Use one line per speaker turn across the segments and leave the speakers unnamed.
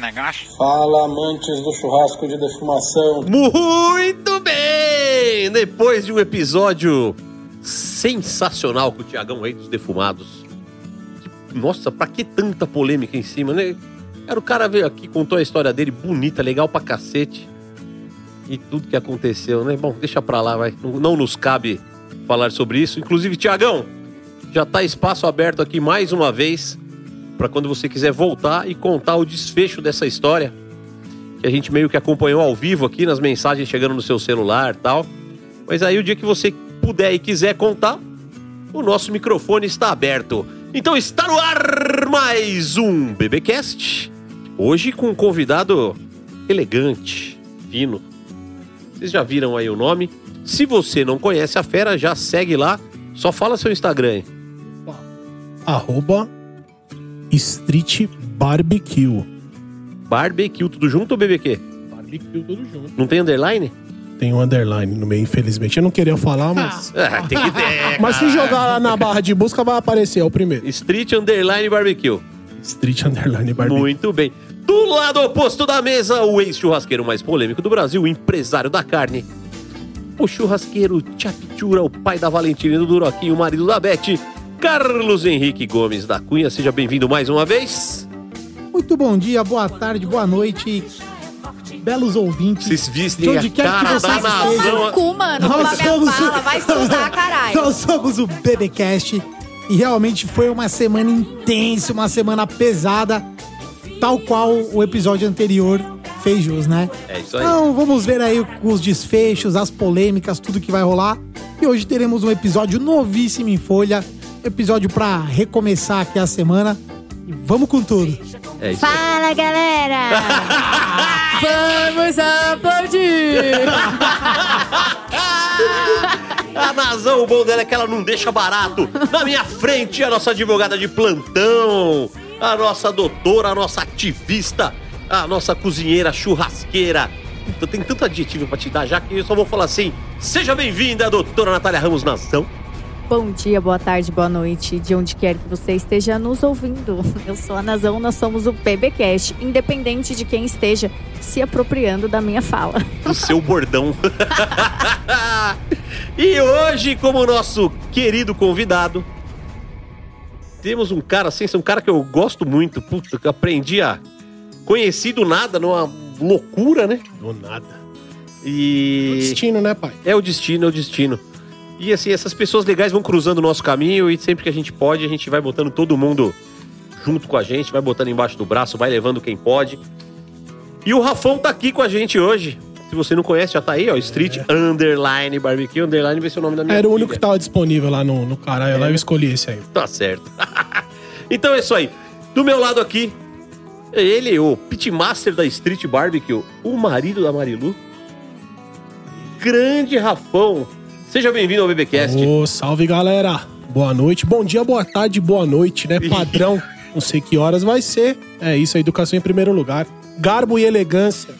bagaço.
Fala, amantes do churrasco de defumação.
Muito bem! Depois de um episódio sensacional com o Tiagão aí dos Defumados. Nossa, pra que tanta polêmica em cima, né? Cara, o cara veio aqui, contou a história dele, bonita, legal pra cacete. E tudo que aconteceu, né? Bom, deixa pra lá, vai. Não, não nos cabe falar sobre isso. Inclusive, Tiagão, já tá espaço aberto aqui mais uma vez pra quando você quiser voltar e contar o desfecho dessa história. Que a gente meio que acompanhou ao vivo aqui nas mensagens chegando no seu celular e tal. Mas aí o dia que você puder e quiser contar, o nosso microfone está aberto. Então está no ar mais um BBcast. Hoje com um convidado elegante, fino. Vocês já viram aí o nome? Se você não conhece a fera, já segue lá. Só fala seu Instagram. aí.
Arroba Street Barbecue.
Barbecue, tudo junto ou BBQ?
Barbecue tudo junto.
Não tem underline?
Tem um underline no meio, infelizmente. Eu não queria falar, mas. é,
Ah, tem que ter.
mas se jogar lá na barra de busca, vai aparecer, é o primeiro.
Street Underline Barbecue.
Street Underline Barbecue.
Muito bem. Do lado oposto da mesa, o ex-churrasqueiro mais polêmico do Brasil, o empresário da carne. O churrasqueiro Chapitura, o pai da Valentina e do Duroquinho, o marido da Beth. Carlos Henrique Gomes da Cunha, seja bem-vindo mais uma vez.
Muito bom dia, boa tarde, boa noite, belos ouvintes.
Vocês vissem
De
a
onde quer que
cara da
vocês
nação.
Não, cu, mano. Toma minha fala, vai estudar, caralho.
Nós somos o BBcast e realmente foi uma semana intensa, uma semana pesada, tal qual o episódio anterior fez jus, né?
É isso aí.
Então vamos ver aí os desfechos, as polêmicas, tudo que vai rolar. E hoje teremos um episódio novíssimo em folha, episódio pra recomeçar aqui a semana. E vamos com tudo.
É isso aí.
Fala, galera! Vamos aplaudir!
A Nazão, o bom dela é que ela não deixa barato. Na minha frente, a nossa advogada de plantão, a nossa doutora, a nossa ativista, a nossa cozinheira churrasqueira. Puta, tem tanto adjetivo pra te dar já que eu só vou falar assim: seja bem-vinda, doutora Natália Ramos Nazão.
Bom dia, boa tarde, boa noite, de onde quer que você esteja nos ouvindo. Eu sou a Nazão, nós somos o PBcast, independente de quem esteja se apropriando da minha fala.
o seu bordão. e hoje, como nosso querido convidado, temos um cara assim, um cara que eu gosto muito, puta, que aprendi a conheci do nada, numa loucura, né?
Do nada.
E
Destino, né, pai?
é o destino, é o destino. E assim, essas pessoas legais vão cruzando o nosso caminho e sempre que a gente pode, a gente vai botando todo mundo junto com a gente, vai botando embaixo do braço, vai levando quem pode. E o Rafão tá aqui com a gente hoje. Se você não conhece, já tá aí, ó. Street Underline Barbecue. Underline vai ser o nome da minha
É. Era o
filha. É.
único que tava disponível lá no, no caralho, lá eu escolhi esse aí.
Tá certo. então é isso aí. Do meu lado aqui, é ele, o pitmaster da Street Barbecue, o marido da Marilu. Grande Rafão. Seja bem-vindo ao BBcast.
Ô, salve galera! Boa noite, bom dia, boa tarde, boa noite, né? Padrão, não sei que horas vai ser. É isso, a educação em primeiro lugar. Garbo e elegância,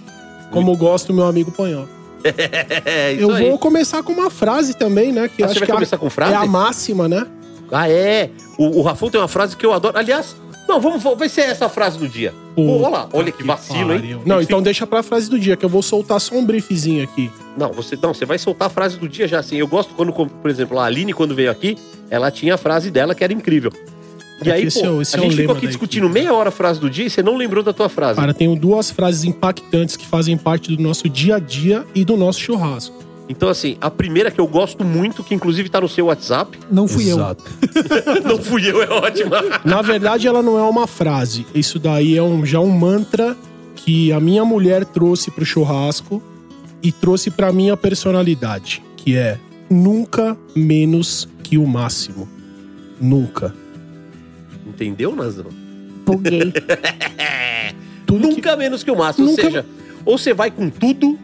como gosta o meu amigo Panhol.
É, isso
Eu
aí.
vou começar com uma frase também, né? Que
Ah,
eu
você
acho
vai
que é a-
começar com frase?
é a máxima, né?
Ah, é. O, o Rafão tem uma frase que eu adoro. Aliás, não, vamos, vai ser essa a frase do dia. Pô, olha lá, olha que vacilo, hein?
Não, então deixa pra frase do dia, que eu vou soltar só um briefzinho aqui.
Não, você não, você vai soltar a frase do dia já assim. Eu gosto quando, como, por exemplo, a Aline quando veio aqui, ela tinha a frase dela que era incrível. E
É
aí,
que esse
pô,
é o- esse
a
é o
gente ficou
lema
aqui
da
discutindo meia hora a frase do dia e você não lembrou da tua frase.
Cara, tenho duas frases impactantes que fazem parte do nosso dia a dia e do nosso churrasco.
Então, assim, a primeira que eu gosto muito, que inclusive tá no seu WhatsApp,
Não fui eu.
não fui eu, é ótima.
Na verdade, ela não é uma frase. Isso daí é um, já um mantra que a minha mulher trouxe pro churrasco e trouxe pra minha personalidade, que é nunca menos que o máximo. Nunca.
Entendeu, Nazão?
Buguei.
Tudo que-
Nunca menos que o máximo.
Nunca-
Ou seja, ou você vai com tudo,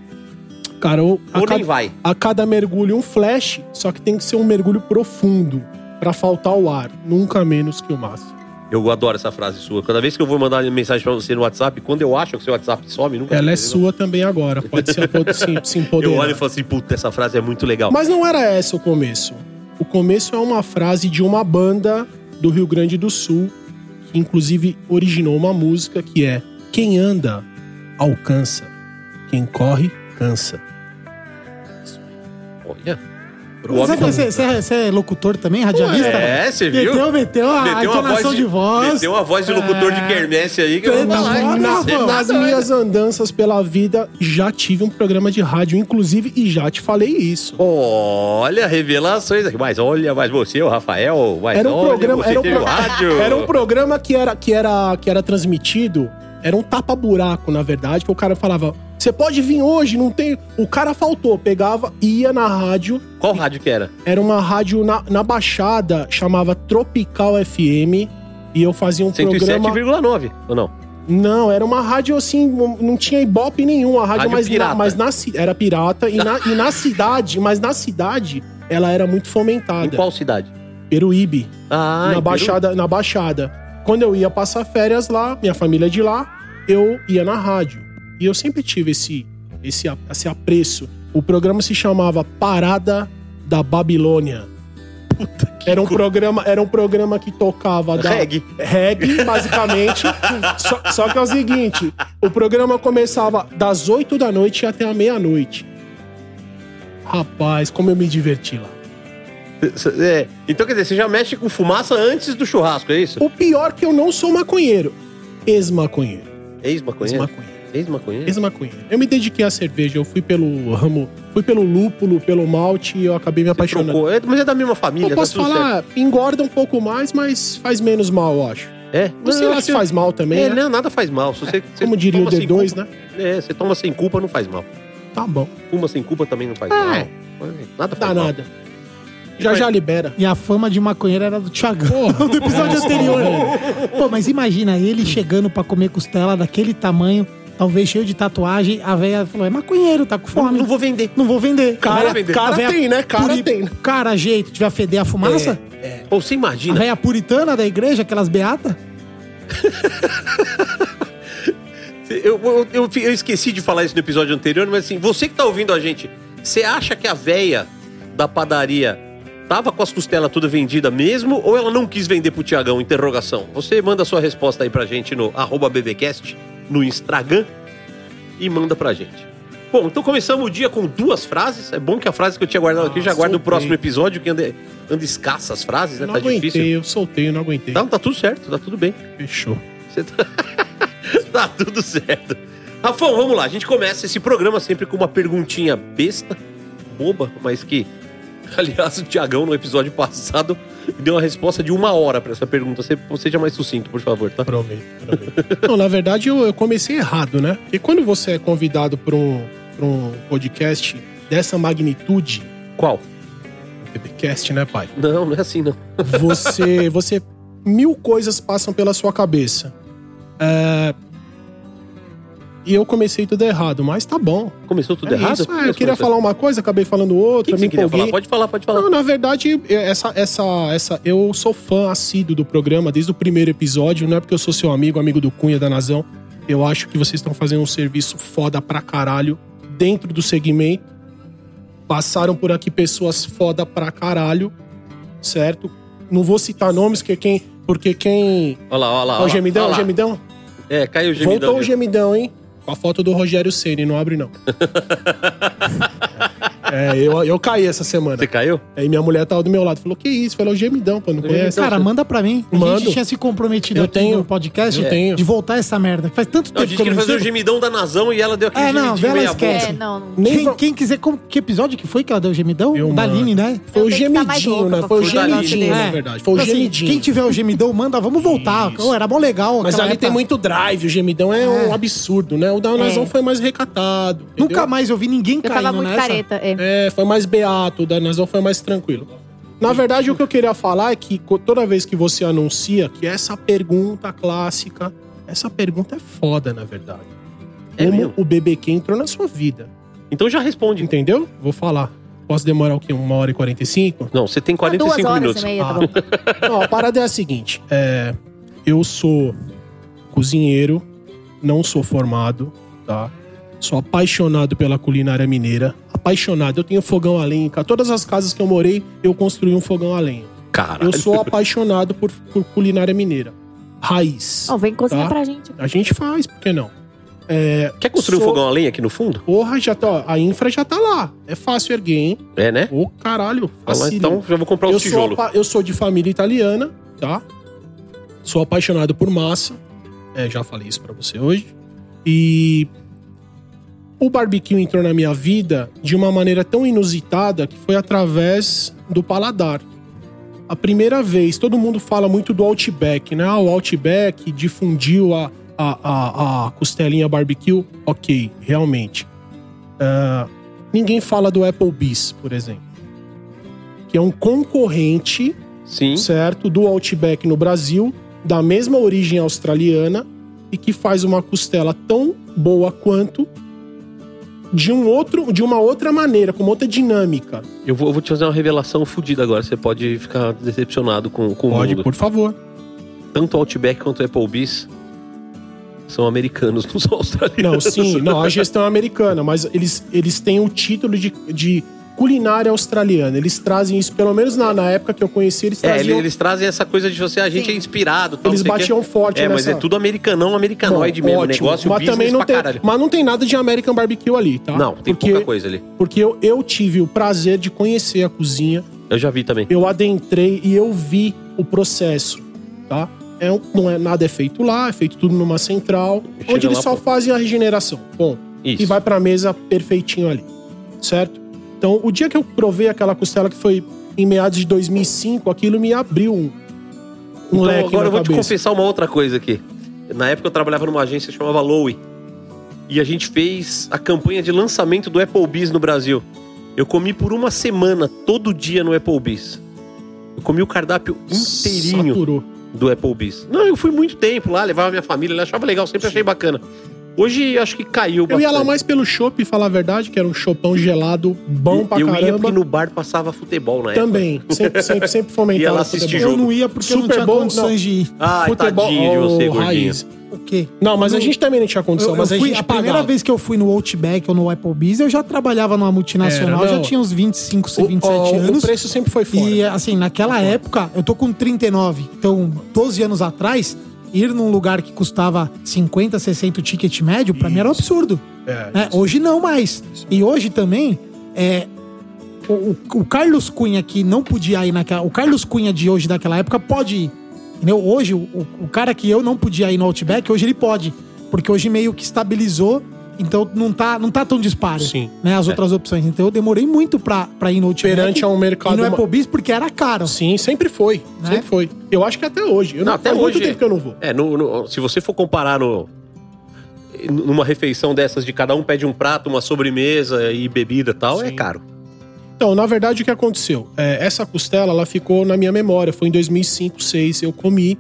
cara, eu- a
ou
cada-
nem vai.
a cada mergulho um flash, só que tem que ser um mergulho profundo pra faltar o ar, nunca menos que o máximo.
Eu adoro essa frase sua. Cada vez que eu vou mandar mensagem pra você no WhatsApp, quando eu acho que seu WhatsApp some, nunca.
Ela é sua também agora, pode se, apo- se, se empoderar.
Eu olho e falo assim, puta, essa frase é muito legal.
Mas não era esse o começo. O começo é uma frase de uma banda do Rio Grande do Sul, que inclusive originou uma música que é Quem anda, alcança. Quem corre, cansa.
Olha. O
Você,
homem-
você- você é- você é locutor também, radialista?
É, você viu?
Meteu, meteu a entonação de voz.
Meteu uma voz de locutor
É.
de quermesse aí que eu vou
Tá
falar.
foda,
hein?
rapaz.
Você tá
Nas
doido.
minhas andanças pela vida, já tive um programa de rádio, inclusive, e já te falei isso.
Olha, revelações aqui. Mas olha, mas você, o Rafael, mas
Era um
olha,
programa,
você
era um,
tem
pro-
rádio.
era um programa que era que era que era transmitido, era um tapa buraco, na verdade, que o cara falava: "Você pode vir hoje, não tem". O cara faltou, pegava, ia na rádio,
Qual rádio que era?
era uma rádio na, na Baixada, chamava Tropical FM, e eu fazia um programa
107,9, ou não?
Não, era uma rádio assim, não não tinha ibope nenhum, a rádio,
Rádio
mas, na,
pirata.
mas na ci- era pirata e na, e na cidade, mas na cidade ela era muito
Em
fomentada.
qual cidade?
Peruíbe,
Ah, em
na
Peru.
baixada, na baixada. Quando eu ia passar férias lá, minha família é de lá, eu ia na rádio. E eu sempre tive esse esse, a- esse apreço. O programa se chamava Parada da Babilônia. Era um programa, era um programa que tocava da-
Reggae.
reggae, basicamente. só, só que é o seguinte: o programa começava das 8 da noite até a meia-noite. Rapaz, como eu me diverti lá.
É, Então, quer dizer, você já mexe com fumaça antes do churrasco, é isso?
O pior que eu não sou maconheiro. Ex-maconheiro.
Ex-maconheiro.
Ex-maconheiro.
Ex-maconheiro.
Ex-maconheiro. Eu me dediquei à cerveja, eu fui pelo ramo, fui pelo lúpulo, pelo malte e eu acabei me
Você
apaixonando.
trocou. É, Mas é da mesma família,
Eu posso
tá tudo certo.
falar, engorda um pouco mais, mas faz menos mal, eu acho.
É?
Não sei
eu
lá
acho
se
que-
faz mal também,
É,
né?
não, nada faz mal. Se você, você
Como diria o
toma sem
D2,
culpa-
né?
É, você toma sem culpa, não faz mal.
Tá bom,
Fuma sem culpa também não faz mal.
É.
Nada faz
dá
mal.
nada. Já já libera.
E a fama de maconheiro era do Thiagão. do episódio
Nossa,
Tá
anterior.
velho.
Pô, mas imagina ele chegando pra comer costela daquele tamanho, talvez cheio de tatuagem. A velha falou: é maconheiro, tá com
Não,
fome. Não,
vou vender.
vou vender.
vou vender.
a véia
tem, né? Cara
puri-
tem, né?
Cara, jeito, tiver a feder a fumaça.
Ou você
É.
A
imagina,
velha puritana da igreja, aquelas beatas.
eu, eu, eu, eu esqueci de falar isso no episódio anterior, mas assim, você que tá ouvindo a gente, você acha que a véia da padaria tava com as costelas toda vendida mesmo ou ela não quis vender pro Tiagão? Interrogação. Você manda sua resposta aí pra gente no arroba bbcast, no Instagram e manda pra gente. Bom, então começamos o dia com duas frases. É bom que a frase que eu tinha guardado aqui
Ah,
já guarda o
soltei.
próximo episódio, que anda, anda escassa as frases, né?
Eu não
tá
aguentei,
difícil.
eu soltei, eu não aguentei.
Não, tá tudo certo, tá tudo bem.
Fechou.
Você tá... tá tudo certo. Rafão, vamos lá. A gente começa esse programa sempre com uma perguntinha besta, boba, mas que. Aliás, o Tiagão, no episódio passado, deu uma resposta de uma hora pra essa pergunta. Você- Seja mais sucinto, por favor, tá?
Prometo, prometo. Não, na verdade, eu, eu comecei errado, né? Porque quando você é convidado para um, pra um podcast dessa magnitude,
Qual?
PPcast, né, pai?
Não, não é assim, não.
Você, você mil coisas passam pela sua cabeça. É, E eu comecei tudo errado, mas tá bom.
Começou tudo
É
errado?
isso. Ah, eu queria falar uma coisa, acabei falando
O que, que
outra, me
você queria
empolguei.
falar? Pode falar, pode falar.
Não, na verdade, é, essa, essa, essa, eu sou fã assíduo do programa desde o primeiro episódio. Não é porque eu sou seu amigo, amigo do Cunha da Nazão. Eu acho que vocês estão fazendo um serviço foda pra caralho dentro do segmento. Passaram por aqui pessoas foda pra caralho, certo? Não vou citar nomes, que quem, porque quem.
Olha lá, olha lá.
Ó,
olha
o
lá,
gemidão,
olha
o
lá.
gemidão?
É, caiu o gemidão.
Voltou o
de-
gemidão, hein? Com a foto do Rogério Ceni, não abre não. é, eu, eu caí essa semana.
Você caiu?
Aí minha mulher tava do meu lado, falou: Que isso? Falou: gemidão, pô, não conhece.
Cara, manda pra mim. A
É, então, Mando.
gente tinha se comprometido
Eu
aqui
tenho.
no podcast
Eu tenho.
de voltar essa merda. Faz tanto
Não, a
tempo
gente
que eu
queria
não
fazer o
recebo.
gemidão da Nazão e ela deu aquele
É, não,
gemidinho
ela
meia
esquece.
É,
boca.
não.
Nem
Quem,
va-
quem quiser, como- que episódio que foi que ela deu o gemidão?
Eu
da
mando.
Aline, né?
Foi o
Tem que ficar mais
gemidinho,
louca
né?
pra
Foi o
falar um negócio
gemidinho,
desse.
na verdade. Foi o
Então, assim, quem
gemidinho.
tiver o gemidão, manda, vamos voltar.
Isso.
Ô, era bom legal.
Mas
aquela
ali
época.
tem muito drive, o gemidão é, um
É.
absurdo, né? O da Nazão foi mais recatado. entendeu?
Nunca mais eu vi ninguém
Eu tava
caindo
muito
nessa.
careta. É.
É, foi mais beato, o da Nazão foi mais tranquilo. Na verdade, o que eu queria falar é que co- toda vez que você anuncia que essa pergunta clássica, essa pergunta é foda, na verdade.
É
Como
mesmo?
o BBQ entrou na sua vida.
Então já responde.
Entendeu? Vou falar. Posso demorar o quê? Uma hora e quarenta e cinco?
Não, você tem
Ah,
45
Duas horas
minutos.
e meia, tá
Ah.
bom.
Não, a parada é a seguinte: é, eu sou cozinheiro, não sou formado, tá? Sou apaixonado pela culinária mineira. Apaixonado. Eu tenho fogão a lenha. em ca- Todas as casas que eu morei, eu construí um fogão a lenha.
Cara,
Eu sou apaixonado por, por culinária mineira. raiz.
Ó, vem cozinhar
Tá.
pra gente.
A gente faz, por que não? É,
Quer construir um
sou-
fogão a lenha aqui no fundo?
Porra, já tá, ó, a infra já tá lá. É fácil erguer, hein?
É, né?
Ô, caralho.
Fala,
facílimo.
então já vou comprar
eu
os
sou,
tijolos.
apa- eu sou de família italiana, tá? Sou apaixonado por massa. É, já falei isso pra você hoje. E o barbecue entrou na minha vida de uma maneira tão inusitada que foi através do paladar. A primeira vez, todo mundo fala muito do Outback, né? Ah, o Outback difundiu a, a, a, a costelinha barbecue. Ok, realmente. Ah, ninguém fala do Applebee's, por exemplo que é um concorrente,
Sim.
certo, do Outback no Brasil, da mesma origem australiana e que faz uma costela tão boa quanto de um outro, de uma outra maneira, com uma outra dinâmica.
Eu vou, eu vou te fazer uma revelação fodida agora. Você pode ficar decepcionado com, com
Pode,
o mundo.
por favor.
Tanto o Outback quanto o Applebee's são americanos, não são australianos.
Não, sim, não, a gestão é americana, mas eles, eles têm o título de, de culinária australiana. Eles trazem isso, pelo menos na, na época que eu conheci, eles
É, ele-
traziam.
eles trazem essa coisa de você, a gente
Sim.
é inspirado. Tal,
eles
não sei o quê.
batiam forte
É,
nessa...
mas é tudo americanão, americanoide
Bom,
mesmo.
ótimo,
negócio
mas
business
também não
pra
tem,
caralho.
Mas não tem nada de American Barbecue ali, tá?
Não, tem
porque,
pouca coisa ali.
Porque eu, eu tive o prazer de conhecer a cozinha,
Eu já vi também.
eu adentrei e eu vi o processo, tá? É, um- não é nada é feito lá, é feito tudo numa central,
Chega
onde eles
lá,
só
pô.
fazem a regeneração. Bom,
Isso.
e vai pra mesa perfeitinho ali, certo? Então, o dia que eu provei aquela costela que foi em meados de 2005, aquilo me abriu um, um
Então,
leque
agora
na
eu vou te
cabeça.
confessar uma outra coisa aqui. Na época eu trabalhava numa agência que chamava Lowy. E a gente fez a campanha de lançamento do Applebee's no Brasil. Eu comi por uma semana, todo dia no Applebee's. Eu comi o cardápio inteirinho
Saturou.
do Applebee's. Não, eu fui muito tempo lá, levava minha família, lá, achava legal, sempre achei bacana. Hoje acho que caiu
Eu
bastante.
ia lá mais pelo chopp, falar a verdade, que era um chopão gelado bom pra
eu ia
caramba.
porque no bar passava futebol na época.
Também, sempre, sempre, sempre fomentava
Ia lá
o
assistir
futebol.
jogo.
Eu não ia porque eu não
Super
tinha
Bowl,
condições de ir.
Ah, tadinho de
Ô,
você, gordinho.
raiz.
O quê?
Não, mas a
Eu-
gente também não tinha condição,
Eu,
mas
eu
a
fui,
gente
a primeira
pagava.
vez que eu fui no Outback ou no Applebee's, eu já trabalhava numa multinacional,
Era, não.
já tinha uns 25,
O-
27
o-
anos.
O preço sempre foi fora.
E assim, naquela época, eu tô com 39, então 12 anos atrás, ir num lugar que custava 50, 60 o ticket médio, pra mim era um absurdo.
É,
né? Hoje não mais. E hoje também, é, o, o- o Carlos Cunha que não podia ir naquela. O Carlos Cunha de hoje daquela época pode ir. Entendeu? Hoje, o, o cara que eu não podia ir no Outback, hoje ele pode. Porque hoje meio que estabilizou, então não tá, não tá tão disparo
Sim. É.
né, as outras opções. Então eu demorei muito pra, pra ir no Outback.
Perante a um mercado-
É E no Applebee's porque era caro.
Sim, sempre foi.
Né?
Sempre foi. Eu acho que até hoje. Eu
Não,
não,
até
faz
hoje.
muito tempo que eu não vou.
É, no- no- se você for comparar no, numa refeição dessas de cada um pede um prato, uma sobremesa e bebida e tal, é caro.
Então, na verdade, o que aconteceu? É, essa costela, ela ficou na minha memória. Foi em 2005, 2006, eu comi.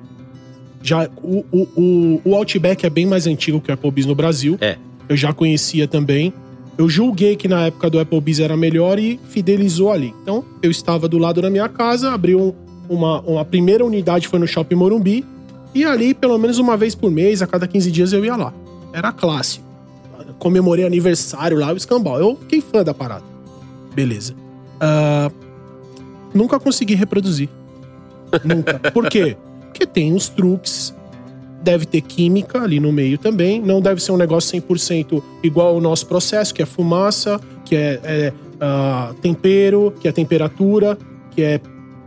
Já, o, o, o, o Outback é bem mais antigo que o Applebee's no Brasil.
É.
Eu já conhecia também. Eu julguei que na época do Applebee's era melhor e fidelizou ali. Então, eu estava do lado da minha casa, abriu uma, uma primeira unidade, foi no Shopping Morumbi. E ali, pelo menos uma vez por mês, a cada 15 dias, eu ia lá. Era clássico. Comemorei aniversário lá, o escambau. Eu fiquei fã da parada. Beleza. Ah, nunca consegui reproduzir. Nunca. Por quê? Porque tem uns truques. Deve ter química ali no meio também. Não deve ser um negócio 100% igual ao nosso processo, que é fumaça, que é, é, ah, tempero, que é temperatura, que é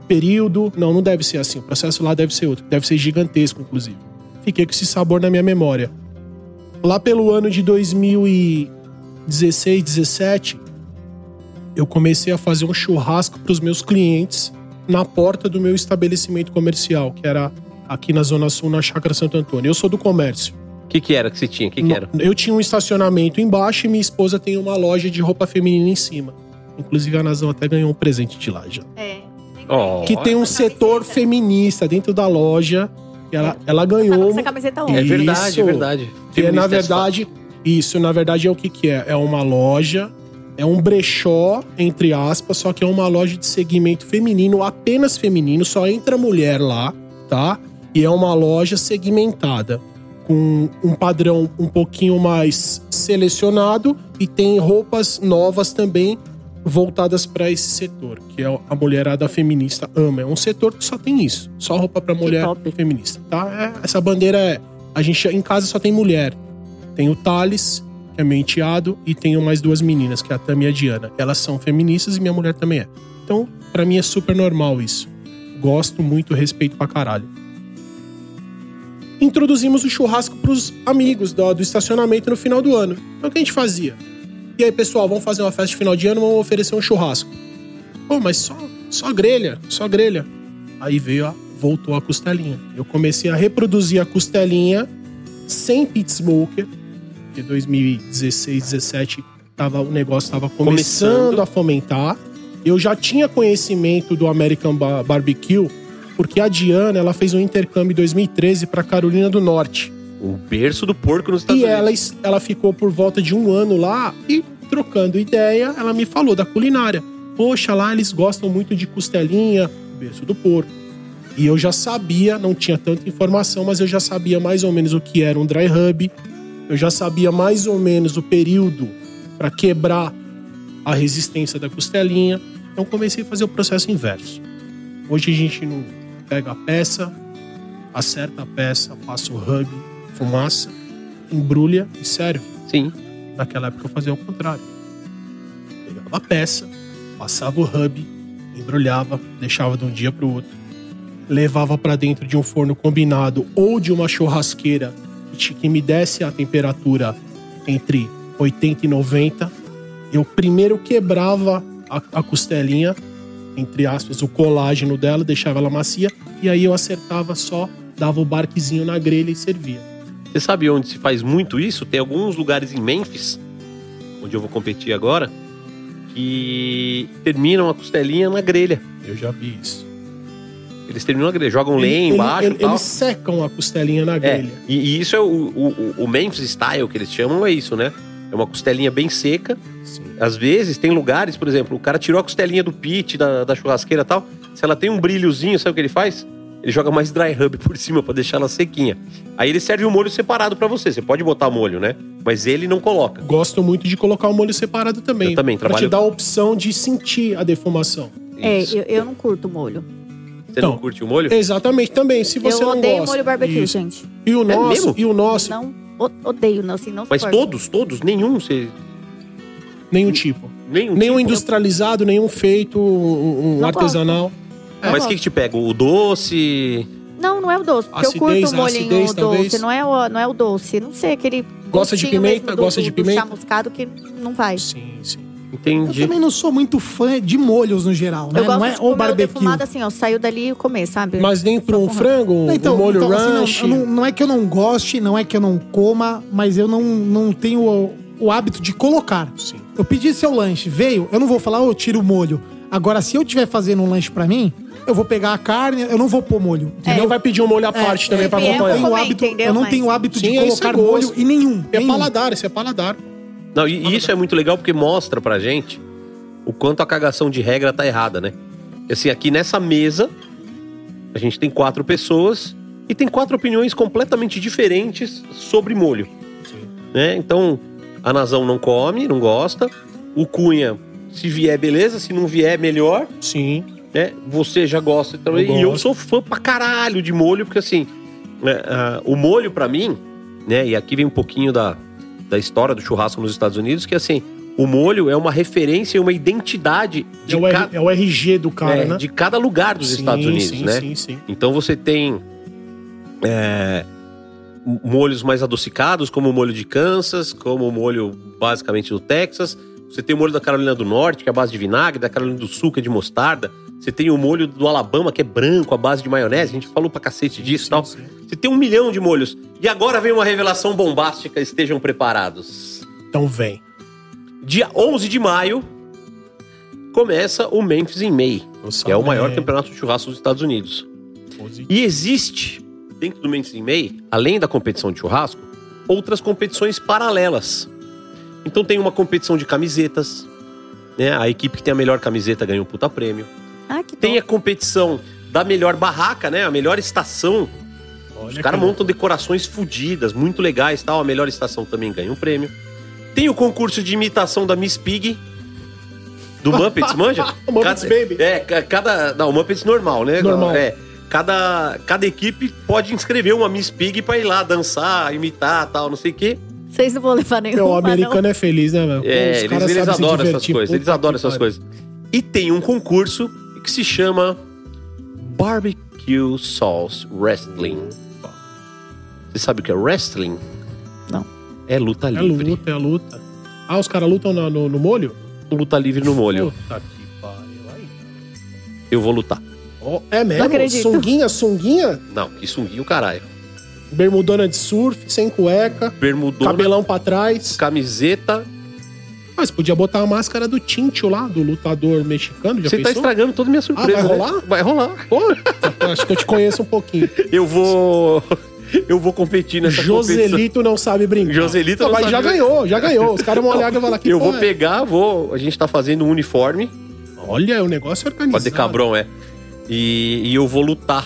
período. Não, não deve ser assim. O processo lá deve ser outro. Deve ser gigantesco, inclusive. Fiquei com esse sabor na minha memória. Lá pelo ano de 2016, 17, eu comecei a fazer um churrasco para os meus clientes na porta do meu estabelecimento comercial, que era aqui na Zona Sul, na Chácara Santo Antônio. Eu sou do comércio.
O que, que era que você tinha? O que, que era?
Eu tinha um estacionamento embaixo e minha esposa tem uma loja de roupa feminina em cima. Inclusive, a Nazão até ganhou um presente de lá já.
É.
Ó.
Que tem um setor feminista dentro da loja. E ela, ela
Tava Tá com
ganhou
essa camiseta
É
ontem.
verdade, é
Isso.
verdade.
que é,
Feminista
na
é
verdade, isso, na verdade, é o que que é? É uma loja, é um brechó, entre aspas, só que é uma loja de segmento feminino, apenas feminino, só entra mulher lá, tá? E é uma loja segmentada, com um padrão um pouquinho mais selecionado e tem roupas novas também voltadas para esse setor, que é a mulherada feminista ama. É um setor que só tem isso, só roupa para mulher
top.
feminista, tá? É- essa bandeira é a gente em casa só tem mulher. Tem o Thales, que é meu enteado, e tenho mais duas meninas, que é a Tami e a Diana. Elas são feministas e minha mulher também é. Então, pra mim é super normal isso. Gosto muito, respeito pra caralho. Introduzimos o churrasco pros amigos do, do estacionamento no final do ano. Então, o que a gente fazia? E aí, pessoal, vamos fazer uma festa de final de ano, vamos oferecer um churrasco. Pô, mas só, só grelha, só grelha. Aí veio a. voltou a costelinha. Eu comecei a reproduzir a costelinha sem pit smoker, de 2016, 17, tava, o negócio estava começando,
Começando.
a fomentar. Eu já tinha conhecimento do American Ba- Barbecue, porque a Diana ela fez um intercâmbio em 2013 para Carolina do Norte.
O berço do porco nos Estados
E
Unidos.
ela, es- ela ficou por volta de um ano lá e, trocando ideia, ela me falou da culinária. Poxa, lá eles gostam muito de costelinha, berço do porco. E eu já sabia, não tinha tanta informação, mas eu já sabia mais ou menos o que era um dry hub. Eu já sabia mais ou menos o período para quebrar a resistência da costelinha. Então comecei a fazer o processo inverso. Hoje a gente não pega a peça, acerta a peça, passa o hub, fumaça, embrulha e serve.
Sim.
Naquela época eu fazia o contrário. Pegava a peça, passava o hub, embrulhava, deixava de um dia para o outro, levava para dentro de um forno combinado ou de uma churrasqueira que te- que me desse a temperatura entre 80 e 90. Eu primeiro quebrava a, a costelinha, entre aspas, o colágeno dela, deixava ela macia, e aí eu acertava só, dava o barquezinho na grelha e servia.
Você sabe onde se faz muito isso? Tem alguns lugares em Memphis, onde eu vou competir agora, que terminam a costelinha na grelha.
Eu já vi isso.
Eles terminam na grelha, jogam
Ele-
lenha
ele-
embaixo
ele-
e tal.
Eles secam a costelinha na
É,
grelha.
e, e isso é o, o, o- o Memphis Style, que eles chamam, é isso, né? É uma costelinha bem seca.
Sim.
Às vezes, tem lugares, por exemplo, o cara tirou a costelinha do pit, da, da churrasqueira e tal. Se ela tem um brilhozinho, sabe o que ele faz? Ele joga mais dry rub por cima pra deixar ela sequinha. Aí ele serve o molho separado pra você. Você pode botar molho, né? Mas ele não coloca.
Gosto muito de colocar o molho separado também.
Eu também
pra
trabalho-
te dar a opção de sentir a defumação.
É,
Isso.
eu, eu não curto molho.
Você não
então,
curte o molho?
Exatamente, também. Se você
eu
não
odeio
gosta.
molho barbecue,
Isso.
gente.
E o nosso,
É mesmo?
e o nosso,
Não o- odeio, não, assim, não
Mas
suporto.
todos, todos, nenhum. Você,
nenhum tipo.
nenhum.
Nenhum
tipo,
industrializado, nenhum feito, um, um
Não
artesanal.
Não
Mas o
gosto.
que, que te pega? O doce?
Não, não é o doce. Porque eu
Acidez,
curto o molhinho
acidez,
doce.
talvez.
Não é, o, não é o doce. Não sei, aquele.
Gosta de
gostinho
pimenta?
mesmo
Gosta de pimenta?
chamuscado que não vai.
Sim, sim.
Eu
Entendi.
também não sou muito fã de molhos no geral, né?
Eu gosto
não é
de
o
comer
barbecue.
defumado assim, ó. Saiu dali e comer, sabe?
Mas nem para um frango, um
Então,
molho
então, assim, não-
ranch.
eu não, não é que eu não goste, não é que eu não coma, mas eu não, não tenho o, o hábito de colocar.
Sim.
Eu pedi seu lanche, veio, eu não vou falar, "Ô, eu tiro o molho. Agora, se eu tiver fazendo um lanche pra mim, eu vou pegar a carne, eu não vou pôr molho.
E
É.
não vai pedir um molho à parte também
se
para
vier,
Eu não
acompanhar.
tenho
é, comer,
hábito,
entendeu?
eu não
Mas-
tenho hábito de
Sim, isso é
colocar
gosto.
molho em nenhum.
É
nenhum.
paladar, isso é paladar.
Não, e, e isso é muito legal porque mostra pra gente o quanto a cagação de regra tá errada, né? E assim, aqui nessa mesa, a gente tem quatro pessoas e tem quatro opiniões completamente diferentes sobre molho. Né? Então, a Nazão não come, não gosta. O Cunha, se vier, beleza. Se não vier, melhor.
Sim.
né? Você já gosta também.
Eu
e eu
gosto.
sou fã pra caralho de molho, porque assim, né, ah, o molho pra mim, né? E aqui vem um pouquinho da, da história do churrasco nos Estados Unidos, que assim, o molho é uma referência e uma identidade de,
É o,
ca-
R- é o RG do cara,
é,
né?
de cada lugar dos
Sim,
Estados Unidos,
sim,
né?
Sim, sim.
Então você tem é, m- molhos mais adocicados, como o molho de Kansas, como o molho basicamente do Texas. Você tem o molho da Carolina do Norte, que é a base de vinagre, da Carolina do Sul, que é de mostarda. Você tem o molho do Alabama, que é branco, à base de maionese. A gente falou pra cacete disso e tal.
Sim, sim.
Você tem um milhão de molhos. E agora vem uma revelação bombástica, estejam preparados.
Então vem.
Dia 11 de maio começa o Memphis em May,
Nossa,
que é o maior
né?
campeonato de churrasco dos Estados Unidos.
é, Positivo.
E existe, dentro do Memphis in May, além da competição de churrasco, outras competições paralelas. Então tem uma competição de camisetas, né? A equipe que tem a melhor camiseta ganha um puta prêmio.
Ah, que
Tem a
top.
competição da melhor barraca, né? A melhor estação. Os
Olha
caras
que-
montam decorações fodidas, muito legais tal. A melhor estação também ganha um prêmio. Tem o concurso de imitação da Miss Pig. Do Muppets, manja?
Muppets
Cada-
Baby.
É, ca- cada. Não, Muppets normal, né?
Normal.
É. Cada, cada equipe pode inscrever uma Miss Pig pra ir lá dançar, imitar, tal, não sei o quê.
Vocês não vão levar nenhum.
Meu, o americano é feliz, né, velho? Os
É, eles,
caras
eles
sabem se
adoram essas
divertir.
coisas.
Puta
Eles adoram
que
essas
pariu.
coisas. E tem um concurso que se chama Barbecue Sauce Wrestling. Você sabe o que é wrestling?
Não.
É luta
É
livre.
luta, é luta. Ah, os caras lutam na- no, no molho?
Luta livre no molho.
Puta que pariu. Aí.
Eu vou lutar.
Ó, é mesmo?
Não acredito.
Sunguinha, sunguinha,
Não, que sunguinho, caralho.
bermudona de surf, sem cueca,
Bermudona,
cabelão pra trás.
camiseta.
Mas podia botar a máscara do Tincho lá, do lutador mexicano, já
Você tá
pensou? Ah,
estragando toda a minha surpresa.
vai
né?
rolar?
Vai rolar.
Pô, acho que eu te conheço um pouquinho.
Eu vou. Eu vou competir nessa competição.
Joselito não sabe brincar.
Joselito
Ah,
não
mas
sabe
já
brincar.
ganhou, já ganhou. Os caras vão olhar e vão falar que
Eu vou
porra é?
pegar, vou. A gente tá fazendo um uniforme.
Olha, o negócio é organizado.
Pode ser cabrão, é. E, e eu vou lutar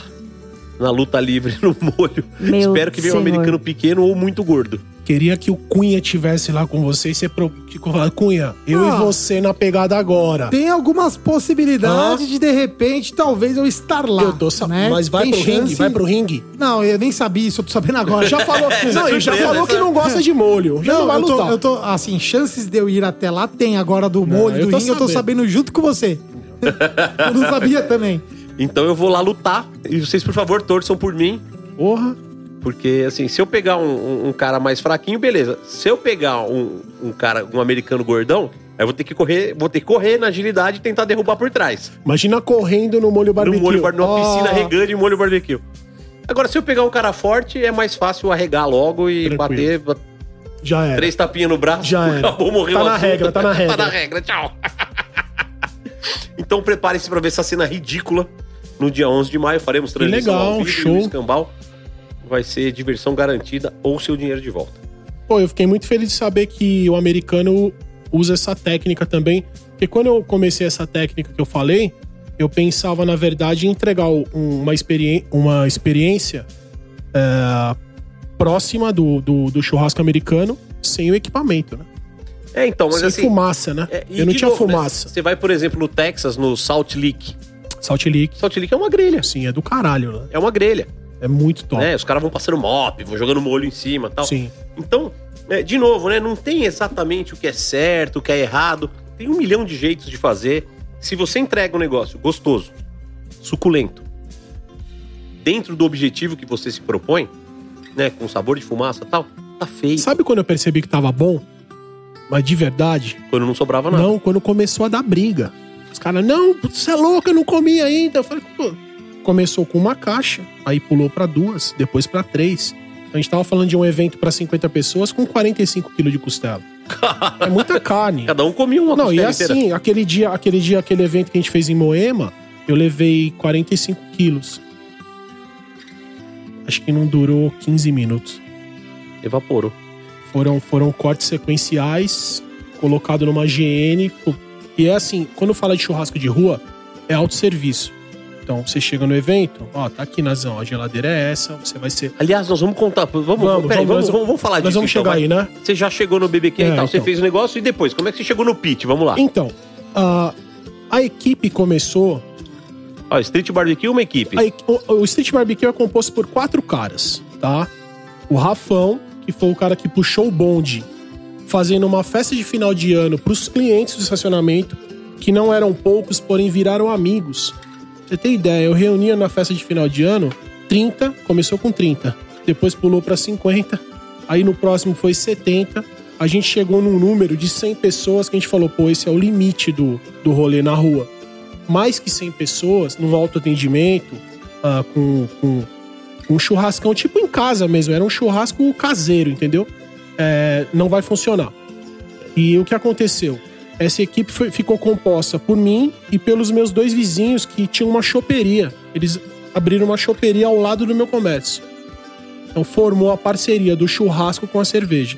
na luta livre no molho.
Meu
Espero que venha um
senhor.
americano pequeno ou muito gordo.
Queria que o Cunha tivesse lá com você e você pro... ficou falando, Cunha, eu
Ah.
e você na pegada agora.
Tem algumas possibilidades de, de repente, talvez eu estar lá.
eu tô sa...
né?
Mas vai
Tem
pro ringue,
chance?
vai pro ringue.
Não, eu nem sabia isso, eu tô sabendo agora.
Já falou, não, ele já
surpresa,
falou que
essa-
não gosta de molho. Já não,
né? Não,
vai
eu, tô,
lutar.
eu tô, assim, chances de eu ir até lá tem agora do
Não,
molho,
eu
do
tô
ringue, eu tô
sabendo.
sabendo junto com você. eu não sabia também.
Então eu vou lá lutar. E vocês, por favor, torçam por mim.
Porra.
Porque, assim, se eu pegar um, um- um cara mais fraquinho, beleza. Se eu pegar um, um cara, um americano gordão, aí eu vou ter que correr, vou ter que correr na agilidade e tentar derrubar por trás.
Imagina correndo no molho barbecue. Ah, Oh.
No molho bar- numa
Ó,
piscina regando e molho barbecue. Agora, se eu pegar um cara forte, é mais fácil arregar logo e
Tranquilo.
bater
Já era.
Três tapinhas no braço,
Já era.
acabou, morreu
Tá
o
na
assunto.
regra, tá na regra.
tá na regra, tchau. então prepare-se pra ver essa cena ridícula. No dia 11 de maio faremos transmissão
legal,
ao vivo
show.
e o escambau. Vai ser diversão garantida ou seu dinheiro de volta.
Pô, eu fiquei muito feliz de saber que o americano usa essa técnica também. Porque quando eu comecei essa técnica que eu falei, eu pensava, na verdade, em entregar um- uma, experi uma experiência é, próxima do, do, do churrasco americano sem o equipamento, né?
É, então, mas
sem
assim...
fumaça, né?
é, e
eu não
de
tinha
novo, né?
fumaça.
Você vai, por exemplo, no Texas, no Salt Lake.
Salt Lake,
Salt Lake é uma grelha.
sim, é do caralho, né?
É uma grelha,
É muito top.
né? Os caras vão passando mop, vão jogando molho em cima e tal.
Sim.
Então, é, de novo, né? Não tem exatamente o que é certo, o que é errado. Tem um milhão de jeitos de fazer. Se você entrega um negócio gostoso, suculento, dentro do objetivo que você se propõe, né? Com sabor de fumaça e tal, tá feio.
Sabe quando eu percebi que tava bom? Mas de verdade,
Quando não sobrava nada.
Não, quando começou a dar briga. Os caras, não, você é louca, eu não comi ainda. Eu falei, pô. Começou com uma caixa, aí pulou pra duas, depois pra três. A gente tava falando de um evento pra 50 pessoas com 45 quilos de costela. É muita carne.
Cada um comia uma
Não, e
costela inteira.
assim, aquele dia, aquele dia, aquele evento que a gente fez em Moema, eu levei 45 quilos. Acho que não durou 15 minutos.
Evaporou.
Foram, foram cortes sequenciais, colocado numa GN. pô. E é assim, quando fala de churrasco de rua, é autosserviço. Então você chega no evento, ó, tá aqui, Nazão, a geladeira é essa, você vai ser.
Aliás, nós vamos contar. Vamos,
Vamos,
peraí,
vamos,
vamos,
nós-
vamos- vamos falar
Nós
disso.
vamos
então,
chegar
vai.
aí, né?
Você já chegou no BBQ e
É,
tal, você
então.
fez o negócio e depois, como é que você chegou no pit? Vamos lá.
Então, a, a equipe começou.
Ó, Street Barbecue, uma equipe.
a equi- o, o Street Barbecue é composto por quatro caras, tá? O Rafão, que foi o cara que puxou o bonde, fazendo uma festa de final de ano pros clientes do estacionamento, que não eram poucos, porém viraram amigos. Pra Você tem ideia, eu reunia na festa de final de ano 30, começou com 30, depois pulou pra 50, aí no próximo foi 70. A gente chegou num número de 100 pessoas que a gente falou, pô, esse é o limite do, do rolê na rua. Mais que 100 pessoas no autoatendimento, ah, com, com um churrascão tipo em casa mesmo, era um churrasco caseiro, entendeu? É, não vai funcionar. E o que aconteceu? Essa equipe foi- ficou composta por mim e pelos meus dois vizinhos que tinham uma choperia. Eles abriram uma choperia ao lado do meu comércio. Então formou a parceria do churrasco com a cerveja.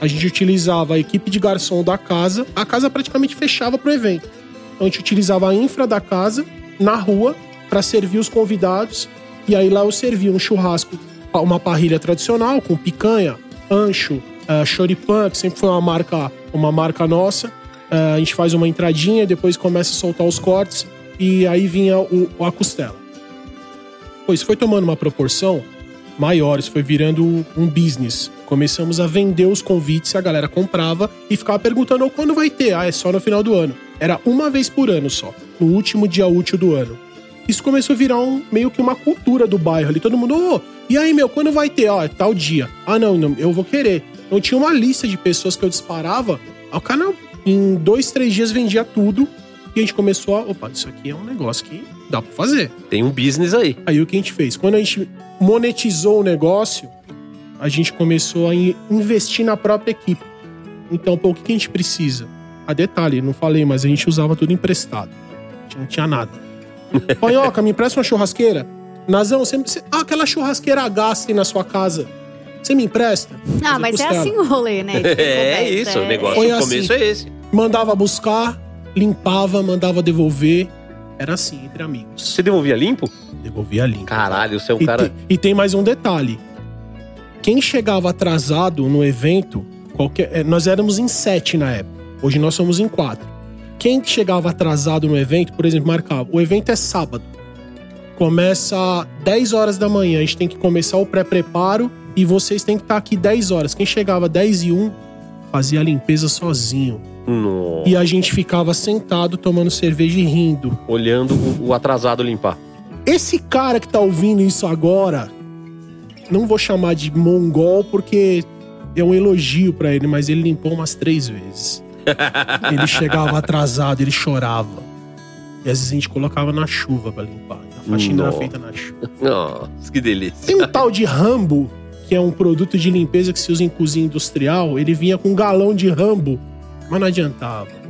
A gente utilizava a equipe de garçom da casa, a casa praticamente fechava pro evento. Então a gente utilizava a infra da casa na rua para servir os convidados. E aí lá eu servia um churrasco, uma parrilha tradicional com picanha, ancho, eh, choripã, que sempre foi uma marca, uma marca nossa. ah, a gente faz uma entradinha, depois começa a soltar os cortes e aí vinha o, a costela. Pois foi tomando uma proporção maior, isso foi virando um business. Começamos a vender os convites, a galera comprava e ficava perguntando "Oh, quando vai ter. Ah, é só no final do ano. Era uma vez por ano só, no último dia útil do ano. Isso começou a virar um- meio que uma cultura do bairro ali. Todo mundo, ô, e aí, meu, quando vai ter? Ó, é tal dia. Ah, não, não, eu vou querer. Então tinha uma lista de pessoas que eu disparava. Aí o canal, em dois, três dias, vendia tudo. E a gente começou a, opa, isso aqui é um negócio que dá pra fazer.
Tem um business aí.
Aí o que a gente fez? Quando a gente monetizou o negócio, a gente começou a in- investir na própria equipe. Então, pô, o que que a gente precisa? A detalhe, não falei, mas a gente usava tudo emprestado. A gente não tinha nada. Panhoca, me empresta uma churrasqueira? Nazão, você, você- ah, aquela churrasqueira a gás tem na sua casa. Você me empresta?
Ah,
Fazer
mas é
costela.
assim o rolê, né?
É isso, o negócio,
Foi
o
assim.
começo é esse.
Mandava buscar, limpava, mandava devolver. Era assim, entre amigos.
Você devolvia limpo?
Devolvia limpo.
Caralho, você é um
E,
cara...
te- e tem mais um detalhe. Quem chegava atrasado no evento, qualquer- eh, nós éramos em sete na época. Hoje nós somos em quatro. Quem chegava atrasado no evento, por exemplo, marcava, o evento é sábado. Começa 10 horas da manhã, a gente tem que começar o pré-preparo e vocês têm que estar aqui 10 horas. Quem chegava 10 e 1 fazia a limpeza sozinho.
Nossa.
E a gente ficava sentado tomando cerveja e rindo.
Olhando o, o atrasado limpar.
Esse cara que tá ouvindo isso agora, não vou chamar de mongol porque é um elogio pra ele, mas ele limpou umas três vezes. ele chegava atrasado, ele chorava. E às vezes a gente colocava na chuva pra limpar. A faxina era
Nó.
feita na chuva.
Nossa, que delícia.
Tem um tal de Rambo, que é um produto de limpeza que se usa em cozinha industrial. Ele vinha com um galão de Rambo, mas não adiantava.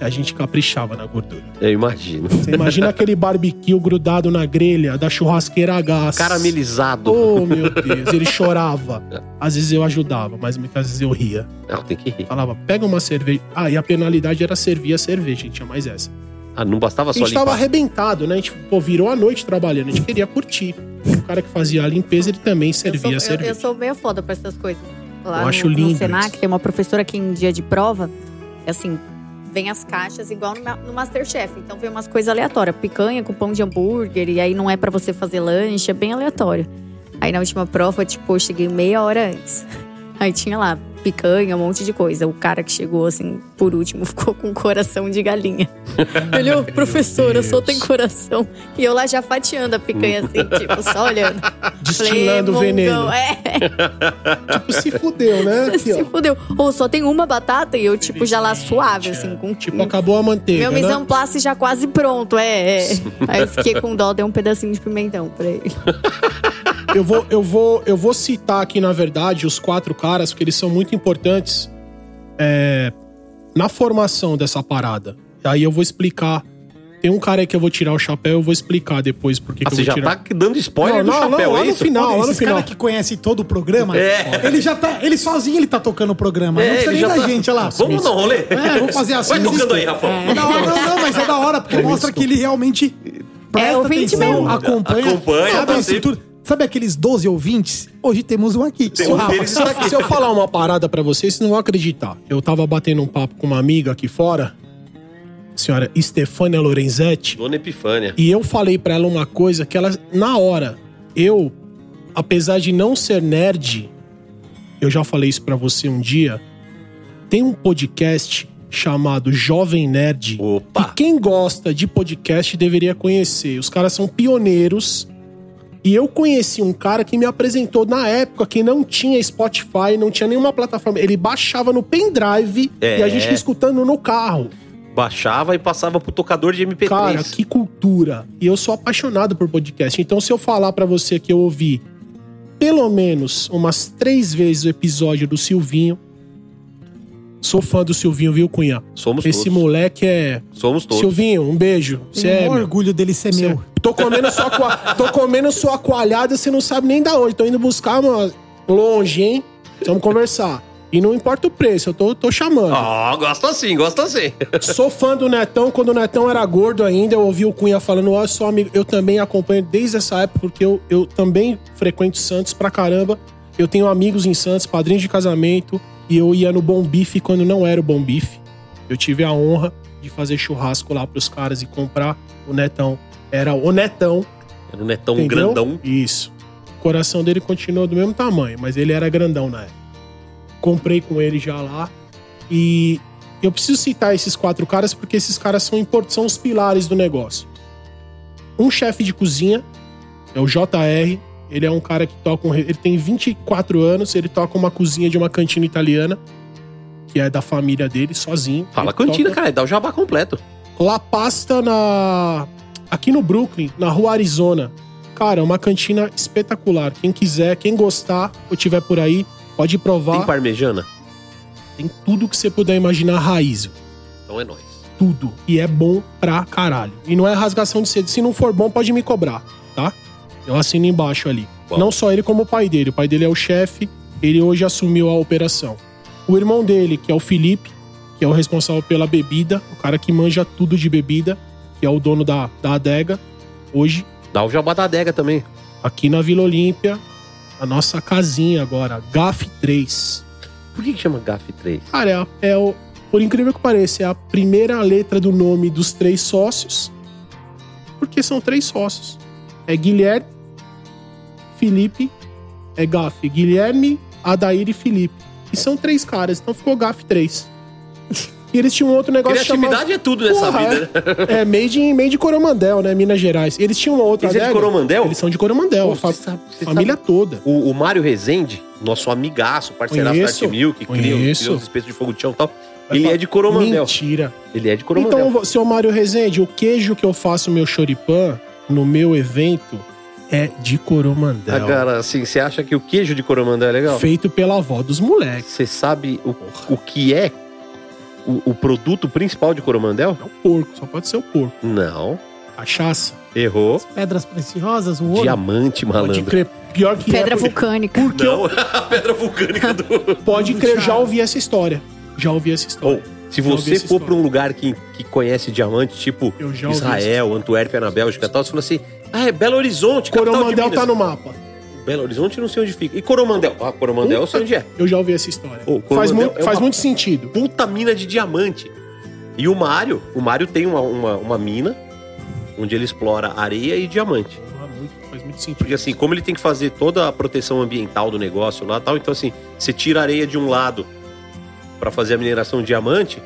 A gente caprichava na gordura.
Eu imagino.
Você imagina aquele barbecue grudado na grelha da churrasqueira a gás.
Caramelizado.
Oh, meu Deus. Ele chorava. Às vezes eu ajudava, mas muitas vezes eu ria.
Não, tem que rir.
Falava, pega uma cerveja. Ah, e a penalidade era servir a cerveja, gente. Tinha mais essa.
Ah, não bastava
A
só
gente tava
limpar.
arrebentado, né? A gente pô, virou a noite trabalhando. A gente queria curtir. O cara que fazia a limpeza, ele também
Eu
servia
sou,
a
eu,
cerveja.
eu sou meio foda pra essas coisas. Lá
é Eu
no,
acho
no
lindo
Senac
isso.
tem uma professora que em dia de prova, assim, vem as caixas igual no, ma- no Masterchef. Então vem umas coisas aleatórias. Picanha com pão de hambúrguer, e aí não é pra você fazer lanche, é bem aleatório. Aí na última prova, tipo, eu cheguei meia hora antes. Aí tinha lá picanha, um monte de coisa. O cara que chegou, assim, por último, ficou com um coração de galinha. Ele, ô, professora, só tem coração. E eu lá já fatiando a picanha, assim, tipo, só olhando.
Destilando o
Falei,
veneno.
"Mongão, É,
Tipo, se fudeu, né? Aqui,
se
ó.
fudeu. Ou só tem uma batata e eu, tipo, já lá
é.
suave, assim, com.
Tipo, acabou a manteiga,
meu
né?
mise en place já quase pronto, é. é. Aí eu fiquei com dó, dei um pedacinho de pimentão pra ele.
Eu vou, eu, vou, eu vou citar aqui, na verdade, os quatro caras, porque eles são muito importantes é, na formação dessa parada. Aí eu vou explicar. Tem um cara aí que eu vou tirar o chapéu, eu vou explicar depois porque
Ah,
que eu
você já
vou tirar.
tá dando spoiler do
Não, não,
chapéu,
não, lá
é
no
isso?
final.
Olha,
no
esse cara
final.
que conhece todo o programa,
É.
ele já tá. Ele sozinho ele tá tocando o programa.
É,
não precisa
ele
nem
já
da
tá-
gente, olha lá.
Vamos no rolê?
É, vamos fazer assim.
Vai tocando aí,
Rafa.
Rafael.
É da hora, não, não, mas é da hora, porque mostra que ele realmente presta
ouvinte
atenção,
mesmo.
acompanha.
Acompanha,
sabe,
tá
a estrutura. Sabe aqueles 12 ouvintes? Hoje temos um aqui. que
Tem
é o
um
Rafa.
deles
Se eu- Se eu falar uma parada pra vocês, vocês não vão acreditar. Eu tava batendo um papo com uma amiga aqui fora, a senhora Stefania Lorenzetti,
Dona Epifânia.
e eu falei pra ela uma coisa que ela, na hora, eu, apesar de não ser nerd, eu já falei isso pra você um dia, tem um podcast chamado Jovem Nerd.
Opa!
E quem gosta de podcast deveria conhecer. Os caras são pioneiros. E eu conheci um cara que me apresentou na época que não tinha Spotify, não tinha nenhuma plataforma. Ele baixava no pendrive
É.
e a gente ia escutando no carro.
Baixava e passava pro tocador de MP3.
Cara, que cultura. E eu sou apaixonado por podcast. Então, se eu falar pra você que eu ouvi pelo menos umas três vezes o episódio do Silvinho. Sou fã do Silvinho, viu, Cunha?
Somos
Esse
todos.
moleque é.
Somos todos.
Silvinho, um beijo. Você é.
Tenho
meu. é-
orgulho dele ser meu.
Tô comendo só coa- tô comendo sua coalhada, você não sabe nem da onde. Tô indo buscar mano, longe, hein? Vamos conversar. E não importa o preço, eu tô, tô chamando.
Ó, gosto assim, gosto assim.
Sou fã do Netão, quando o Netão era gordo ainda, eu ouvi o Cunha falando, ó, só amigo, eu também acompanho desde essa época, porque eu, eu também frequento Santos pra caramba. Eu tenho amigos em Santos, padrinhos de casamento, e eu ia no Bom Bife quando não era o Bom Bife. Eu tive a honra de fazer churrasco lá pros caras e comprar o Netão. Era o Netão,
Era um netão
Entendeu?
grandão.
Isso. O coração dele continuou do mesmo tamanho, mas ele era grandão na época. Comprei com ele já lá. E eu preciso citar esses quatro caras porque esses caras são importantes, são os pilares do negócio. Um chefe de cozinha, é o JR. Ele é um cara que toca um. re- Ele tem 24 anos, ele toca uma cozinha de uma cantina italiana, que é da família dele, sozinho.
Fala
Ele toca-
cantina, cara. Dá o jabá completo.
La Pasta na aqui no Brooklyn, na Rua Arizona. Cara, é uma cantina espetacular. Quem quiser, quem gostar ou tiver por aí, pode provar.
Tem
Tem,
parmejana?
tudo que você puder imaginar raiz,
Então é nóis.
tudo. E é bom pra caralho. E não é rasgação de cedo. Se não for bom, pode me cobrar, tá? Eu assino embaixo ali.
Bom.
Não só ele, como o pai dele. O pai dele é o chefe, ele hoje assumiu a operação. O irmão dele, que é o Felipe, que é o responsável pela bebida, o cara que manja tudo de bebida, que é o dono da, da adega, hoje
Dá o jabá da adega também.
aqui na Vila Olímpia, a nossa casinha agora, GAF 3.
Por que, que chama GAF 3?
Cara, é, a- é o, por incrível que pareça, é a primeira letra do nome dos três sócios, porque são três sócios. É Guilherme, Felipe, é Gaf. Guilherme, Adair e Felipe. E são três caras, então ficou Gaf 3. E eles tinham um outro negócio
Criatividade é tudo nessa
Porra,
vida, né?
É, é made, in, made in Coromandel, né? Minas Gerais. Eles tinham uma outra
Eles é de
adega.
Coromandel?
Eles são de Coromandel,
Pô,
a fa-
você sabe- você
família toda.
O, o Mário Rezende, nosso amigaço, parceiraço da
Conheço.
Arte Mil, que criou,
Conheço.
criou os espetos de fogo de chão e tal,
Vai
ele
falar-
é de Coromandel.
Mentira.
Ele é de Coromandel.
Então, seu Mário Rezende, o queijo que eu faço meu choripan no meu evento é de
Ah,
Coromandel.
cara, assim, você acha que o queijo de Coromandel é legal?
Feito pela avó dos moleques.
Você sabe o, o que é o, o produto principal de Coromandel?
É o porco, só pode ser o porco.
Não.
Cachaça.
Errou.
Pedras preciosas, o ouro.
Diamante,
Pode
malandro.
crer. Pior que
Pedra
é, porque-
vulcânica.
Não, a pedra vulcânica do...
Pode crer, eu já ouvi essa história. Já ouvi essa
Ou,
história.
se
Já ouvi
você
essa
for
história.
pra um lugar que, que conhece diamante, tipo
Eu já ouvi
Israel, Antuérpia, na Bélgica e tal, você fala assim, ah, é Belo Horizonte, capital de
Coromandel
Minas.
tá no mapa.
Belo Horizonte, não sei onde fica. E Coromandel? Ah, Coromandel, eu sei onde é.
Eu já ouvi essa história.
Ô,
faz
Coromandel
muito,
é
faz
uma-
muito sentido.
puta mina de diamante. E o Mário, o Mário tem uma, uma, uma mina onde ele explora areia e diamante.
Ah, muito- Faz muito sentido.
Porque assim, como ele tem que fazer toda a proteção ambiental do negócio lá e tal, então assim, você tira a areia de um lado pra fazer a mineração de diamante,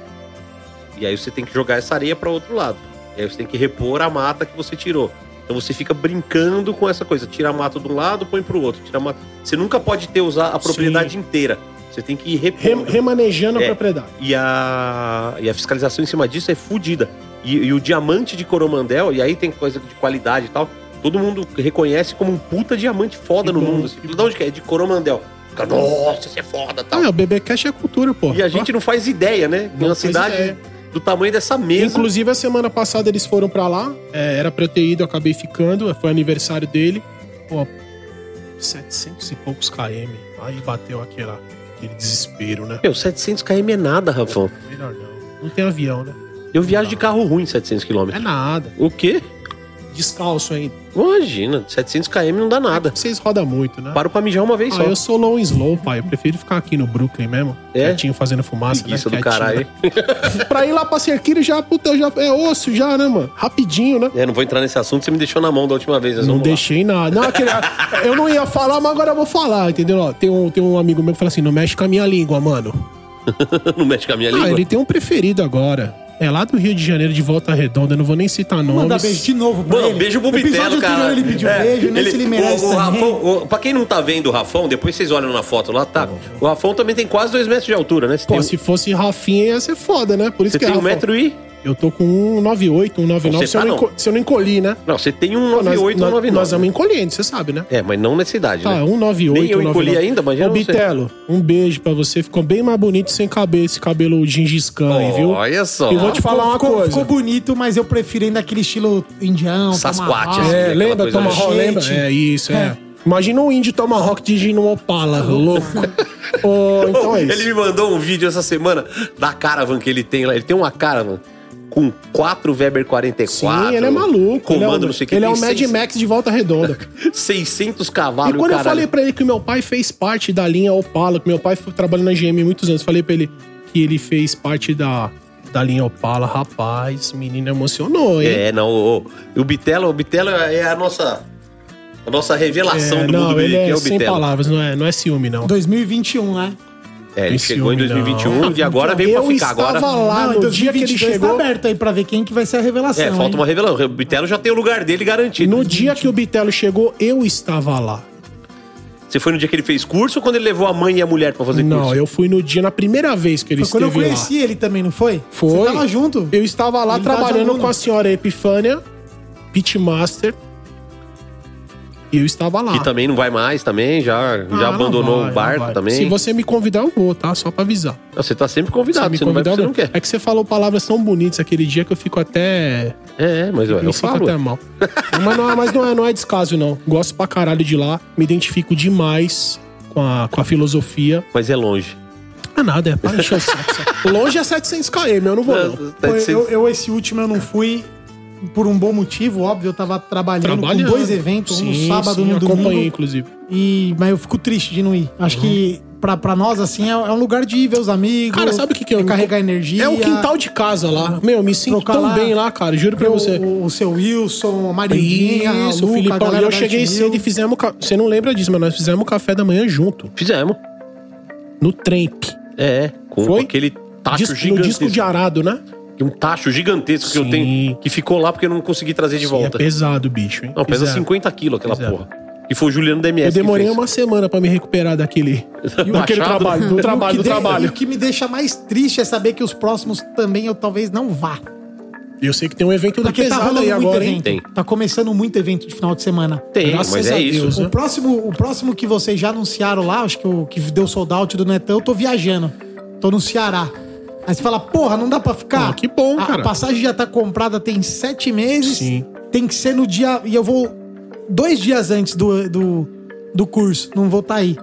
e aí você tem que jogar essa areia pra outro lado. E aí você tem que repor a mata que você tirou. Então você fica brincando com essa coisa, tira a mata de um lado, põe pro outro, tira a mata. Você nunca pode ter usar a propriedade inteira. Você tem que ir
Re-
repondo.
remanejando
É.
a propriedade.
E a, e a fiscalização em cima disso é fodida. E, e o diamante de Coromandel, e aí tem coisa de qualidade e tal, todo mundo reconhece como um puta diamante foda
Que
no
bom,
mundo. Assim. De onde que é? De Coromandel. Fica, Nossa, isso é foda tal.
Ah, o BBcast é cultura, pô.
e a gente não faz ideia, né?
Não
Uma
faz
cidade
ideia.
do tamanho dessa mesa.
Inclusive, a semana passada eles foram pra lá. é, era pra eu ter ido, eu acabei ficando. Foi aniversário dele. Pô, 700 e poucos km. Aí bateu aquela, aquele desespero, né?
Meu, 700 km é nada, Rafão.
Melhor não. Não tem avião, né?
Eu viajo de carro ruim 700
É
km.
nada.
O quê?
Descalço ainda.
Imagina, 700 km não dá nada.
Vocês rodam muito, né?
Paro pra mijar uma vez
Ah,
só.
eu sou low and slow, pai. Eu prefiro ficar aqui no Brooklyn mesmo.
É?
Quietinho, fazendo fumaça,
Preguiça
né?
do
Quietinho.
caralho.
pra ir lá pra Cerqueira já, puta, já é osso já, né, mano? Rapidinho, né?
É, não vou entrar nesse assunto, você me deixou na mão da última vez. mas
Não
vamos lá.
deixei nada. Não, aquele- eu não ia falar, mas agora eu vou falar, entendeu? Ó, tem, um, tem um amigo meu que fala assim: não mexe com a minha língua, mano.
não mexe com a minha É língua.
Ah, ele tem um preferido agora. É lá do Rio de Janeiro, de Volta Redonda, eu não vou nem citar nomes.
Mandar beijo de novo pra
Mano,
ele.
beijo pro
No
Bitelo,
episódio
cara. É.
anterior ele pediu beijo,
né?
nem se É, ele merece
o, o
também.
Rafão, o- pra quem não tá vendo o Rafão, depois vocês olham na foto lá, tá? O Rafão também tem quase dois metros de altura, né? Você
Pô,
tem,
se fosse Rafinha ia ser foda, né? Por isso
você
que
tem um
Rafa,
metro e...
Eu tô com 198,
Não,
199,
você
se, eu
tá
não
não.
enco- se eu não encolhi, né?
Não, você tem um
Pô, nós-
98 ou
nós,
99.
nós vamos encolhendo, você sabe, né?
É, mas não nessa idade,
Tá,
né?
198.
Nem eu encolhi
199.
ainda, mas já
Ô,
não sei.
Bitelo, um beijo pra você. Ficou bem mais bonito sem cabelo, esse cabelo Gengis Khan aí, viu?
Olha só.
Eu vou te falar uma
ficou,
coisa.
Ficou bonito, mas eu prefiro ainda aquele estilo indião.
Sasquatch,
Tomahawk.
assim.
É,
aquela
lembra
coisa
Tomahawk,
mais-
lembra?
Gente.
É isso, é. Imagina um índio Tomahawk dirigindo um Opala, louco. Ô, então é
ele
isso.
me mandou um vídeo essa semana da caravan que ele tem lá. Ele tem uma caravan com quatro Weber 44.
Sim, ele é maluco.
Comando,
ele é, o-
não sei o que.
Ele é
tem
o Mad
seis-
Max de volta redonda.
600
E
cavalos,
quando eu
caralho.
falei pra ele que o meu pai fez parte da linha Opala, que meu pai foi trabalhando na GM há muitos anos, falei pra ele que ele fez parte da da linha Opala, rapaz, menino emocionou, hein?
É, não. O, o, o Bitelo, o Bitelo é a nossa. A nossa revelação
É,
do mundo
não, ele
dele, que
é
é o
sem
Bitelo.
palavras, não é, não é ciúme, não.
2021, né?
É, ele
Tem
chegou em
ciúme,
2021 e agora veio pra
Eu
ficar.
estava
Agora.
lá
Não,
no dia que ele
2022
chegou.
Tá aberto aí pra ver quem que vai ser a revelação.
É, falta
hein?
uma revelação. O Bitelo já tem o lugar dele garantido.
No dia que o Bitelo chegou, eu estava lá.
Você foi no dia que ele fez curso ou quando ele levou a mãe e a mulher pra fazer
Não,
curso?
eu fui no dia, na primeira vez que ele
Foi quando eu
esteve lá.
conheci ele também, não foi?
Foi.
Você tava junto?
Eu estava lá
Ele tava
trabalhando
aluno.
com a senhora Epifânia, pitmaster. E eu estava lá.
Que também não vai mais, também, já,
Ah,
já
não
abandonou
vai,
o
não
barco
vai.
também.
Se você me convidar, eu vou, tá? Só pra avisar.
Não, Você tá sempre
Se
convidado,
me
você não vai porque
convidar,
você
eu
não quer.
É que você falou palavras tão bonitas aquele dia que eu fico até.
É, é, mas eu,
me
eu
sinto
falo.
até mal. mas não é, mas não, é, não é descaso, não. Gosto pra caralho de lá. Me identifico demais com a, com a filosofia.
Mas é longe.
Ah, nada, é. Para de encher o saco, saco. Longe é 700 km, eu não vou. não.
Tá
Foi,
de ser-
eu, eu, esse último eu não fui por um bom motivo, óbvio. Eu tava trabalhando,
Trabalhando.
com dois eventos, um no
Sim,
sábado e
sim,
um no
Acompanhei,
domingo.
inclusive.
E, mas eu fico triste de não ir. Acho que pra, pra nós, assim, é, é um lugar de ir ver os amigos.
Cara, sabe o que, que eu.
é Carregar energia.
É o quintal de casa lá. Meu, eu me sinto
Trocar
tão
lá.
bem lá, cara. Juro pra
o,
você.
o, o seu Wilson, a Marindinha,
Isso,
a Luca, a
Filipão. E
galera
eu
da
cheguei
Arte
cedo
Mil.
e fizemos. ca- Você não lembra disso, mas nós fizemos café da manhã junto.
Fizemos.
No Tremp.
É, com
Foi?
aquele tacho
Disco- no
gigantesco.
disco de arado, né?
Um tacho gigantesco que eu
Sim.
tenho, que ficou lá porque eu não consegui trazer de
Sim,
volta.
É pesado o bicho, hein?
Não, pesa
Fizeram.
50 quilos aquela
Pois é.
porra. E foi o Juliano da MS.
Eu
que
demorei
fez.
uma semana pra me recuperar daquele.
O
daquele
machado.
trabalho. Do
O que
trabalho, do
de- e
trabalho.
O que me deixa mais triste é saber que os próximos também eu talvez não vá.
Eu sei que tem um evento da
Porque tá
pesada
rolando
Tá aí
muito
agora, hein?
evento.
Tem.
Tá começando muito evento de final de semana.
Tem,
Graças
mas
a
é isso.
Deus, né?
O próximo, o próximo que vocês já anunciaram lá, acho que o que deu sold out do Netão, eu tô viajando. Tô no Ceará. Aí você fala, porra, não dá pra ficar.
Ah, que bom,
A-
cara.
A passagem já tá comprada tem sete meses.
Sim.
Tem que ser no dia. E eu vou dois dias antes do, do, do curso. Não vou tá aí.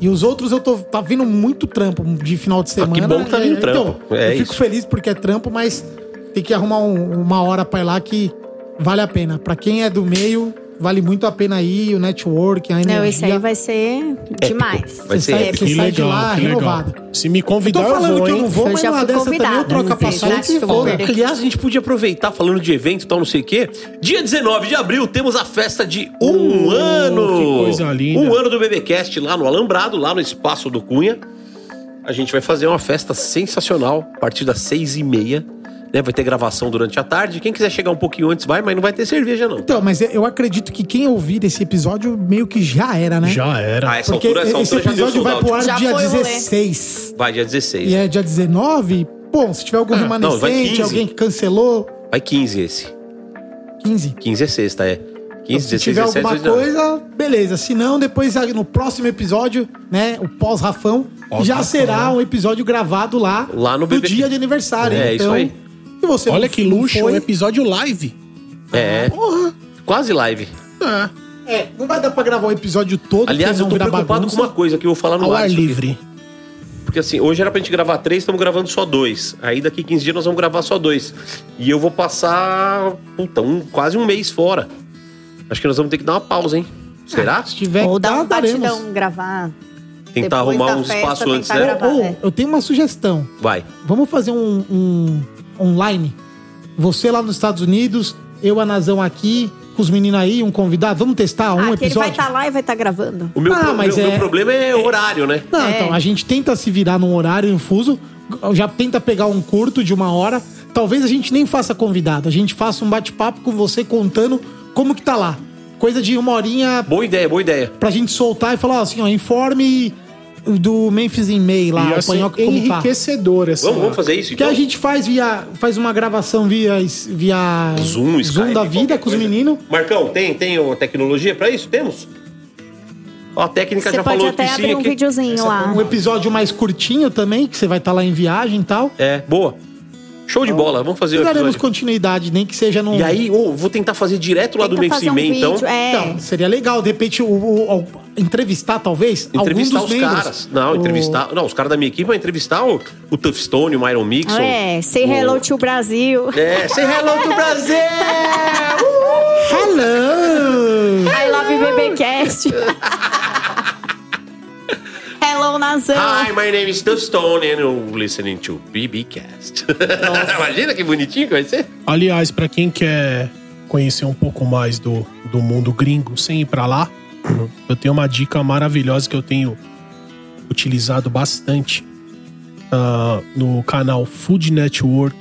E os outros eu tô. Tá vindo muito trampo de final de semana.
que bom que tá
É,
vindo
então,
trampo. É
eu fico
isso.
feliz porque é trampo, mas tem que arrumar um- uma hora pra ir lá que vale a pena. Pra quem é do meio, vale muito a pena ir, o network, a energia.
Não, esse aí vai ser demais.
Vai
você
ser
sai,
épico.
você
Que
sai de
legal,
lá
que legal.
renovado.
Se me
Eu tô
convidar, eu
falando
vou,
que eu
hein?
não vou,
Eu
mas
já
numa
fui
dessa também eu
convidada.
troco a
Não, pensar
passagem
que
e
eu vou
foda.
perder.
Aliás, a gente podia aproveitar falando de evento e tal, não sei o quê. Dia 19 de abril temos a festa de um
Oh,
ano.
que coisa linda.
Um ano do BBcast lá no Alambrado, lá no Espaço do Cunha. A gente vai fazer uma festa sensacional a partir das seis e meia. Né? Vai ter gravação durante a tarde. Quem quiser chegar um pouquinho antes vai, mas não vai ter cerveja, não.
Então, mas eu acredito que quem ouvir esse episódio meio que já era, né?
Já é era.
Ah, essa
Porque
altura,
um
essa
esse
altura já deu
episódio vai
sold
pro
out.
ar
Já
dia
foi o rolê.
16.
Vai dia 16.
E é dia 19. Bom, se tiver algum
Ah,
remanescente,
não, vai 15.
alguém que cancelou,
Vai 15 esse.
15.
15 é sexta, é. 15,
Então, se
16,
tiver
17,
alguma
18.
coisa, beleza. Se não, depois ah, no próximo episódio, né? O pós-rafão,
Pós-Rafão,
já será
né?
um episódio gravado lá,
Lá no
do
BBQ.
dia de aniversário.
É,
então,
isso aí.
se você
Olha
não-
que
não
luxo,
foi-
um episódio live.
É,
Porra.
quase live.
É.
É, não vai dar pra gravar o episódio todo.
Aliás,
porque
eu tô
vão virar
preocupado
um bagunça.
com uma coisa que eu vou falar no
Ao
ar.
ar
isso aqui.
livre.
Porque assim, hoje era pra gente gravar três, estamos gravando só dois. Aí daqui 15 dias nós vamos gravar só dois. E eu vou passar, puta, um, quase um mês fora. Acho que nós vamos ter que dar uma pausa, hein? Será?
Se tiver
Ou
que
dar
dar,
um
daremos.
batidão, gravar.
tentar
depois
arrumar
da
uns
festa,
espaços antes,
tentar
né?
gravar.
Ou,
é.
eu tenho uma sugestão.
Vai.
Vamos fazer um, um online? Você lá nos Estados Unidos, eu, a Nazão aqui, com os meninos aí, um convidado. Vamos testar um
ah, que ele vai
episódio?
estar lá e vai estar gravando.
O meu,
Ah,
pro-
mas
meu-
é-
meu problema é, horário, né?
Não,
É.
então, a gente tenta se virar num horário infuso, já tenta pegar um curto de uma hora. Talvez a gente nem faça convidado, a gente faça um bate-papo com você contando como que tá lá. Coisa de uma horinha
Boa ideia, boa ideia.
pra gente soltar e falar ó, assim, ó, informe do Memphis em May lá,
e
o
assim,
panhoca como tá.
enriquecedor essa.
Vamos, vamos fazer isso
Que
então?
a gente faz via. faz uma gravação via. via
Zoom, Skype,
da
qualquer
vida com os
coisa.
meninos.
Marcão, tem, tem uma tecnologia pra isso? Temos? Ó, a técnica
Você
já
pode
falou
até
que sim
abrir um
aqui.
videozinho lá.
Um episódio mais curtinho também, que você vai estar lá em viagem e tal.
É, boa. Show de bola, vamos fazer o
Daremos
episódio.
continuidade, nem que seja num.
E aí, ô, vou tentar fazer direto lá do
Tenta
Memphis
fazer
em
um
May,
vídeo.
então.
É.
Então, seria legal, de repente, o, o- o- entrevistar, talvez,
Entrevistar os
algum dos membros.
caras. Não, entrevistar. Não, os caras da minha equipe vão entrevistar o, o Tough Stone, o Myron Mixon.
É, say hello to Brasil.
É, say hello to Brasil!
O... Hello!
I love BBcast. hello razão.
Hi, my name is Duff Stone and you're listening to BBcast. Imagina que bonitinho que vai ser.
Aliás, pra quem quer conhecer um pouco mais do, do mundo gringo sem ir pra lá, eu tenho uma dica maravilhosa que eu tenho utilizado bastante ah, no canal Food Network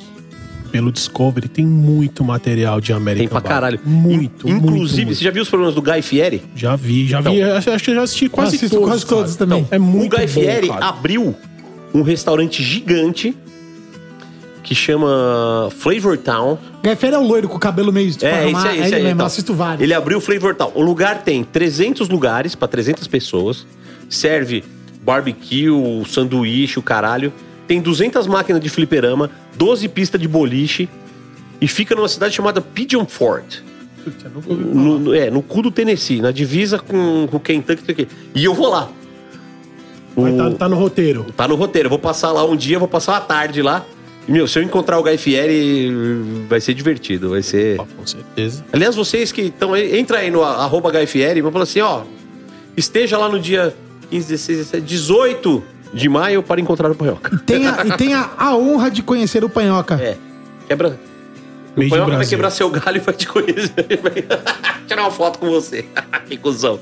pelo Discovery. Tem muito material de América.
Tem pra caralho.
Muito,
In-
muito,
Inclusive,
muito.
você já viu os programas do Guy Fieri?
Já vi, já vi. Acho, acho que eu já assisti
Eu
quase
assisto
todos.
quase todos
cara.
também.
É muito
o Guy
bom,
Fieri
cara.
abriu um restaurante gigante que chama Flavor Town.
Gaffer é o loiro com o cabelo meio tipo,
É, isso
arrumado.
aí,
É
isso
ele
aí.
mesmo,
então.
eu assisto vários.
Ele abriu o Flavor Town. O lugar tem 300 lugares pra 300 pessoas. Serve barbecue, sanduíche, o caralho. Tem 200 máquinas de fliperama, 12 pistas de boliche e fica numa cidade chamada Pigeon Fort. No, no- é, no cu do Tennessee, na divisa com com o Kentucky. não sei o quê. E eu vou lá.
Mas
O-
tá, tá no roteiro.
Tá no roteiro. Eu vou passar lá um dia, vou passar uma tarde lá. E, meu, se eu encontrar o Guy Fieri, vai ser divertido. Vai ser.
Com certeza.
Aliás, vocês que estão aí, entra aí no a- arroba Guy Fieri e vão falar assim: ó, esteja lá no dia 15, 16, 17, 18 de maio para encontrar o Panhoca.
Tem a- e tem a, a honra de conhecer o Panhoca.
É. Quebra.
Made in
o Panhoca vai
Brasil.
quebrar seu galho e vai te conhecer. Vai tirar uma foto com você. que cuzão.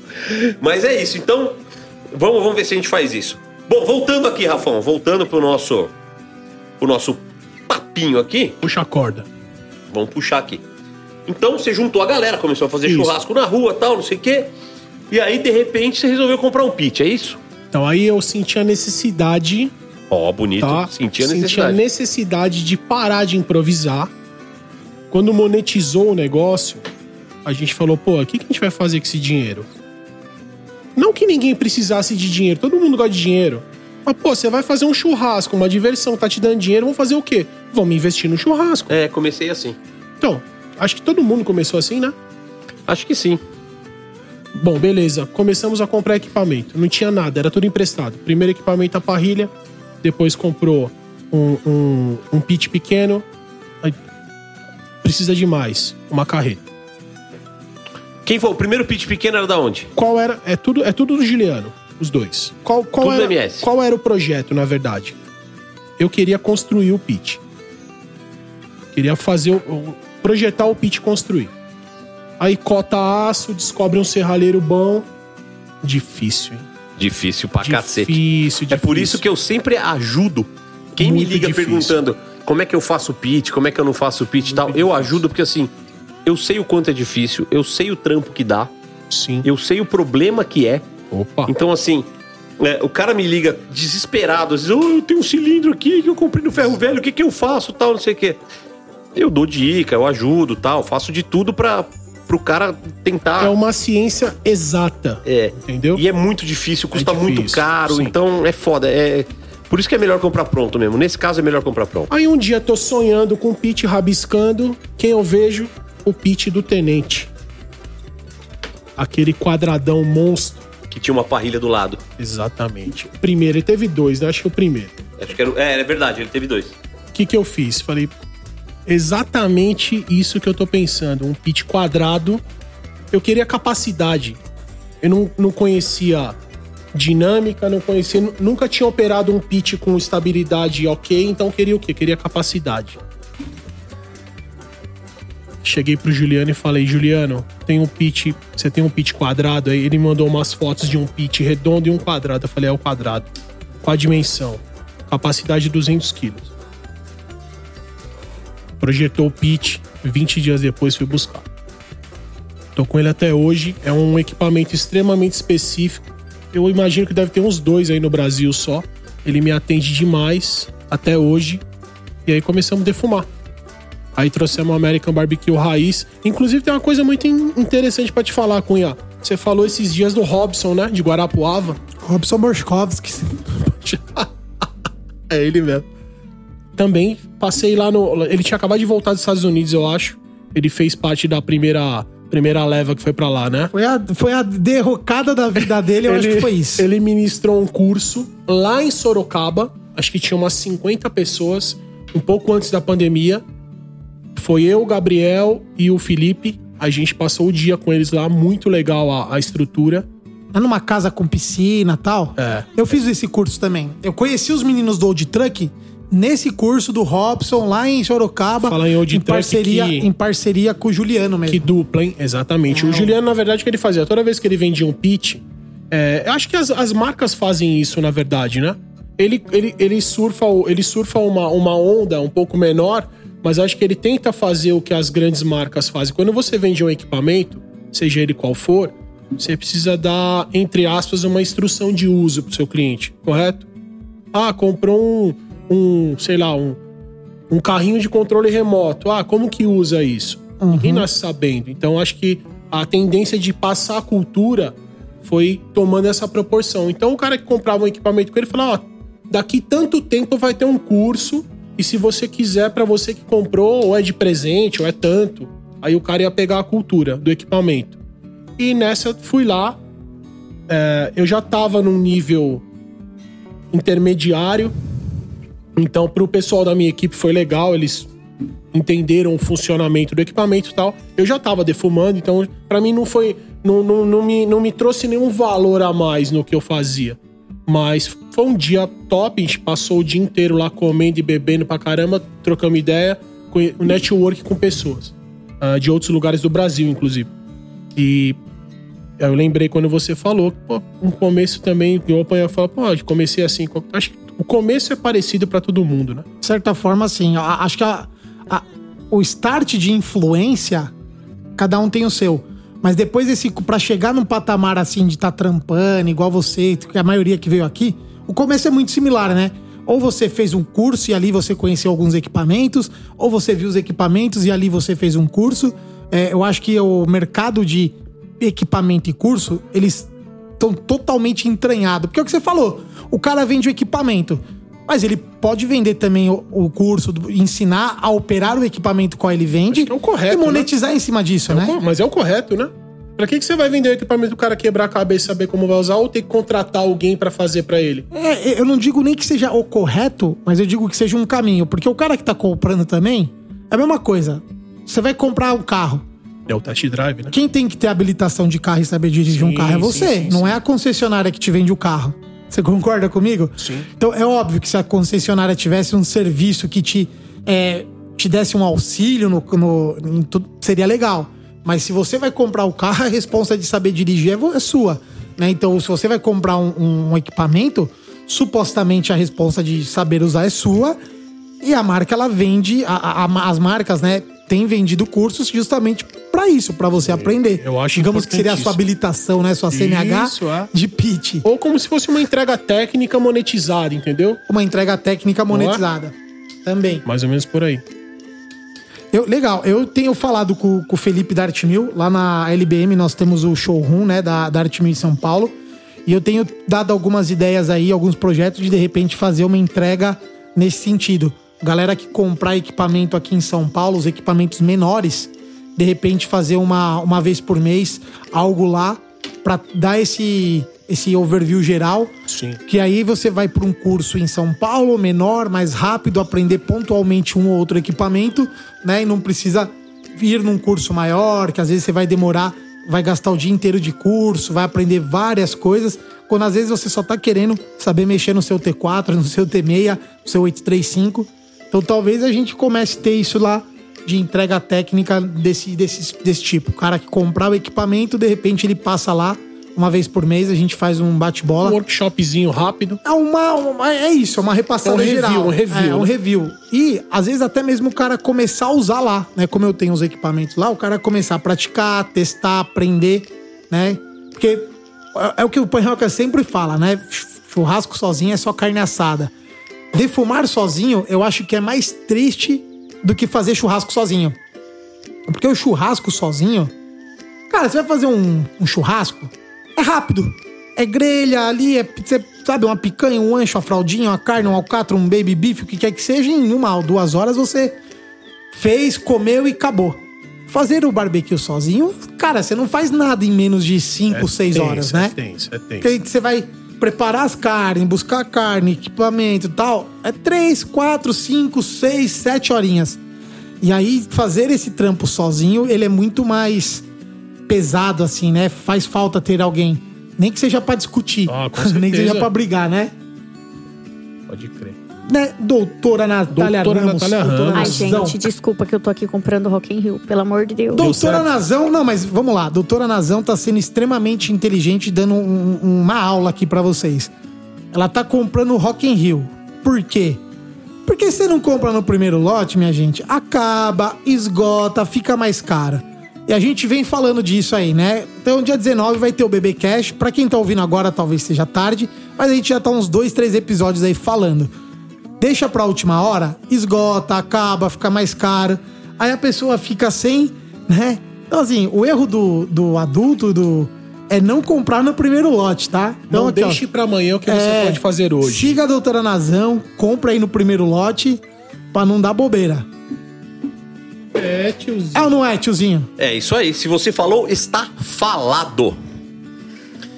Mas é isso. Então, vamos, vamos ver se a gente faz isso. Bom, voltando aqui, Rafão, voltando pro nosso, pro nosso papinho aqui.
Puxa a corda.
Vamos puxar aqui. Então você juntou a galera, começou a fazer
Isso.
churrasco na rua, tal, não sei o quê. E aí, de repente, você resolveu comprar um pit, é isso?
Então aí eu senti a necessidade
Ó, bonito.
tá?
Senti a
Senti a
necessidade.
necessidade de parar de improvisar. Quando monetizou o negócio, a gente falou, pô, o que, que a gente vai fazer com esse dinheiro? Não que ninguém precisasse de dinheiro, todo mundo gosta de dinheiro. Mas, pô, você vai fazer um churrasco, uma diversão, tá te dando dinheiro, vamos fazer o quê? Vamos investir no churrasco.
É, comecei assim.
Então, acho que todo mundo começou assim, né?
Acho que sim.
Bom, beleza. Começamos a comprar equipamento. Não tinha nada, era tudo emprestado. Primeiro equipamento a parrilha, depois comprou um, um, um pit pequeno. Aí, Precisa de mais, uma carreta.
Quem foi? O primeiro pit pequeno era da onde?
Qual era. É tudo, é tudo do Juliano, os dois. Qual, qual,
Tudo
era,
MS.
qual era o projeto, na verdade? Eu queria construir o pit. Queria fazer o- o. projetar o pit e construir. Aí cota aço, descobre um serralheiro bom. Difícil, hein?
Difícil pra
Difícil,
cacete.
difícil.
É por isso que eu sempre ajudo. Quem me
Muito
liga
difícil.
perguntando como é que eu faço pitch, como é que eu não faço pitch e tal, eu ajudo porque assim, eu sei o quanto é difícil, eu sei o trampo que dá,
Sim.
eu sei o problema que é.
Opa.
Então, assim, é, o cara me liga desesperado, às vezes, "Ô, eu tenho um cilindro aqui que eu comprei no ferro velho, o que, que eu faço, tal, não sei o quê. Eu dou dica, eu ajudo, tal, faço de tudo para pro cara tentar.
É uma ciência exata.
É.
Entendeu?
E é muito difícil, custa muito
difícil,
caro,
sim.
então é foda. É... Por isso que é melhor comprar pronto mesmo. Nesse caso é melhor comprar pronto.
Aí um dia tô sonhando com o Pete rabiscando. Quem eu vejo? O Pete do Tenente. Aquele quadradão monstro.
Que tinha uma parrilha do lado.
Exatamente. Primeiro, ele teve dois, né? Acho que o primeiro.
Acho que era... É, é verdade, ele teve dois.
O que, que eu fiz? Falei, exatamente isso que eu tô pensando. Um pit quadrado. Eu queria capacidade. Eu não, não conhecia dinâmica, não conhecia. nu- Nunca tinha operado um pit com estabilidade ok, então eu queria o quê? Queria capacidade. Cheguei pro Juliano e falei, Juliano, tem um pit. Você tem um pit quadrado? Aí ele mandou umas fotos de um pit redondo e um quadrado. Eu falei, é o quadrado. Qual a dimensão? Capacidade de 200 quilos projetou o pitch, 20 dias depois fui buscar. Tô com ele até hoje, é um equipamento extremamente específico. Eu imagino que deve ter uns dois aí no Brasil só. Ele me atende demais até hoje. E aí começamos a defumar. Aí trouxemos o American Barbecue Raiz. Inclusive tem uma coisa muito in- interessante pra te falar, Cunha. Você falou esses dias do Robson, né? De Guarapuava.
Robson Borchkovsky.
É ele mesmo. Também passei lá no. Ele tinha acabado de voltar dos Estados Unidos, eu acho. Ele fez parte da primeira, primeira leva que foi pra lá, né?
Foi a, foi a derrocada da vida dele, eu acho que foi isso.
Ele ministrou um curso lá em Sorocaba. Acho que tinha umas 50 pessoas, um pouco antes da pandemia. Foi eu, o Gabriel e o Felipe. A gente passou o dia com eles lá, muito legal a, a estrutura.
é numa casa com piscina e tal.
É.
Eu fiz esse curso também. Eu conheci os meninos do Old Truck nesse curso do Robson lá em Sorocaba.
Fala em Old
em
Truck
parceria,
que-
em parceria com o Juliano mesmo.
Que dupla, hein? Exatamente. O Juliano, na verdade, o que ele fazia? Toda vez que ele vendia um pitch, é, eu acho que as, as marcas fazem isso, na verdade, né? Ele, ele, ele surfa, o- ele surfa uma, uma onda um pouco menor, mas eu acho que ele tenta fazer o que as grandes marcas fazem. Quando você vende um equipamento, seja ele qual for, você precisa dar, entre aspas, uma instrução de uso pro seu cliente, correto? Ah, comprou um, um sei lá, um, um carrinho de controle remoto. Ah, como que usa isso? Ninguém nasce sabendo. Então, acho que a tendência de passar a cultura foi tomando essa proporção. Então, o cara que comprava um equipamento com ele falava: ó, daqui tanto tempo vai ter um curso e se você quiser, pra você que comprou, ou é de presente, ou é tanto. Aí o cara ia pegar a cultura do equipamento. E nessa, fui lá. É, eu já tava num nível intermediário. Então, pro pessoal da minha equipe foi legal, eles entenderam o funcionamento do equipamento e tal. Eu já tava defumando, então pra mim não foi. Não, não, não, me, não me trouxe nenhum valor a mais no que eu fazia. Mas foi um dia top, a gente passou o dia inteiro lá comendo e bebendo pra caramba, trocando ideia, com o network com pessoas. ah, de outros lugares do Brasil, inclusive. E eu lembrei quando você falou, pô, um começo também, eu apanhava e falava, pô, eu comecei assim. co- Acho que o começo é parecido pra todo mundo, né?
de certa forma, assim, a- acho que a- a- o start de influência, cada um tem o seu. Mas depois desse, pra chegar num patamar assim de estar tá trampando, igual você, que a maioria que veio aqui, o começo é muito similar, né? Ou você fez um curso e ali você conheceu alguns equipamentos, ou você viu os equipamentos e ali você fez um curso. É, eu acho que o mercado de equipamento e curso, eles estão totalmente entranhados. Porque é o que você falou, o cara vende o equipamento. Mas ele pode vender também o, o curso, do- ensinar a operar o equipamento qual ele vende
Acho que é o correto,
e monetizar em cima disso, né?
Pô, Mas é o correto, né? Pra que, que você vai vender o equipamento do cara quebrar a cabeça e saber como vai usar ou ter que contratar alguém pra fazer pra ele?
É, eu não digo nem que seja o correto, mas eu digo que seja um caminho. Porque o cara que tá comprando também, é a mesma coisa. Você vai comprar um carro.
É o test drive, né?
Quem tem que ter habilitação de carro e saber dirigir um
Sim,
carro é
sim,
você.
sim,
não
sim.
é a concessionária que te vende o carro. Você concorda comigo?
Sim.
Então é óbvio que se a concessionária tivesse um serviço que te, é, te desse um auxílio no, no- em tudo, seria legal. Mas se você vai comprar o carro, a responsa de saber dirigir é, vo- é sua. né? Então, se você vai comprar um, um equipamento, supostamente a responsa de saber usar é sua. E a marca, ela vende, a- a- a- as marcas, né, têm vendido cursos justamente pra isso, pra você aprender.
eu acho
Digamos que seria a sua habilitação, né, sua CNH
Isso, é.
de pitch.
Ou como se fosse uma entrega técnica monetizada, entendeu?
Uma entrega técnica monetizada. Também.
Mais ou menos por aí.
Eu- legal, eu tenho falado com, com o Felipe da Artmil, lá na LBM nós temos o showroom, né, da, da Artmil em São Paulo, e eu tenho dado algumas ideias aí, alguns projetos de de repente fazer uma entrega nesse sentido. Galera que comprar equipamento aqui em São Paulo, os equipamentos menores, de repente fazer uma, uma vez por mês, algo lá, pra dar esse, esse overview geral,
Sim.
que aí você vai para um curso em São Paulo, menor, mais rápido, aprender pontualmente um ou outro equipamento, né? E não precisa ir num curso maior, que às vezes você vai demorar, vai gastar o dia inteiro de curso, vai aprender várias coisas, quando às vezes você só tá querendo saber mexer no seu T4, no seu T6, no seu 835. Então talvez a gente comece a ter isso lá de entrega técnica desse, desse, desse tipo. O cara que comprar o equipamento, de repente ele passa lá uma vez por mês, a gente faz um
Um
bate-bola.
workshopzinho rápido.
É uma, uma- é isso, é uma repassada
É um review,
geral.
um review,
É, um
né?
review. E às vezes até mesmo o cara começar a usar lá, né? Como eu tenho os equipamentos lá, o cara começar a praticar, testar, aprender, né? Porque é, é o que o Panhoca sempre fala, né? Churrasco sozinho é só carne assada. Defumar sozinho, eu acho que é mais triste do que fazer churrasco sozinho. Porque o churrasco sozinho, Cara, você vai fazer um, um churrasco? É rápido. É grelha ali, é, pi- cê sabe, uma picanha, um ancho, uma fraldinha, uma carne, um alcatra, um baby beef, o que quer que seja, em uma ou duas horas você fez, comeu e acabou. Fazer o barbecue sozinho, cara, você não faz nada em menos de 5, 6 horas, né?
É tenso, é tenso.
Porque aí você vai preparar as carnes, buscar a carne, equipamento e tal. É 3, 4, 5, 6, 7 horinhas. E aí, fazer esse trampo sozinho, ele é muito mais pesado, assim, né? Faz falta ter alguém. Nem que seja pra discutir.
Ah, com
Nem que
certeza.
seja pra brigar, né?
Pode crer.
Né, doutora Natália
Doutora
Ramos.
Natália Ramos.
Ai,
Nazão.
gente, desculpa que eu tô aqui comprando Rock in Rio, pelo amor de Deus.
Doutora Nazão, não, mas vamos lá. Doutora Nazão tá sendo extremamente inteligente, dando um- um- uma aula aqui pra vocês. Ela tá comprando o Rock in Rio. Por quê? Porque você não compra no primeiro lote, minha gente, acaba, esgota, fica mais caro. E a gente vem falando disso aí, né? Então, dia 19 vai ter o BB Cash. Pra quem tá ouvindo agora, talvez seja tarde, mas a gente já tá uns dois, três episódios aí falando deixa pra última hora, esgota, acaba, fica mais caro. Aí a pessoa fica sem, né? Então, assim, o erro do, do adulto do, é não comprar no primeiro lote, tá? Então,
Não
aqui, ó.
deixe pra amanhã o que
É,
você pode fazer hoje.
Siga a doutora Nazão, compra aí no primeiro lote pra não dar bobeira.
É, tiozinho.
É ou não é, tiozinho?
É isso aí. Se você falou, está falado.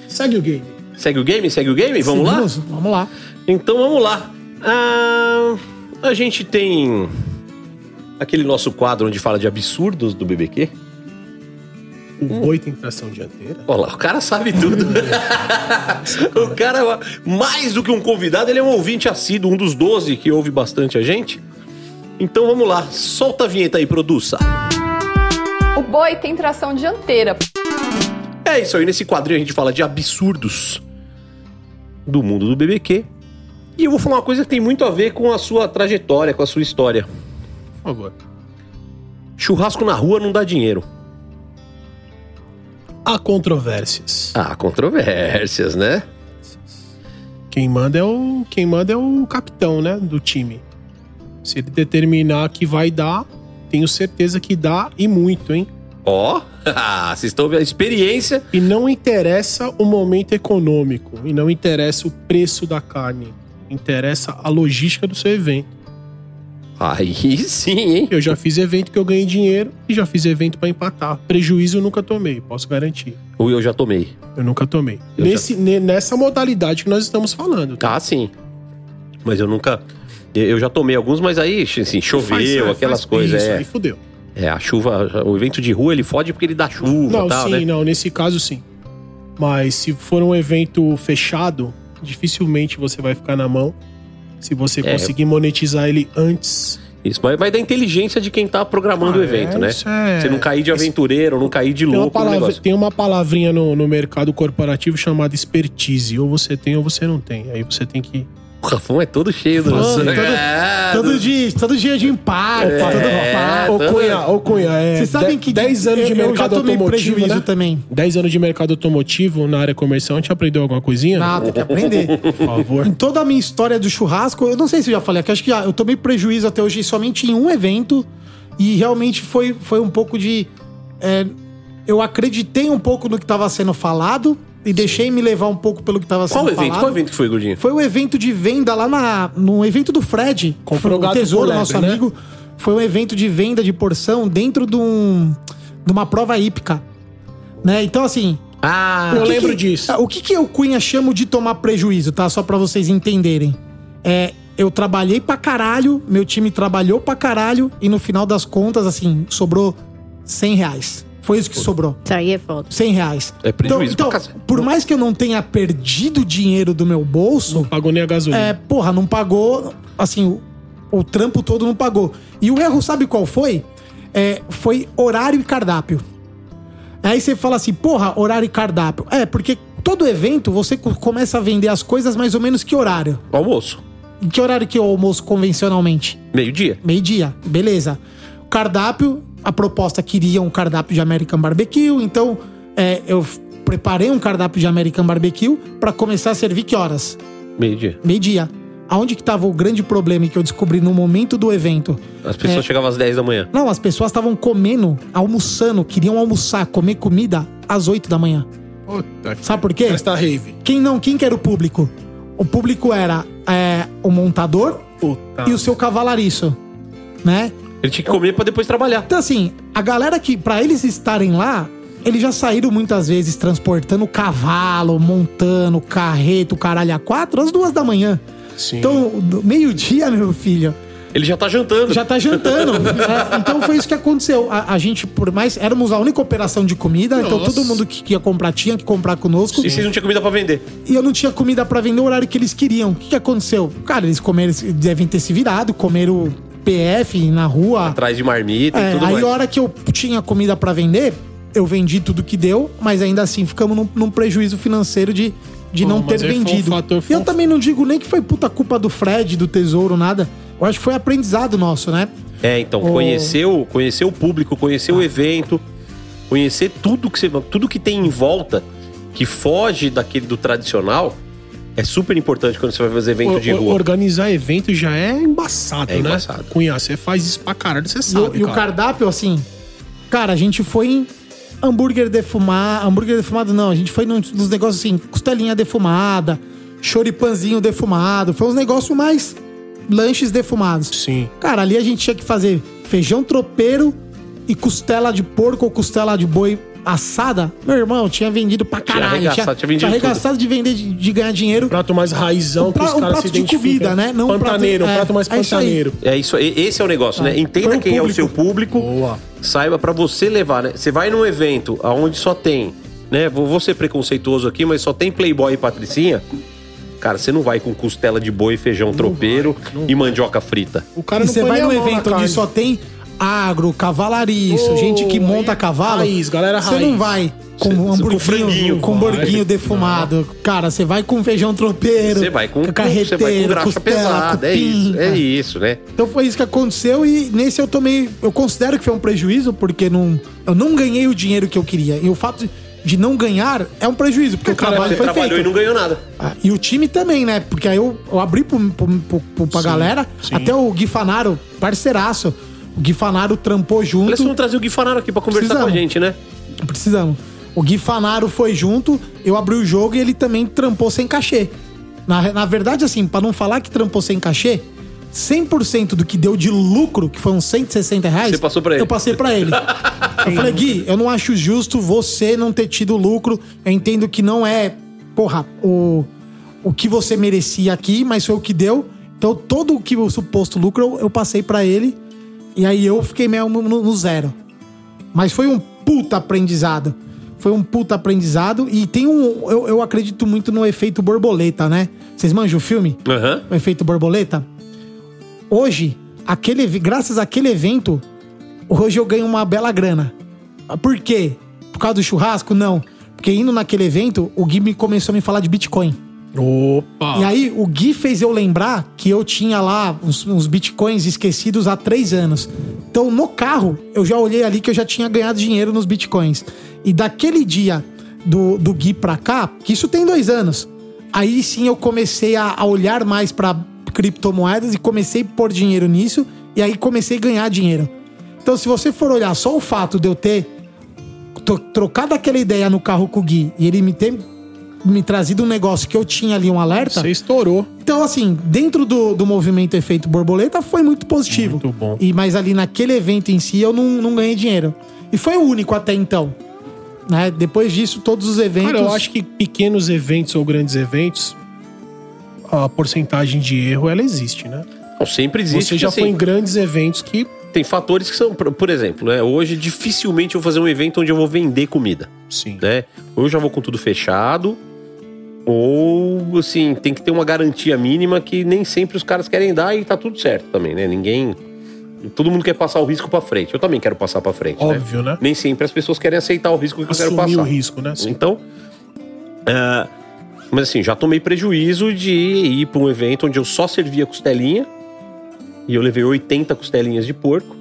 Segue o game.
Segue o game? Segue o game? Vamos lá?
Seguimos? Vamos lá.
Então vamos lá. Ah, a gente tem aquele nosso quadro onde fala de absurdos do BBQ.
O
Hum.
boi tem tração dianteira?
Olha lá, o cara sabe tudo. o cara, é mais do que um convidado, ele é um ouvinte assíduo, um dos 12 que ouve bastante a gente. Então vamos lá, solta a vinheta aí, produça.
O boi tem tração dianteira.
É isso aí, nesse quadrinho a gente fala de absurdos do mundo do BBQ. E eu vou falar uma coisa que tem muito a ver com a sua trajetória, com a sua história.
Por favor.
Churrasco na rua não dá dinheiro.
Há controvérsias.
Ah, controvérsias, né?
Quem manda é o quem manda é o capitão, né, do time. Se ele determinar que vai dar, tenho certeza que dá e muito, hein?
Ó, ah, vocês estão vendo a experiência.
E não interessa o momento econômico e não interessa o preço da carne. Interessa a logística do seu evento.
Aí sim, hein?
Eu já fiz evento que eu ganhei dinheiro e já fiz evento pra empatar. Prejuízo eu nunca tomei, posso garantir.
Ou eu já tomei.
Eu nunca tomei.
Eu
Nesse, ne- Nessa modalidade que nós estamos falando. tá?
Ah, sim. Mas eu nunca. Eu já tomei alguns, mas aí, assim, choveu,
Faz- faz-
aquelas
faz-
coisas.
Isso,
É,
aí fudeu.
é, a chuva, o evento de rua, ele fode porque ele dá chuva
Não,
e tal,
sim,
né?
não, nesse caso sim. Mas se for um evento fechado, dificilmente você vai ficar na mão. Se você
É.
conseguir monetizar ele antes.
Isso vai, vai da inteligência de quem tá programando o
Ah,
evento,
é,
né?
isso é-
Você não cair de aventureiro, não cair de
Tem uma,
louco no
palavra-
negócio.
tem uma palavrinha no, no mercado corporativo chamada expertise. Ou você tem ou você não tem. Aí você tem que.
O Rafão é todo cheio do.
Todo- todo-
É,
Todo dia, todo dia de impacto,
Ô
todo rapaz.
Cunha, ô Cunha, é.
Vocês sabem que
10 anos de
eu- eu já
mercado
tomei
automotivo.
prejuízo
né?
também.
10 anos de mercado automotivo na área comercial, a gente aprendeu alguma coisinha?
Ah, tem que aprender.
Por favor.
Em toda a minha história do churrasco, eu não sei se eu já falei aqui, acho que já, eu tomei prejuízo até hoje somente em um evento e realmente foi, foi um pouco de. é, eu acreditei um pouco no que estava sendo falado e deixei me levar um pouco pelo que estava sendo
Qual
falado.
evento? Qual evento que foi, Gordinho?
Foi o evento de venda lá na, no evento do Fred.
Comprou
o
gato
tesouro,
por lebre,
nosso
né?
amigo. Foi um evento de venda de porção dentro de, um, de uma prova hípica. Né? Então, assim,
Ah,
Eu
o que
lembro
que-
disso.
O que, que eu, Cunha, chamo de tomar prejuízo, tá? Só pra vocês entenderem. É, eu trabalhei pra caralho, meu time trabalhou pra caralho, e no final das contas, assim, sobrou 100 reais. Foi isso que sobrou.
Isso aí é foda.
100 reais.
É prejuízo
Então,
pra
então,
casa-
por mais que eu não tenha perdido dinheiro do meu bolso,
Pagou nem a gasolina.
é, porra, não pagou. Assim, o, o trampo todo não pagou. E o erro, sabe qual foi? É, foi horário e cardápio. Aí você fala assim, porra, horário e cardápio. É, porque todo evento você co- começa a vender as coisas mais ou menos que horário.
almoço.
Em que horário que é o almoço convencionalmente?
Meio-dia.
Meio-dia, beleza. Cardápio, a proposta queria um cardápio de American Barbecue, então é, eu f- preparei um cardápio de American Barbecue pra começar a servir que horas?
Meio-dia.
meio-dia. Aonde que tava o grande problema que eu descobri no momento do evento?
As pessoas
É.
chegavam às 10 da manhã.
Não, as pessoas estavam comendo, almoçando, queriam almoçar, comer comida às 8 da manhã.
Puta que-
Sabe por quê?
Festa Tá rave.
Quem não, quem que era o público? O público era é, o montador
Puta.
e o seu cavalariço, né?
Ele tinha que comer pra depois trabalhar.
Então assim, a galera que pra eles estarem lá, eles já saíram muitas vezes transportando cavalo, montando carreto, caralho a quatro às duas da manhã.
Sim.
Então, do- meio-dia, meu filho.
Ele já tá jantando.
Já tá jantando. É, então foi isso que aconteceu. A, a gente, por mais. Éramos a única operação de comida, então
Nossa.
todo mundo que, que ia comprar tinha que comprar conosco.
E vocês não tinham comida pra vender.
E eu não tinha comida pra vender no horário que eles queriam. O que, que aconteceu? Cara, eles comeram, eles devem ter se virado, comeram PF na rua.
Atrás de marmita e
É,
tudo
aí
mais.
a hora que eu tinha comida pra vender, eu vendi tudo que deu, mas ainda assim ficamos num, num prejuízo financeiro de, de
Pô,
não
mas
ter
aí foi um
vendido.
fator-
E eu também não digo nem que foi puta culpa do Fred, do Tesouro, nada. Eu acho que foi aprendizado nosso, né?
É, então,
O-
conhecer, o, conhecer o público, conhecer o evento, conhecer tudo que, você, tudo que tem em volta que foge daquele do tradicional é super importante quando você vai fazer evento de
O- o-
rua.
Organizar evento já é embaçado,
É
né?
embaçado.
Cunha, você faz isso pra caralho, você
E, o-
sabe,
e o
cara.
cardápio, assim. Cara, a gente foi em hambúrguer defumado. Hambúrguer defumado não, a gente foi num- nos negócios assim, costelinha defumada, choripanzinho defumado. Foi uns negócios mais lanches defumados.
Sim.
Cara, ali a gente tinha que fazer feijão tropeiro e costela de porco ou costela de boi assada. Meu irmão, tinha vendido pra
Tinha
caralho.
arregaçado, tinha vendido
arregaçado de vender, de, de ganhar dinheiro.
Prato mais raizão
Um
que
pra-
os
um
caras se
prato de
identificam.
comida, né? Não um prato-
pantaneiro, um
é,
prato mais
é isso aí.
pantaneiro.
É isso, e- esse é o negócio, né?
Ah. Foi
Entenda
o
quem é o
público.
seu público.
Boa.
Saiba pra você levar, né? Você vai num evento aonde só tem, né? Vou, vou ser preconceituoso aqui, mas só tem Playboy e Patricinha. Cara, você não vai com costela de boi, feijão tropeiro e mandioca frita.
O cara
E
não
você
põe
vai
nem
num
a mão na
evento onde
carne.
só tem agro, cavalariço,
Ô,
gente que monta
aí é
cavalo.
raiz, galera
Você
raiz.
não vai com
Cê-
um
cê- com franguinho.
hamburguinho, com um
Vai.
hamburguinho defumado. Cara, você vai com feijão tropeiro.
Você vai com, você
carreteiro,
vai com graxa
costela,
pesada, é
cupim,
isso, é isso, né?
Então foi isso que aconteceu e nesse eu tomei. Eu considero que foi um prejuízo, porque não, eu não ganhei o dinheiro que eu queria. E o fato de não ganhar é um prejuízo, porque o,
cara
trabalho
Você
foi
trabalhou
feito.
e não ganhou nada.
Ah, E o time também, né? Porque aí eu, eu abri pro, pro, pro- pro- pra galera.
sim.
Até o Gui Fanaro, parceiraço. O Gui Fanaro trampou junto.
Aliás, vamos trazer o Gui Fanaro aqui pra conversar
Precisamos.
com a gente, né?
Precisamos. O Gui Fanaro foi junto, eu abri o jogo e ele também trampou sem cachê. Na, na verdade, assim, pra não falar que trampou sem cachê, 100% do que deu de lucro, que foi uns 160 reais,
Você passou pra ele.
eu passei pra ele. eu falei, Gui, eu não acho justo você não ter tido lucro. Eu entendo que não é, porra, o, o que você merecia aqui, mas foi o que deu. Então, todo o que o suposto lucro eu, eu passei pra ele. E aí eu fiquei meio no- no- no zero. Mas foi um puta aprendizado. Foi um puta aprendizado. E tem um. Eu, eu acredito muito no efeito borboleta, né? Vocês manjam o filme?
Aham.
O efeito borboleta? Hoje, aquele, ev- graças àquele evento, hoje eu ganho uma bela grana. Por quê? Por causa do churrasco? Não. Porque indo naquele evento, o Gui me começou a me falar de Bitcoin.
Opa.
E aí, o Gui fez eu lembrar que eu tinha lá uns, uns bitcoins esquecidos há três anos. Então, no carro, eu já olhei ali que eu já tinha ganhado dinheiro nos bitcoins. E daquele dia do, do Gui pra cá, que isso tem dois anos, aí sim eu comecei a, a olhar mais pra criptomoedas e comecei a pôr dinheiro nisso. E aí comecei a ganhar dinheiro. Então, se você for olhar só o fato de eu ter to- trocado aquela ideia no carro com o Gui e ele me ter me trazido um negócio que eu tinha ali um alerta.
Você estourou.
Então, assim, dentro do, do movimento efeito borboleta foi muito positivo.
Muito bom.
E, mas ali naquele evento em si eu não, não ganhei dinheiro. E foi o único até então. Né? Depois disso, todos os eventos.
Cara, eu acho que pequenos eventos ou grandes eventos, a porcentagem de erro, ela existe, né?
Não, sempre existe.
Você já
assim,
foi em grandes eventos que
Tem fatores que são, por por exemplo, né? Hoje dificilmente eu vou fazer um evento onde eu vou vender comida,
Sim.
né? Ou eu já vou com tudo fechado, ou assim, tem que ter uma garantia mínima que nem sempre os caras querem dar e tá tudo certo também, né? Ninguém. Todo mundo quer passar o risco pra frente. Eu também quero passar pra frente, né?
Óbvio, né?
Nem sempre as pessoas querem aceitar o risco que eu quero
Assumir
passar.
o risco, né? Sim.
Então. ah, mas assim, já tomei prejuízo de ir para um evento onde eu só servia costelinha. E eu levei 80 costelinhas de porco.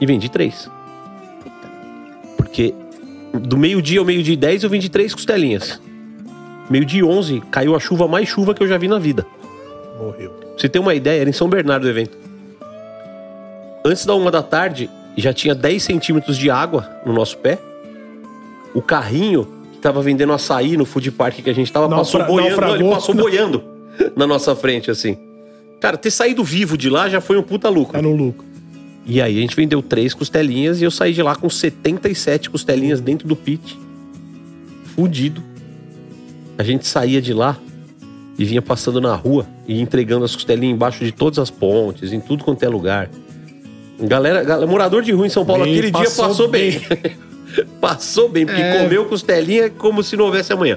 E vendi três. Porque do meio-dia ao meio-dia e 10 eu vendi três costelinhas. Meio-dia e 11 caiu a chuva mais chuva que eu já vi na vida.
Morreu.
Pra você ter uma ideia, era em São Bernardo o evento. Antes da uma da tarde, já tinha 10 centímetros de água no nosso pé. O carrinho que tava vendendo açaí no food park que a gente tava, passou
Naufra-
boiando. Não, ele
naufragou.
passou boiando na nossa frente, assim. Cara, ter saído vivo de lá já foi um puta lucro.
Tá no lucro.
E aí a gente vendeu três costelinhas e eu saí de lá com 77 costelinhas dentro do pit. Fudido. A gente saía de lá e vinha passando na rua e entregando as costelinhas embaixo de todas as pontes, em tudo quanto é lugar. Galera, galera morador de rua em São Paulo,
Bem,
aquele dia
passou
passou bem. passou bem, porque
É.
comeu costelinha como se não houvesse amanhã.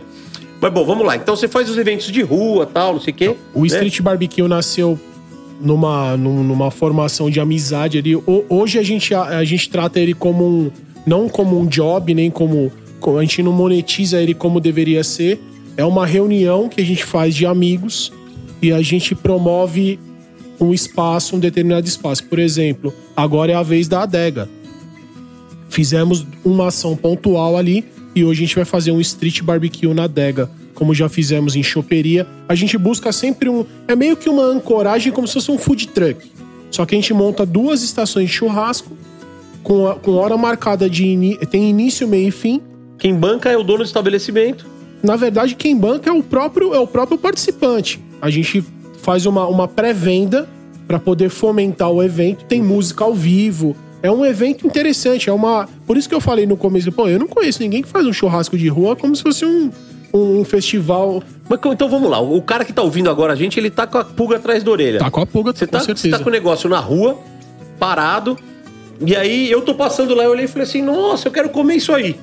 Mas bom, vamos lá. Então você faz os eventos de rua, tal, não sei o quê.
O
né?
Street Barbecue nasceu numa, num- numa formação de amizade ali. Ho- Hoje a gente, a, a gente trata ele como um. Não como um job, nem como. co- A gente não monetiza ele como deveria ser. É uma reunião que a gente faz de amigos e a gente promove um espaço, um determinado espaço. Por exemplo, agora é a vez da adega. Fizemos uma ação pontual ali e hoje a gente vai fazer um street barbecue na adega, como já fizemos em choperia. A gente busca sempre um. É meio que uma ancoragem, como se fosse um food truck. Só que a gente monta duas estações de churrasco, com, a- com hora marcada de. ini- tem início, meio e fim.
Quem banca é o dono do estabelecimento.
Na verdade, quem banca é o próprio, é o próprio participante. A gente faz uma, uma pré-venda para poder fomentar o evento. Tem música ao vivo. É um evento interessante. É uma. Por isso que eu falei no começo, pô, eu não conheço ninguém que faz um churrasco de rua como se fosse um, um, um festival.
Mas co- então vamos lá. O cara que tá ouvindo agora a gente, ele tá com a pulga atrás da orelha.
Tá com a pulga,
Você
com
tá, você
certeza.
tá com o negócio na rua, parado, e aí eu tô passando lá, eu olhei e falei assim, nossa, eu quero comer isso aí.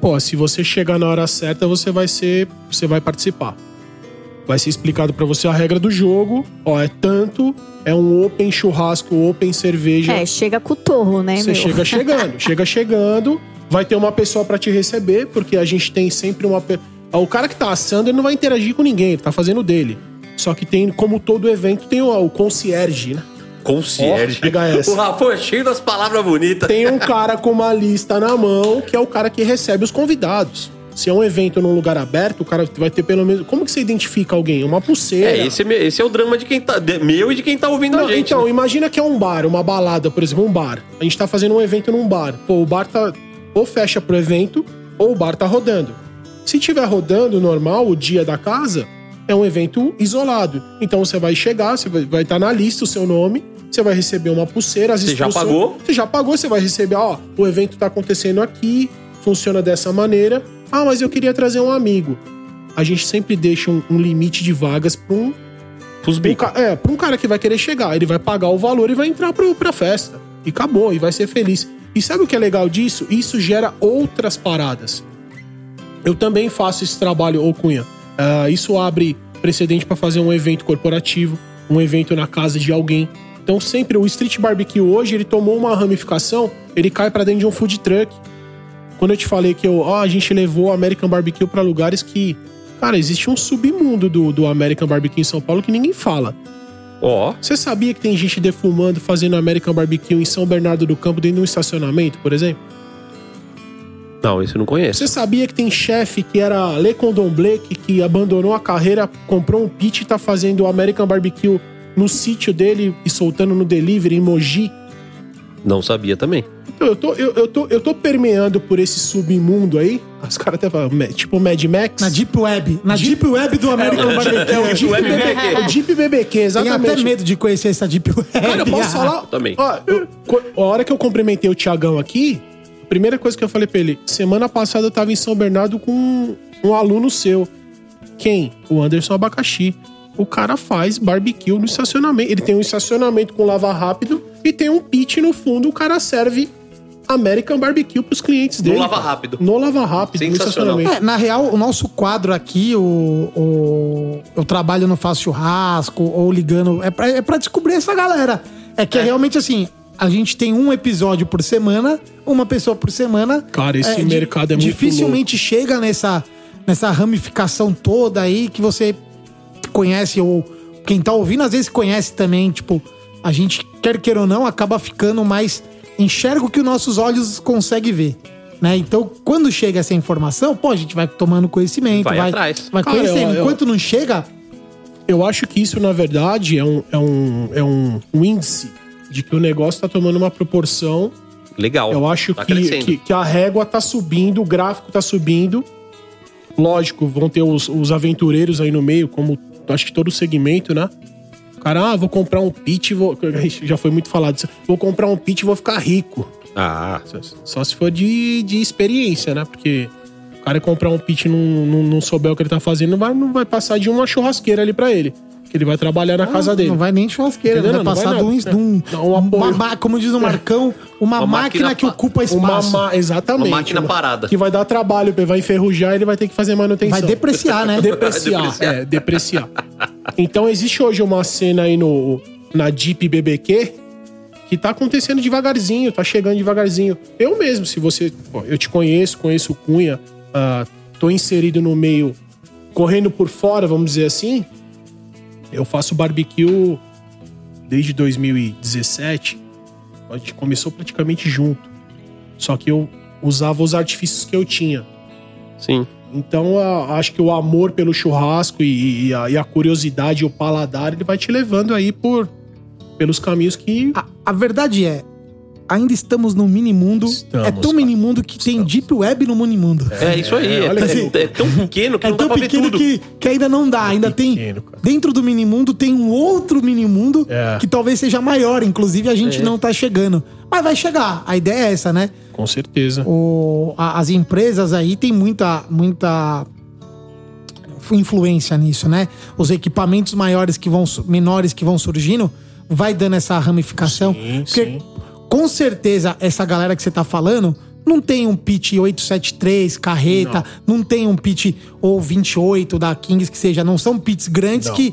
Pô, se você chegar na hora certa, você vai ser. Você vai participar. Vai ser explicado pra você a regra do jogo. Ó, é tanto, é um open churrasco, open cerveja.
É, chega com o torro, né,
Você
meu?
chega chegando, chega chegando, vai ter uma pessoa pra te receber, porque a gente tem sempre uma. pe- O cara que tá assando, ele não vai interagir com ninguém, ele tá fazendo o dele. Só que tem, como todo evento, tem o, o concierge, né?
Concierge.
Ó, pega essa.
o Rafa é cheio das palavras bonitas.
Tem um cara com uma lista na mão, que é o cara que recebe os convidados. Se é um evento num lugar aberto, o cara vai ter pelo menos. Como que você identifica alguém? Uma pulseira.
É, esse, é me- esse é o drama de quem tá. de- meu e de quem tá ouvindo
Não,
a gente.
então,
né?
imagina que é um bar, uma balada, por exemplo, um bar. A gente tá fazendo um evento num bar. Pô, o bar tá ou fecha pro evento ou o bar tá rodando. Se tiver rodando normal, o dia da casa, é um evento isolado. Então você vai chegar, você vai estar na lista o seu nome, você vai receber uma pulseira, as
Você já
instruções-
pagou?
Você já pagou, você vai receber, ó, o evento tá acontecendo aqui, funciona dessa maneira. Ah, mas eu queria trazer um amigo. A gente sempre deixa um, um limite de vagas pra um
Pros
um
bicos.
ca- é, pra um cara que vai querer chegar, ele vai pagar o valor e vai entrar pro, pra festa. E acabou, e vai ser feliz. E sabe o que é legal disso? Isso gera outras paradas. Eu também faço esse trabalho, ô Cunha. Ah, isso abre precedente pra fazer um evento corporativo, um evento na casa de alguém. Então sempre o street barbecue hoje, ele tomou uma ramificação, ele cai pra dentro de um food truck. Quando eu te falei que eu, ó, a gente levou o American Barbecue pra lugares que, cara, existe um submundo do, do American Barbecue em São Paulo que ninguém fala.
Ó.
Você sabia que tem gente defumando, fazendo American Barbecue em São Bernardo do Campo dentro de um estacionamento, por exemplo?
Não, esse eu não conheço.
Você sabia que tem chefe que era Le Condon Blake, que abandonou a carreira, comprou um pit e tá fazendo American Barbecue no sítio dele e soltando no delivery em Mogi?
Não sabia também.
Então, eu tô, eu, eu tô, eu tô permeando por esse submundo aí. Os caras até falam, "Ma- tipo Mad Max.
Na Deep Web. Na Deep Web do American Barbecue.
É o Jeep
Web BBQ.
BBQ. É o Jeep BBQ,
Tenho
exatamente.
até medo de conhecer essa Deep Web.
Cara, eu posso falar?
também.
Ó, eu- co- a hora que eu cumprimentei o Tiagão aqui, a primeira coisa que eu falei pra ele, semana passada eu tava em São Bernardo com um, um aluno seu. Quem? O Anderson Abacaxi. O cara faz barbecue no estacionamento. Ele tem um estacionamento com lava rápido e tem um pit no fundo. O cara serve American Barbecue pros clientes dele.
lava
cara.
rápido.
No lava rápido, no
Sensacional.
estacionamento.
É, na real, o nosso quadro aqui, o, o Eu Trabalho Não Faço Churrasco, ou Ligando, é pra, é pra descobrir essa galera. É que é. realmente assim, a gente tem um episódio por semana, uma pessoa por semana.
Cara, esse
di-
mercado é muito
Dificilmente chega nessa, nessa ramificação toda aí que você conhece, ou quem tá ouvindo às vezes conhece também, tipo, a gente, quer queira ou não, acaba ficando mais. enxerga o que os nossos olhos conseguem ver. Né? Então, quando chega essa informação, pô, a gente vai tomando conhecimento,
Vai
vai,
atrás.
vai
Cara,
conhecendo.
eu- eu-
Enquanto não chega,
Eu acho que isso, na verdade, é um, é um, é um, um índice de que o negócio tá tomando uma proporção
Legal.
Eu acho
Tá
que,
crescendo.
que, que a régua tá subindo, o gráfico tá subindo. Lógico, vão ter os, os aventureiros aí no meio, como acho que todo segmento, né? O cara, ah, vou comprar um pit, vou. Já foi muito falado isso. Vou comprar um pit e vou ficar rico.
Ah,
Só se for de, de experiência, né? Porque o cara comprar um pit e não, não, não souber o que ele tá fazendo, não vai, não vai passar de uma churrasqueira ali pra ele. Que ele vai trabalhar na casa dele.
Ah, Não vai nem churrasqueira,
Entendeu? Não,
vai
não
passar
vai
de um,
nada,
de um-
né? Dá um apoio.
uma ma- como diz o Marcão, uma,
Uma
máquina,
máquina
que
pa-
ocupa
Uma
espaço.
ma... Exatamente.
Uma máquina parada.
Que vai dar trabalho, vai enferrujar e ele vai ter que fazer manutenção.
Vai depreciar, né?
depreciar,
Depreciar.
é, depreciar. Então existe hoje uma cena aí no na Jeep BBQ que tá acontecendo devagarzinho, tá chegando devagarzinho. Eu mesmo, se você, ó, eu te conheço, conheço o Cunha, ah, tô inserido no meio, correndo por fora, vamos dizer assim. Eu faço barbecue desde 2017. A gente começou praticamente junto. Só que eu usava os artifícios que eu tinha.
Sim.
Então, a- acho que o amor pelo churrasco e, e a, e a curiosidade, o paladar, ele vai te levando aí por pelos caminhos que.
A, a verdade é, ainda estamos no mini mundo.
Estamos,
é tão
cara.
mini mundo que tem deep web no mini mundo.
É, isso aí. É,
olha
é-
assim.
é tão pequeno que
É
não dá
tão
pra ver
pequeno
tudo.
que, que ainda não dá. Ainda tem.
É Pequeno, cara.
Dentro do minimundo tem um outro minimundo
É.
que talvez seja maior, inclusive a gente não tá chegando. Mas vai chegar. A ideia é essa, né?
Com certeza.
O- a- as empresas aí tem muita, muita influência nisso, né? Os equipamentos maiores que vão su- menores que vão surgindo vai dando essa ramificação.
Sim, sim.
com certeza essa galera que você tá falando não tem um pit 873 carreta, não, tem um pit ou 28 da Kings que seja, não são pits grandes
Não.
que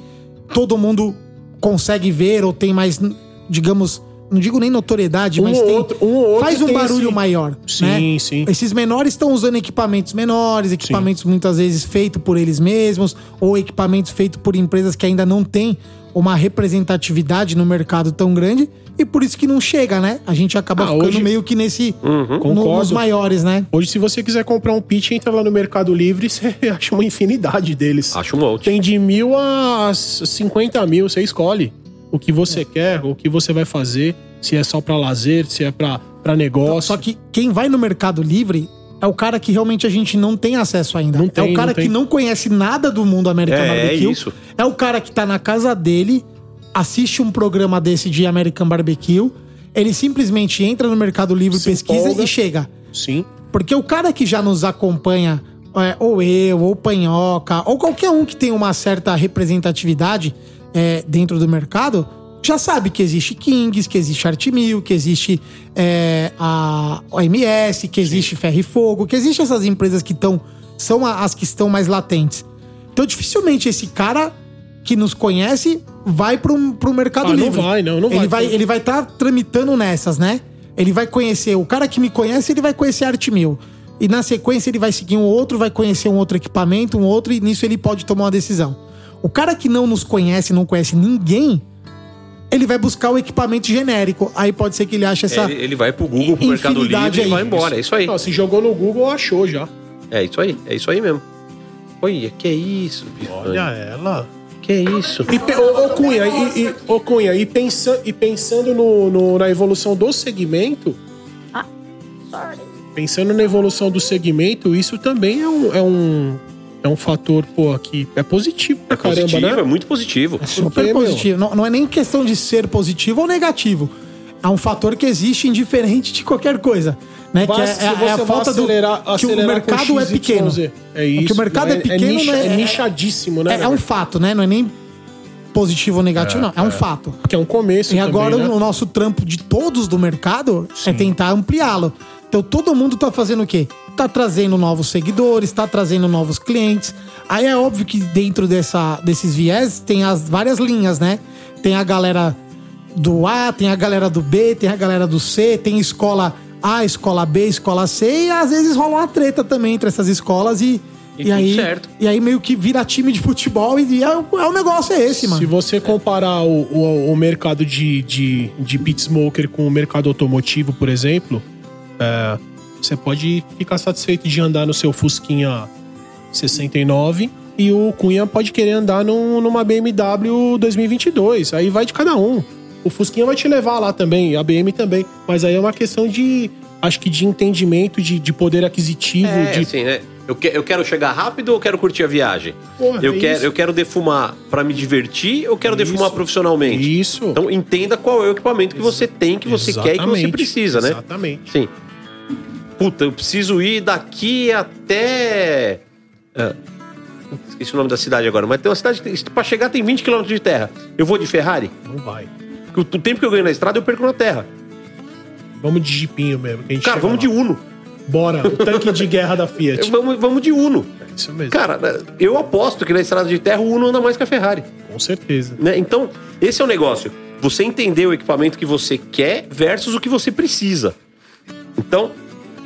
todo mundo consegue ver ou tem mais, digamos, não digo nem notoriedade,
Um
mas
ou
tem
outro- um ou outro
faz um
tem
barulho
esse-
maior, né?
Sim, sim.
Esses menores estão usando equipamentos menores, equipamentos muitas vezes feitos por eles mesmos, ou equipamentos feitos por empresas que ainda não têm uma representatividade no mercado tão grande, e por isso que não chega, né? A gente acaba
Ah,
ficando
hoje- Hum,
meio que nesse. no-
Concordo.
nos maiores, né?
Hoje, se você quiser comprar um pitch, entra lá no Mercado Livre e você acha uma infinidade deles.
Acho um monte.
Tem de mil a 50 mil, você escolhe o que
É.
você quer, o que você vai fazer, se é só pra lazer, se é pra, pra negócio.
Então, Só que quem vai no Mercado Livre. É o cara que realmente a gente não tem acesso ainda.
Não
é
tem,
o cara
não tem.
que não conhece nada do mundo americano
É, é
barbecue.
isso.
É o cara que tá na casa dele, assiste um programa desse de American Barbecue, ele simplesmente entra no Mercado Livre,
Se
pesquisa
empolga.
e chega.
Sim.
Porque o cara que já nos acompanha, é, ou eu, ou Panhoca, ou qualquer um que tem uma certa representatividade é, dentro do mercado, já sabe que existe Kings, que existe Artimil, que existe é, a OMS, que existe Ferro e Fogo, que existem essas empresas que estão são a- as que estão mais latentes. Então, dificilmente esse cara que nos conhece vai para o um mercado
Ah, não
livre.
vai, não, não vai.
ele vai ele vai estar tramitando nessas, né? Ele vai conhecer, o cara que me conhece, ele vai conhecer a Arte Mil. E na sequência ele vai seguir um outro, vai conhecer um outro equipamento, um outro, e nisso ele pode tomar uma decisão. O cara que não nos conhece, não conhece ninguém, ele vai buscar o equipamento genérico. Aí pode ser que ele ache essa.
Ele, ele vai pro Google, pro Mercado
Infinidade
Livre e
aí.
vai embora. É isso aí.
Ó, se jogou no Google, achou já.
É isso aí. É isso aí mesmo. Olha, que é isso, Piranha.
ela.
Que é isso.
é, E, pe- ô, ô, Cunha, e, e- ô, Cunha, e pensa- e pensando no- no- na evolução do segmento. Pensando na evolução do segmento, isso também é um, é um, é um fator, pô, que é positivo pra
É
caramba,
positivo,
né?
é muito positivo.
Super
Porque, meu,
positivo. Não, não é nem questão de ser positivo ou negativo. É um fator que existe indiferente de qualquer coisa. Né?
Vai-
que é,
se
é- é
você
a
vai
falta do.
acelerar-
que o
acelerar com
mercado é
XYZ.
pequeno.
É isso.
Que o mercado é pequeno,
é, nicha-
né?
é
É-
nichadíssimo, né?
É, é um fato, né? Não é nem positivo ou negativo, não. É um fato.
que é um começo
E
também,
agora
né?
o nosso trampo de todos do mercado é tentar ampliá-lo. Então todo mundo tá fazendo o quê? Tá trazendo novos seguidores, tá trazendo novos clientes. Aí é óbvio que dentro dessa, desses viés tem as várias linhas, né? Tem a galera do A, tem a galera do B, tem a galera do C, tem escola A, escola B, escola C, e às vezes rola uma treta também entre essas escolas e.
E
E,
tudo
aí,
certo.
e aí meio que vira time de futebol e, e é, o é o negócio é esse, mano.
Se você comparar o, o- o mercado de, de, de pit smoker com o mercado automotivo, por exemplo, é, você pode ficar satisfeito de andar no seu Fusquinha 69 e o Cunha pode querer andar num- numa BMW 2022. Aí vai de cada um. O Fusquinha vai te levar lá também, a BM também. Mas aí é uma questão de, acho que de entendimento, de, de poder aquisitivo,
É,
de
assim, né? Eu, que- eu quero chegar rápido ou eu quero curtir a viagem?
Porra,
eu,
é
quero,
isso.
eu quero defumar pra me divertir ou quero
Isso.
defumar profissionalmente?
isso.
Então entenda qual é o equipamento que você tem, que você quer e que você
Exatamente,
precisa, né?
Exatamente.
Sim. puta, eu preciso ir daqui até. ah, esqueci o nome da cidade agora, mas tem uma cidade que tem- pra chegar tem 20 km de terra. Eu vou de Ferrari?
Não vai.
O o tempo que eu ganho na estrada eu perco na terra.
Vamos de jipinho mesmo. Que a gente
Cara,
chega
vamos de um.
lá.
Uno.
Bora, o tanque de guerra da Fiat.
Vamos, vamos de Uno.
Isso mesmo.
Cara, eu aposto que na estrada de terra o Uno anda mais que a Ferrari.
Com certeza.
né? Então, esse é o negócio. Você entender o equipamento que você quer versus o que você precisa. Então,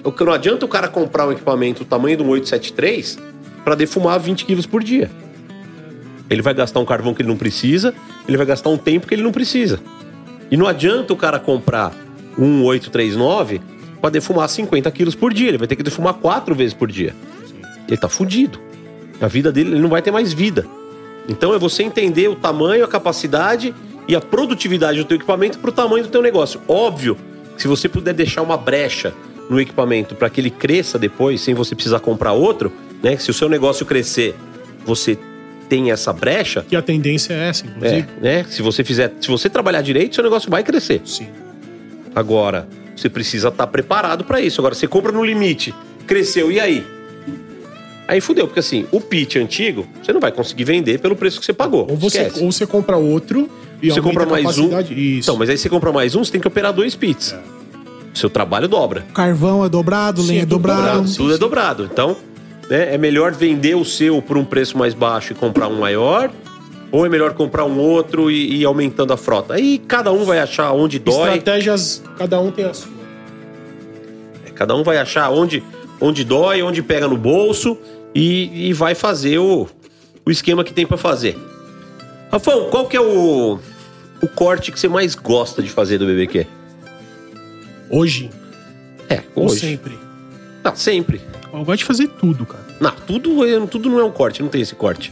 o que- não adianta o cara comprar um equipamento do tamanho de um 873 para defumar 20 quilos por dia. Ele vai gastar um carvão que ele não precisa, ele vai gastar um tempo que ele não precisa. E não adianta o cara comprar um 839 para defumar 50 quilos por dia. Ele vai ter que defumar quatro vezes por dia. Ele tá fudido. A vida dele, ele não vai ter mais vida. Então é você entender o tamanho, a capacidade e a produtividade do teu equipamento para o tamanho do teu negócio. Óbvio, que se você puder deixar uma brecha no equipamento para que ele cresça depois, sem você precisar comprar outro, né? Se o seu negócio crescer, você tem essa brecha.
Que a tendência é essa,
É,
inclusive.
né? Se você fizer, se você trabalhar direito, seu negócio vai crescer.
Sim.
Agora, você precisa estar preparado para isso. Agora, você compra no limite, cresceu, e aí? Aí fudeu, porque assim, o pitch antigo, você não vai conseguir vender pelo preço que você pagou.
Ou você,
Esquece.
ou você compra outro e
você
aumenta
compra
a
mais um.
capacidade. Isso.
Então, mas aí você compra mais um, você tem que operar dois pits. Seu trabalho dobra.
Carvão é dobrado, lenha é
tudo
dobrado.
dobrado.
Tudo é dobrado. Então, né, é melhor vender o seu por um preço mais baixo e comprar um maior. Ou é melhor comprar um outro e, e ir aumentando a frota? Aí cada um vai achar onde dói.
Estratégias, cada um tem a sua.
Cada um vai achar onde, onde dói, onde pega no bolso e, e vai fazer o, o esquema que tem pra fazer. Rafão, qual que é o, o corte que você mais gosta de fazer do BBQ?
Hoje,
É,
ou
hoje.
sempre.
Não, sempre.
Eu gosto de fazer tudo, cara.
Não, tudo, é- tudo não é um corte, não tem esse corte.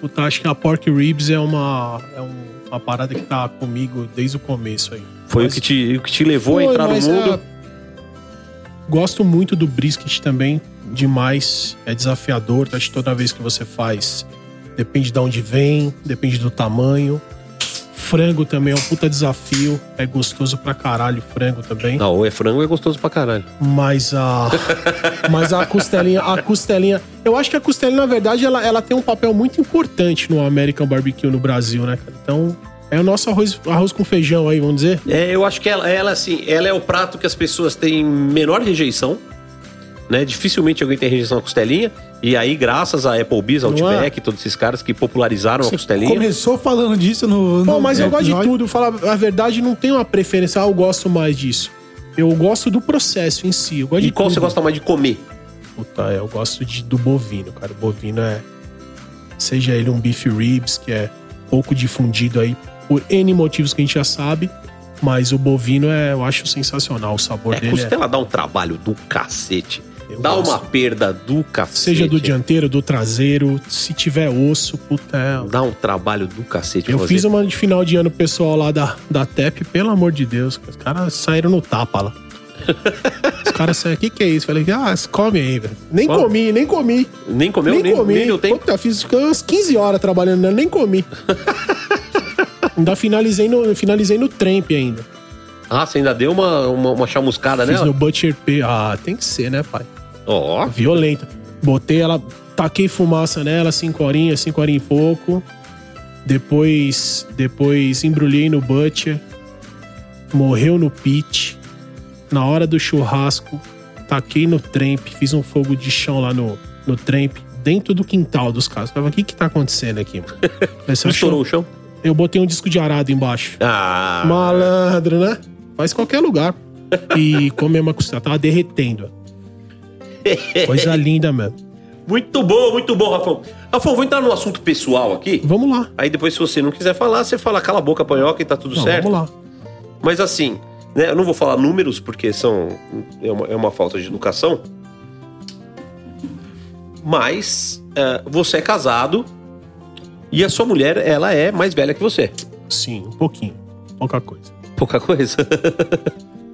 Puta, acho que a Pork Ribs é uma, é um- uma parada que tá comigo desde o começo aí.
Foi
Mas-
o que te, o que te levou
Foi,
a entrar no
mas,
mundo.
ah, Gosto muito do brisket também, demais. É desafiador, acho que toda vez que você faz, depende de onde vem, depende do tamanho. Frango também é um puta desafio, é gostoso pra caralho frango também.
Não, ou é frango ou é gostoso pra caralho.
Mas a. mas a costelinha. A costelinha. Eu acho que a costelinha, na verdade, ela, ela tem um papel muito importante no American Barbecue no Brasil, né, cara? Então, é o nosso arroz, arroz com feijão aí, vamos dizer.
É, eu acho que ela, ela, assim, ela é o prato que as pessoas têm menor rejeição. Né? Dificilmente alguém tem rejeição à costelinha. E aí, graças a Applebee's,
Não
Outback, todos esses caras que popularizaram a costelinha.
Começou falando disso no.
tá Pô,
no
mas
é
eu gosto de
episódio.
tudo. Falar a verdade, não tem uma preferência. Ah, eu gosto mais disso. Eu gosto do processo em si. Eu gosto
E
de
qual
tudo.
você gosta mais de comer? É,
Puta, é, eu gosto de, do bovino, cara. O bovino é. Seja ele um beef ribs, que é pouco difundido aí por N motivos que a gente já sabe. Mas o bovino é, eu acho sensacional. O sabor
É,
dele é.
costela dá um trabalho do cacete.
Eu
dá
gosto.
uma perda do cacete.
Seja do dianteiro, do traseiro, se tiver osso, puta. é-
Dá um trabalho do cacete.
Eu
fazer.
fiz uma de final de ano pessoal lá da, da TEP, pelo amor de Deus, cara, os caras saíram no tapa lá. Os caras saíram, o que, que é isso? Falei, ah, come aí, velho. Nem
Vamos.
comi, nem comi.
Nem comeu,
nem,
nem,
comi.
nem deu tempo.
Puta, fiz umas 15 horas trabalhando, né? nem comi. ainda finalizei no, finalizei no Tramp ainda.
Ah, você ainda deu uma, uma, uma chamuscada
Fiz no
Tá nela?
Butcher P. Ah, tem que ser, né, pai?
Ó,
Violenta. Botei ela, taquei fumaça nela, 5 horinhas, 5 horinhas e pouco. Depois, depois embrulhei no Butcher. Morreu no pit. Na hora do churrasco, taquei no tramp, fiz um fogo de chão lá no, no tramp, dentro do quintal dos caras. Falei, o que que tá acontecendo aqui, mano? Mas eu,
estourou o chão?
eu botei um disco de arado embaixo.
Ah,
Malandro, né? Faz qualquer lugar. E comer uma costela, tava derretendo. Coisa linda, mano.
muito bom, muito bom, Rafão. Rafão, vou entrar num assunto pessoal aqui.
Vamos lá.
Aí depois, se você não quiser falar, você fala cala a boca, panhoca e tá tudo
Não,
certo.
Vamos lá.
Mas assim, né, eu não vou falar números porque são é uma, é uma falta de educação. Mas é, você é casado e a sua mulher ela é mais velha que você.
Sim, um pouquinho. Pouca coisa.
Pouca coisa.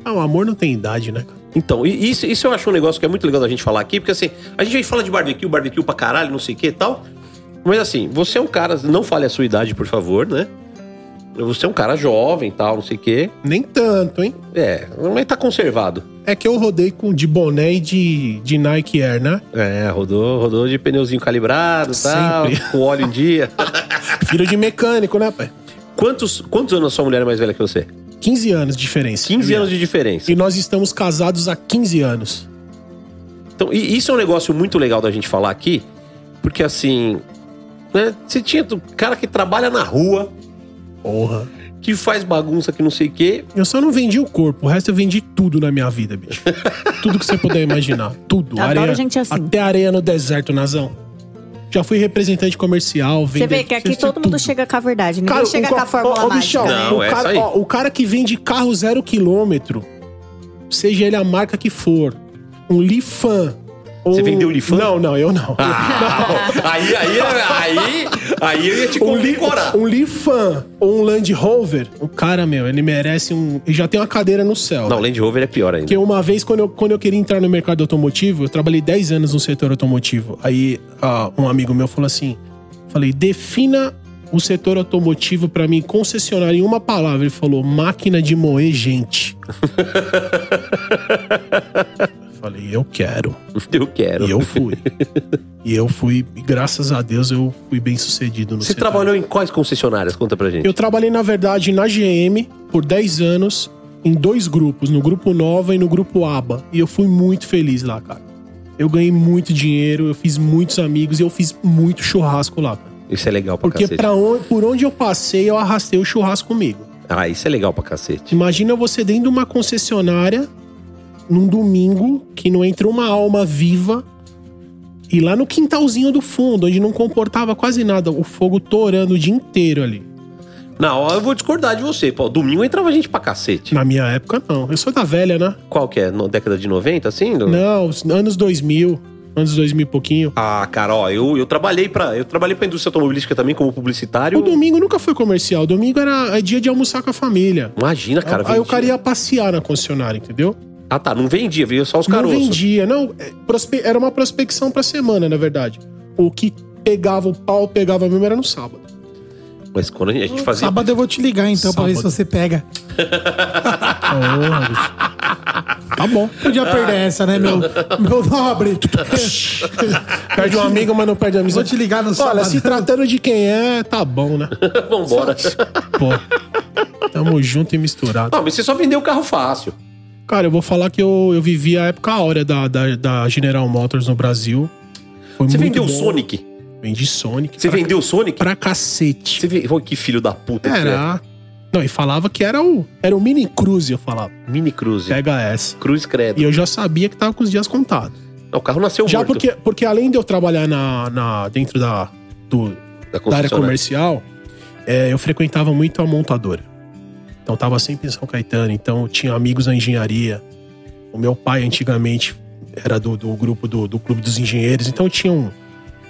Ah, o amor não tem idade, né, cara?
Então, e- isso, isso eu acho um negócio que é muito legal da gente falar aqui, porque assim, a gente aí fala de barbecue, barbecue pra caralho, não sei o que e tal. Mas assim, você é um cara, não fale a sua idade, por favor, né? Você é um cara jovem tal, não sei o quê.
Nem tanto, hein?
É, mas tá conservado.
É que eu rodei com de boné e de, de Nike Air, né?
É, rodou, rodou de pneuzinho calibrado e tal,
Sempre.
com óleo em dia.
Filho de mecânico, né, pai?
quantos, quantos anos a sua mulher é mais velha que você?
15 anos de diferença.
15 anos de diferença.
E nós estamos casados há 15 anos.
Então, e isso é um negócio muito legal da gente falar aqui, porque assim, né? Você tinha do cara que trabalha na rua,
Porra.
que faz bagunça, que não sei o quê.
Eu só não vendi o corpo, o resto eu vendi tudo na minha vida, bicho. tudo que você puder imaginar. Tudo.
Adoro gente assim.
Até areia no deserto, Nazão. Já fui representante comercial,
Você
vendedor.
vê que aqui
fiz
todo mundo
tudo.
chega com a verdade. Ninguém
Cara,
chega
um
com
ca-
a fórmula
ó, ó,
mágica.
bichão,
né?
Não,
o,
essa
cara,
aí.
ó, o cara que vende carro zero quilômetro, seja ele a marca que for, um Lifan.
Você
ou-
vendeu Lifan?
Não, não, eu não.
Ah, aí, aí, aí, aí eu ia te
Um, Li,
condecorar.
um Lifan ou um Land Rover, o cara, meu, ele merece um. Ele já tem uma cadeira no céu.
Não, Land Rover é pior ainda.
Porque uma vez, quando eu, quando eu queria entrar no mercado automotivo, eu trabalhei 10 anos no setor automotivo. Aí ah, um amigo meu falou assim: falei, defina o setor automotivo pra mim concessionar em uma palavra. Ele falou, máquina de moer gente. Eu falei, eu quero.
Eu quero.
E eu fui. E eu fui, e graças a Deus, eu fui bem sucedido no
Você
setor.
trabalhou em quais concessionárias? Conta pra gente.
Eu trabalhei, na verdade, na GM por 10 anos, em dois grupos, no grupo Nova e no grupo ABA. E eu fui muito feliz lá, cara. Eu ganhei muito dinheiro, eu fiz muitos amigos e eu fiz muito churrasco lá. cara.
Isso é legal pra
Porque
cacete.
pra onde, por onde eu passei, eu arrastei o churrasco comigo.
Ah, isso é legal pra cacete.
Imagina você dentro de uma concessionária, num domingo, que não entra uma alma viva, e lá no quintalzinho do fundo, onde não comportava quase nada, o fogo torando o dia inteiro ali.
Não, ó, eu vou discordar de você. Pô, domingo entrava gente pra cacete.
Na minha época, não. Eu sou da velha, né?
Qual que é? Na década de 90, assim? Do-
Não, os anos 2000, anos 2000 e pouquinho.
Ah, cara, ó, eu, eu trabalhei para eu trabalhei para indústria automobilística também como publicitário.
O domingo nunca foi comercial. O domingo era é dia de almoçar com a família.
Imagina, cara.
Aí
vendia.
o cara ia passear na concessionária, entendeu?
Ah, tá, não vendia, vendia só os
Não
caroços.
vendia, não. é, prospe- Era uma prospecção pra semana, na verdade. O que pegava o pau, pegava mesmo, era no sábado.
Mas quando a gente fazia
Sábado eu vou te ligar então pra ver se
Sábado.
você pega.
Porra, bicho.
Tá bom. Podia perder essa, né, meu, meu nobre?
perde um amigo, mas não perde a
Vou
amizade.
te ligar no
Olha,
sábado.
se tratando de quem é, tá bom, né?
Vambora.
Pô, tamo junto e misturado.
Não, mas você só vendeu o carro fácil.
Cara, eu vou falar que eu, eu vivi a época áurea da, da, da General Motors no Brasil. Foi
Você
muito
vendeu o
bom.
Sonic.
Vendi Sonic.
Você
pra,
vendeu o Sonic?
pra cacete.
Você ve- Olha que filho da puta que é.
Era. Não, e falava que era o. Era o Mini Cruze, eu falava.
Mini Cruze.
Pega essa.
Cruz Credo.
É. E eu já sabia que tava com os dias contados.
Não, o carro nasceu
Já
morto.
porque, porque além de eu trabalhar na, na, dentro da, do,
Da né?
da área
concessionária.
comercial, é, eu frequentava muito a montadora. Então tava sempre em São Caetano, então eu tinha amigos na engenharia. O meu pai antigamente era do, do grupo do, do Clube dos Engenheiros, então eu tinha um.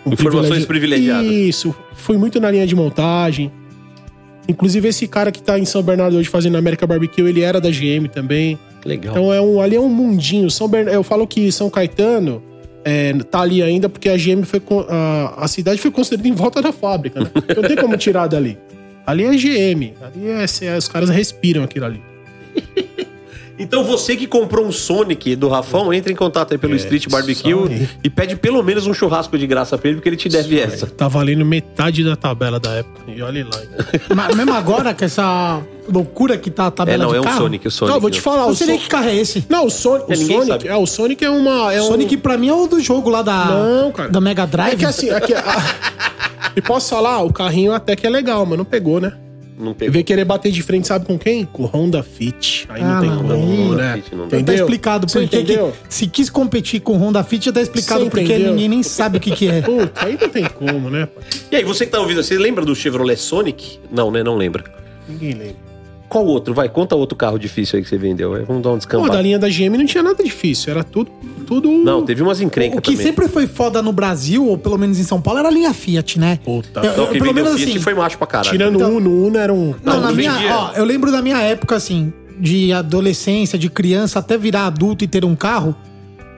um
Informações
privilégio-
privilegiadas.
Isso, fui muito na linha de montagem. Inclusive, esse cara que tá em São Bernardo hoje fazendo América Barbecue, ele era da GM também.
Legal.
Então é um, ali é um mundinho. São Bern... Eu falo que São Caetano é, tá ali ainda porque a GM foi. con- A, a cidade foi construída em volta da fábrica, né? Não tem como tirar dali. Ali é GM. Ali é, é- os caras respiram aquilo ali.
Então você que comprou um Sonic do Rafão, entra em contato aí pelo Street Barbecue
isso É. aí.
e pede pelo menos um churrasco de graça pra ele, porque ele te deve essa.
Tá valendo metade da tabela da época. E olha lá. ainda.
Mas mesmo agora, com essa loucura que tá a
É,
tabela
não,
de
é um
carro,
Sonic, o Sonic.
tá- Não, vou te falar.
Não
O
sei
Son...
nem que carro é esse.
Não, o, Son- o
É, ninguém
Sonic.
sabe.
É, o Sonic é uma. É um-
Sonic pra mim é o do jogo lá da,
Não, cara.
da Mega Drive.
É que assim. É que, E posso falar, o carrinho até que é legal, mas não pegou, né?
Não
Eu
pegou.
veio querer bater de frente, sabe com quem? Com o Honda Fit. Aí não
Ah,
tem
não,
como,
Honda
né?
Fit não dá.
Entendeu?
Tá explicado
Você
por que que
entendeu?
se quis competir com o Honda Fit, já tá explicado
Você
porque
entendeu?
ninguém nem sabe o que que é.
Puta, aí não tem como, né? pai?
E aí, você que tá ouvindo, você lembra do Chevrolet Sonic? Não, né? Não lembra.
Ninguém lembra.
Qual outro? Vai, conta outro carro difícil aí que você vendeu. vai. Vamos dar um
Pô, da
descampado.
linha da GM não tinha nada difícil. Era tudo. tudo... um
Não, teve umas encrencas
O que
também.
sempre foi foda no Brasil, ou pelo menos em São Paulo, era a linha Fiat, né?
Puta.
Eu-
Não,
eu-
que
pelo
vendeu
menos
Fiat
assim.
foi macho pra caralho.
Tirando o Uno, o Uno era um.
Não,
Não,
na
não
minha,
vendia.
ó, eu lembro da minha época, assim, de adolescência, de criança, até virar adulto e ter um carro,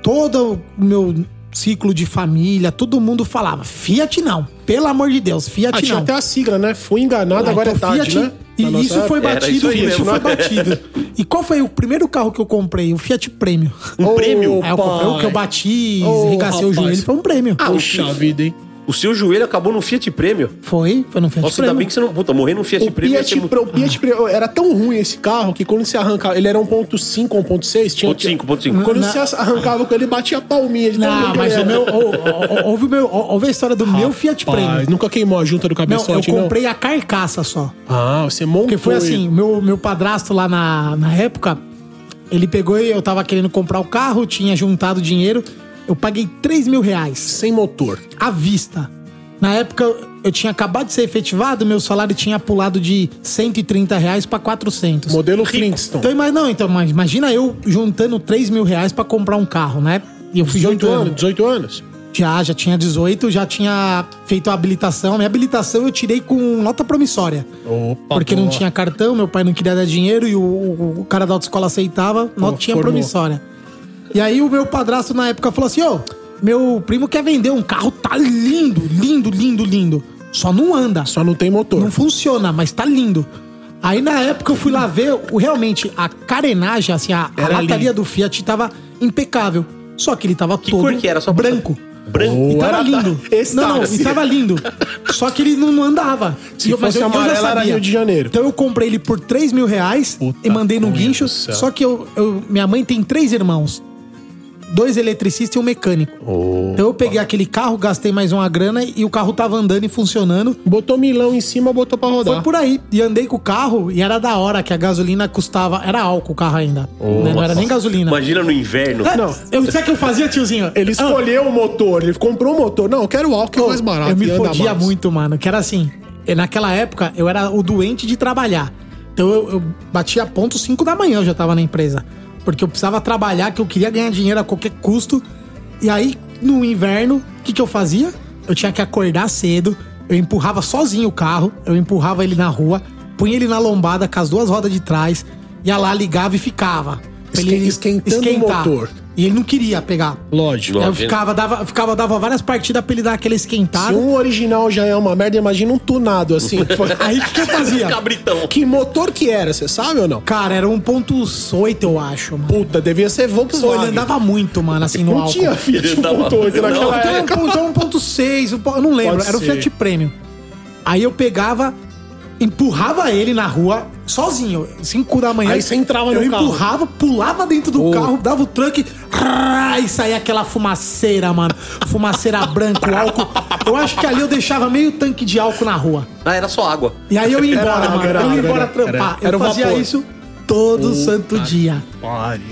todo o meu ciclo de família, todo mundo falava, Fiat não, pelo amor de Deus, Fiat
Ah, tinha
não.
até a sigla, né? Fui enganado,
Ah,
agora
então
é tarde,
Fiat,
né?
E
Na nossa
isso foi
época. Era
batido,
isso aí
isso
mesmo.
foi batido. E qual foi o primeiro carro que eu comprei? O Fiat Prêmio.
Um prêmio?
É, eu comprei o que eu bati,
Ô,
arregacei o
rapaz.
joelho, foi um prêmio.
Ah,
Puxa vida, hein?
O seu joelho acabou num Fiat Prêmio.
Foi, foi no Fiat
Nossa, ainda
Prêmio.
bem que você não. Puta, morrer num Fiat
O
Prêmio ia ser
Fiat,
muito.
Pro- o Fiat Pro- era tão ruim esse carro que quando você arrancava, ele era 1.5, 1.6, tinha
Ponto cinco, ponto cinco.
Quando
Na-
você arrancava com ele, batia a palminha de tão ruim
Não,
que
mas
ele
o
era.
meu. ou- ou- Ouve, o meu, ou- ouve a história do meu Fiat
Rapaz,
Prêmio.
Nunca queimou a junta do
Não, eu
cabeçote, não?
comprei a carcaça só.
Ah, você montou.
Porque foi
ele.
assim, meu, meu padrasto lá na, na época, ele pegou e eu tava querendo comprar o carro, tinha juntado dinheiro. Eu paguei 3 mil reais
Sem motor.
à vista. Na época, eu tinha acabado de ser efetivado, meu salário tinha pulado de 130 reais pra 400.
Modelo Flintstone.
Então, ima- não, então, mas imagina eu juntando 3 mil reais pra comprar um carro, né? E eu fui
18
juntando.
anos, 18 anos.
Já, já tinha 18, já tinha feito a habilitação. Minha habilitação eu tirei com nota promissória.
Opa,
Porque não
boa.
tinha cartão, meu pai não queria dar dinheiro e o, o- o cara da autoescola aceitava, nota tinha
formou.
promissória. E aí o meu padrasto na época falou assim: ô, meu primo quer vender um carro, tá lindo, lindo, lindo, lindo. Só não anda.
Só não tem motor.
Não funciona, mas tá lindo. Aí na época eu fui lá ver, o- realmente, a carenagem, assim, a, a
Era
lataria
lindo.
do Fiat tava impecável. Só que ele tava
Que
todo
cor que era? Só pra-
branco.
Branco.
E
Ou
tava
era
lindo.
da- esse
Não, não,
tava
e
assim.
tava lindo. Só que ele não, não andava.
Se
E eu- assim, mas
fosse
eu- eu já
amarelo, era
sabia.
Rio de Janeiro.
Então eu comprei ele por 3 mil reais
Puta
e mandei no
cunha
guincho.
do céu.
Só que eu, eu- minha mãe tem três irmãos. Dois eletricistas e um mecânico. Então eu peguei aquele carro, gastei mais uma grana e o carro tava andando e funcionando.
Botou milão em cima, botou pra rodar.
Foi por aí. E andei com o carro e era da hora que a gasolina custava. Era álcool o carro ainda. né? Não era nem gasolina.
Imagina no inverno.
É, Eu, sabe o que eu fazia, tiozinho?
Ele escolheu o motor, ele comprou o motor. Não, eu quero o álcool que é
Pô,
mais barato.
Oh, Eu me
e anda
fodia
mais.
muito, mano. Que era assim. eh, Naquela época, eu era o doente de trabalhar. Então eu, eu batia ponto 5 da manhã, eu já tava na empresa. Porque eu precisava trabalhar, que eu queria ganhar dinheiro a qualquer custo. E aí, no inverno, o que, que eu fazia? Eu tinha que acordar cedo, eu empurrava sozinho o carro, eu empurrava ele na rua, punha ele na lombada com as duas rodas de trás, ia lá, ligava e ficava. Pra
Esque- esquentando o motor.
E ele não queria pegar.
Lógico.
Aí eu
Imagina.
ficava dava, eu ficava, dava várias partidas pra ele dar aquele
Se
esquentado.
um original já é uma merda, imagina um tunado assim.
Aí o que, que eu fazia?
Um Cabritão.
que motor que era, você sabe ou não?
Cara, era 1.8, eu acho, mano.
Puta, devia ser
Pô, ele
Volkswagen.
andava muito, mano, assim, no
não
álcool.
tinha Fiat
Ele andava-
1.8
Não,
naquela
então era um
época.
ponto- era 1.6, um po- eu não lembro.
Pode
era o
ser.
Fiat Premium. Aí eu pegava, empurrava ele na rua, sozinho, 5 da manhã.
Aí você entrava
eu
no carro.
Eu empurrava, pulava dentro do carro, dava o truque, e saía aquela fumaceira, mano. Fumaceira branca, o álcool. Eu acho que ali eu deixava meio tanque de álcool na rua.
Ah, era só água.
E aí eu ia embora,
Era,
mano.
era,
eu ia
era,
embora
era.
trampar.
Era
eu
o
fazia
vapor.
isso todo santo dia.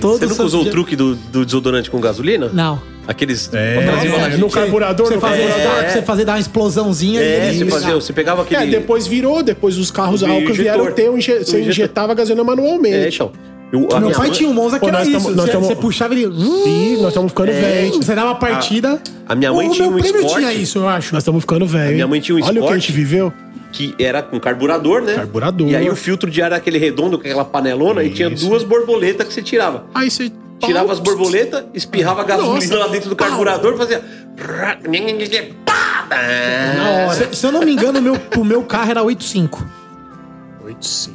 Todo
Você nunca
santo
usou o
dia.
truque do, do desodorante com gasolina?
Não.
Aqueles.
É, no carburador,
você
no
fazia,
carburador.
dar, você fazia dar uma explosãozinha e
É,
ele
você, fazia, você pegava aquele.
É, depois virou, depois os carros
O
a álcool
injetor.
vieram ter, um inje-
O
você
injetor.
injetava a gasolina
É,
manualmente.
então. Eu- a
Meu
minha
pai
mãe-
tinha um Monza que
Pô,
era
nós
isso.
tamo- nós
você,
tamo-
você puxava ele.
tipo, Ih, nós estamos ficando velho. Ah,
Você dava uma partida.
A minha mãe
o
tinha
meu
um
primo
Sport.
tinha isso, eu acho.
Nós estamos ficando velho.
minha
hein?
mãe tinha um
Olha o que a
Sport.
gente viveu.
que era com carburador, né?
Carburador.
E aí o filtro de ar era aquele redondo, com aquela panelona, e tinha duas borboletas que você tirava.
Aí você.
Tirava as borboletas, espirrava a gasolina
Nossa.
lá dentro do carburador, fazia.
É.
Na hora. Se, se eu não me engano, o meu, o meu carro era 8.5.
8,5.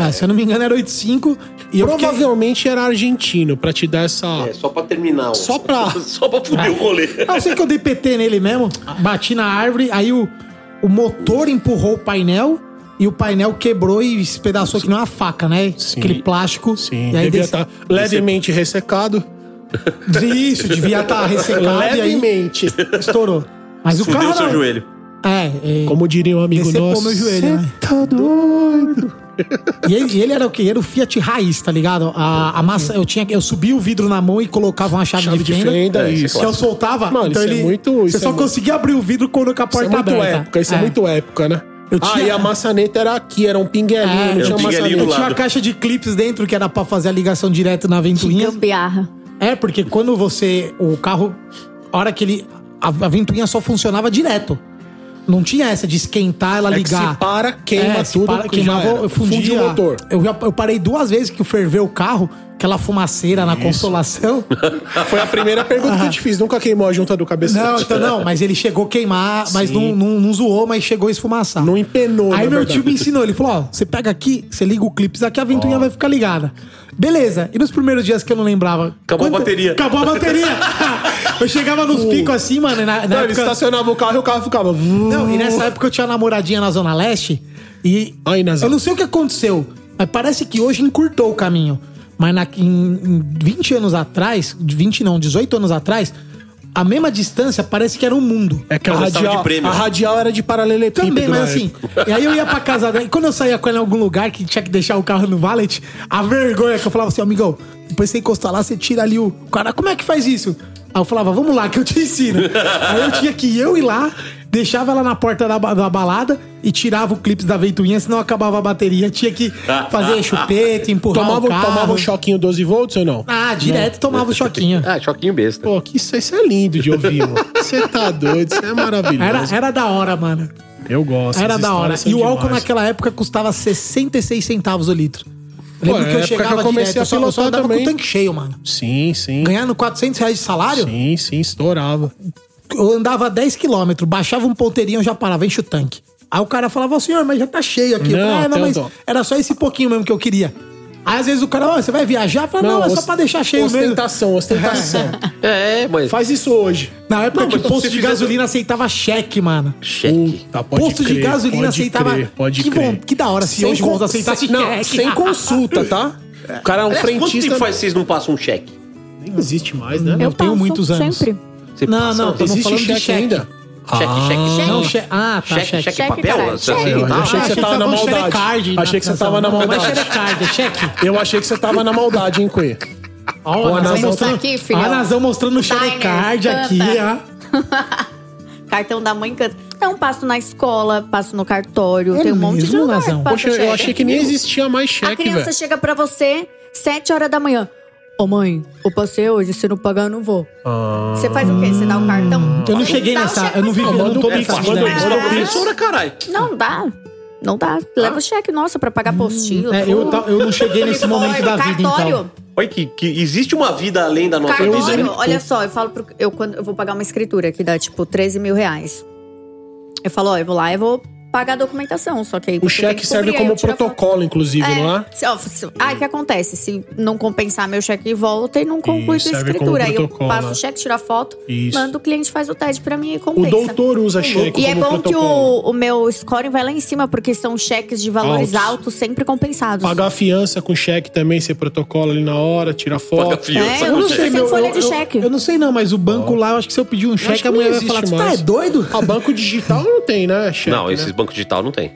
Ah, se eu não me engano, era 8.5. E eu fiquei-
É. Provavelmente era argentino, pra te dar essa.
É, só pra terminar. ó.
Só pra-
só pra fuder o rolê.
Ah, eu sei que eu dei PT nele mesmo. Bati na árvore, aí o, o motor empurrou o painel e o painel quebrou e espedaçou que não é uma faca, né?
Sim.
Aquele plástico.
Sim,
e aí
devia tá estar
desse-
levemente ressecado.
Isso, devia
tá
estar ressecado e aí
levemente.
estourou. Mas o
Fudeu
carro.
o seu
não.
joelho.
É, é.
Como diria um amigo
Decepou
nosso.
meu joelho,
"Cê
né?"
tá doido.
E ele, e ele era o quê? Era o Fiat Raiz, tá ligado? A, a massa, eu tinha, eu subia o vidro na mão e colocava uma chave,
Chave
de
de
fenda.
fenda,
É, isso é
isso.
Que eu soltava,
Mano,
então
isso é
ele,
muito-
você
isso
só
é muito-
conseguia abrir o vidro quando com a
Isso é
porta
muito
aberta.
época, isso é. muito época, né?
Eu
Ah,
tinha-
e a maçaneta era aqui, era um pinguelinho,
É,
não
eu
tinha
tinha ali
maçaneta.
do
Eu
lado.
tinha uma caixa de clips dentro que era pra fazer a ligação direto na ventoinha.
Gambiarra.
É, porque quando você. O carro. A hora que ele. A, a ventoinha só funcionava direto. Não tinha essa de esquentar, ela
É que
ligar.
se para, queima
É, se
tudo.
para,
que
queimava,
já era.
eu fundia.
Fundia o motor.
Eu, já- eu parei duas vezes que ferveu o carro, aquela fumaceira na consolação.
Foi a primeira pergunta que eu te fiz. Nunca queimou a junta do cabeçote.
Ah. Não, então não, mas ele chegou a queimar, mas
Sim.
não, não, não zoou, mas chegou a esfumaçar.
Não empenou,
Aí
na
meu
verdade.
tio me ensinou, ele falou: ó, você pega aqui, você liga o clipe, aqui a ventoinha vai ficar ligada. Beleza, e nos primeiros dias que eu não lembrava.
Acabou a bateria.
Acabou a bateria! eu chegava nos picos assim, mano, e na,
Uh.
na
Não, ele
época-
estacionava o carro e o carro ficava.
Não, e nessa época eu tinha uma namoradinha na Zona Leste e.
Aí, na
eu
Zona-
não sei o que aconteceu, mas parece que hoje encurtou o caminho. Mas na, em, em 20 anos atrás, de 20 não, 18 anos atrás, a mesma distância parece que era um mundo.
É que a
Ela gostava de
radial,
prêmio.
a radial era de paralelepípedo.
Também, mas
na
assim,
época.
e aí eu ia pra casa dela, e quando eu saía com ela em algum lugar que tinha que deixar o carro no valet, a vergonha que eu falava assim, amigão, depois você encostar lá, você tira ali o. Cara, como é que faz isso? Aí eu falava, vamos lá que eu te ensino. aí eu tinha que eu ir lá, deixava ela na porta da, ba- da balada e tirava o clipe da ventoinha, senão acabava a bateria, tinha que fazer chupeta, empurrar
Tomava,
o carro.
tomava um choquinho 12 volts ou não?
Ah, direto tomava o choquinho.
Ah, choquinho besta.
Pô, que isso, isso é lindo de ouvir, mano. Você tá doido, isso é maravilhoso.
Era, era da hora, mano.
Eu gosto.
Era
essas
da hora.
histórias são
E o álcool
demais.
naquela época custava 66 centavos o litro.
Pô,
Eu
é
Lembro que
a época
eu chegava
que eu comecei
direto,
a
eu só, eu só
pilotar
andava
também.
com o tanque cheio, mano.
Sim, sim.
Ganhando 400 reais de salário,
Sim, sim, estourava.
eu andava 10km, baixava um ponteirinho, eu já parava, enche o tanque. Aí o cara falava, "Ó, senhor, mas já tá cheio aqui. eu
Não,
falava, "Ah, não,
tem um
mas
dom."
era só esse pouquinho mesmo que eu queria. Aí às vezes o cara, ó, você vai viajar? Eu falava, não, é só
os-
pra deixar cheio
Ostentação, ostentação.
É, mas.
Faz isso hoje.
mesmo. Na época
Não,
que
mas
o
se
posto
você
de
fizer-
gasolina aceitava cheque, mano.
Cheque.
Tá,
posto de gasolina
pode
aceitava.
crer, pode
que,
crer.
bom- que da hora se
Sem
hoje
con-
vamos aceitar
sem-
cheque.
Não, sem consulta, tá? O cara é um
Aliás, Quanto
frentista.
tempo faz que vocês não passam um cheque?
Nem existe mais, né?
Eu tenho
passo
muitos anos.
Sempre.
Você
Não,
passa-
não,
Existe
tamo falando
Existe
de
cheque,
cheque.
ainda?
Cheque, cheque, cheque.
Não, che... Ah, tá, cheque.
cheque, cheque,
Cheque,
papel?
caralho,
Você-
cheque.
você-
Eu achei
Ah,
que você tava
tá
na
com
maldade.
xerecard na
Achei que você
transação.
tava na
Não,
maldade.
Não é xerecard, é cheque.
Eu achei que você tava na maldade, hein, Cunha?
Ó,
Anazão
Anazão
tá
mostrando,
aqui, filhão.
a Nazão mostrando o
Diner,
xerecard aqui.
canta.
ó.
Cartão da mãe canta. Então, passo na escola, passo no cartório,
É
tem um monte de
mesmo,
lugar.
Nazão?
que passa
Poxa, eu
cheque.
achei que nem existia mais
A
cheque,
criança
velho.
chega pra você, 7 horas da manhã. Ô mãe, eu passei hoje, se não pagar, eu não vou. Você faz o quê? Você dá o cartão?
Eu não cheguei
Dá o
nessa,
cheque
eu não
pra
vivi,
sua
eu não tô
mãe.
nessa
Passa,
vida.
manda isso pra
Ah.
professora, caralho.
Não
Hum.
dá. Não dá. Leva
Ah.
o cheque, nossa, pra pagar apostila.
É, eu,
tudo.
ta- eu não cheguei nesse momento da vida, então.
Cartório.
Olha que, que existe uma vida né? além da nossa.
Cartório,
Eu-
olha só, eu falo pro, eu, quando, eu vou pagar uma escritura que dá tipo 13 mil reais. Eu falo, ó, eu vou lá e vou pagar a documentação. Só que aí
O
você tem
cheque
que
serve
cobrir, aí
como
eu tiro a foto.
protocolo, inclusive, não é?
É, se, ó, se- ah, o que acontece? Se não compensar meu cheque volta e não conclui
Isso,
a
serve
escritura.
como
Aí eu
protocolo,
passo
né?
o cheque, tiro a foto,
Isso.
mando o cliente faz o TED pra mim e
O
compensa.
doutor usa cheque
E é
como
bom que
protocolo.
o, o meu scoring vai lá em cima, porque são cheques de valores
Altos.
altos, sempre compensados.
Pagar a fiança com cheque também, você protocola ali na hora, tira foto.
Paga a fiança.
É, eu não sei, sem folha de
eu-
cheque.
Eu não sei não, mas o banco lá, eu acho que se eu pedir um
acho
cheque,
que
a mulher
não
vai falar,
existe
você tá é
mais."
doido?
A Ah, banco digital não tem, né? Cheque,
Não,
né?
esses bancos digital não tem.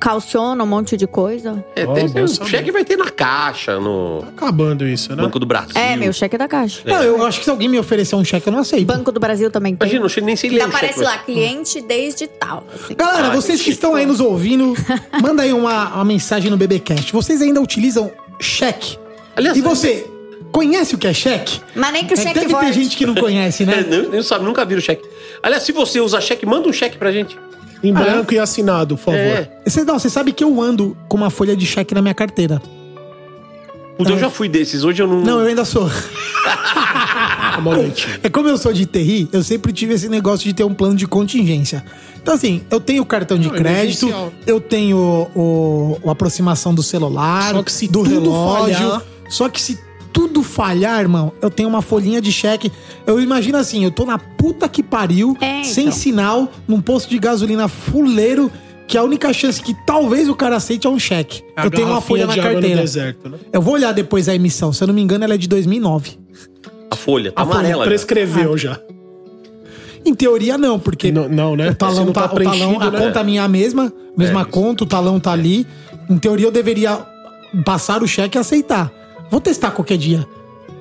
Calciona um monte de coisa.
É,
Ó,
tem-
bom saber.
cheque vai ter na caixa, no
Acabando isso, né?
Banco do Brasil.
É, meu cheque é da caixa.
Não, eu acho que se alguém me oferecer um cheque, eu não aceito.
Banco do Brasil também tem.
Imagina, não chega nem sei ler
Então
um cheque,
aparece
mas-
lá, cliente desde tal. assim.
Galera, vocês que estão aí nos ouvindo, manda aí uma, uma mensagem no BBcast. Vocês ainda utilizam cheque?
Aliás,
e você, conhece o que é cheque?
Mas nem que o
É,
cheque
deve ter
volte.
gente que não conhece,
É,
né?
não, não sabe, nunca viram cheque. Aliás, se você usa cheque, manda um cheque pra gente.
Em
Ah, é?
branco e assinado, por favor.
É.
Você, não, você sabe que eu ando com uma folha de cheque na minha carteira.
Puta, Então eu já fui desses, hoje eu não.
Não, eu ainda sou.
Hum. Amorante.
É como eu sou de TI, eu sempre tive esse negócio de ter um plano de contingência. Então, assim, eu tenho cartão de
Não, é
crédito,
essencial.
eu tenho o, o- a aproximação do celular,
Só que se
do
tudo
relógio.
falhar-
Só que se tudo falhar, irmão, eu tenho uma folhinha de cheque. Eu imagino assim, eu tô na puta que pariu,
É,
sem
então.
sinal, num posto de gasolina fuleiro, que a única chance que talvez o cara aceite é um cheque.
A
eu tenho uma
garrafinha
folha na
de água no
carteira.
deserto,
Tá
né?
Eu vou olhar depois a emissão, se eu não me engano, ela é de 2009.
A folha, tá
A folha
amarela. já.
Ah.
Prescreveu já.
Em teoria, não, porque.
Não- não, né?
O
Se
talão
não
tá,
tá
o talão,
preenchido,
a
né? É.
conta minha é a mesma, mesma conta, o talão tá ali. Em teoria, eu deveria passar o cheque e aceitar. Vou testar qualquer dia.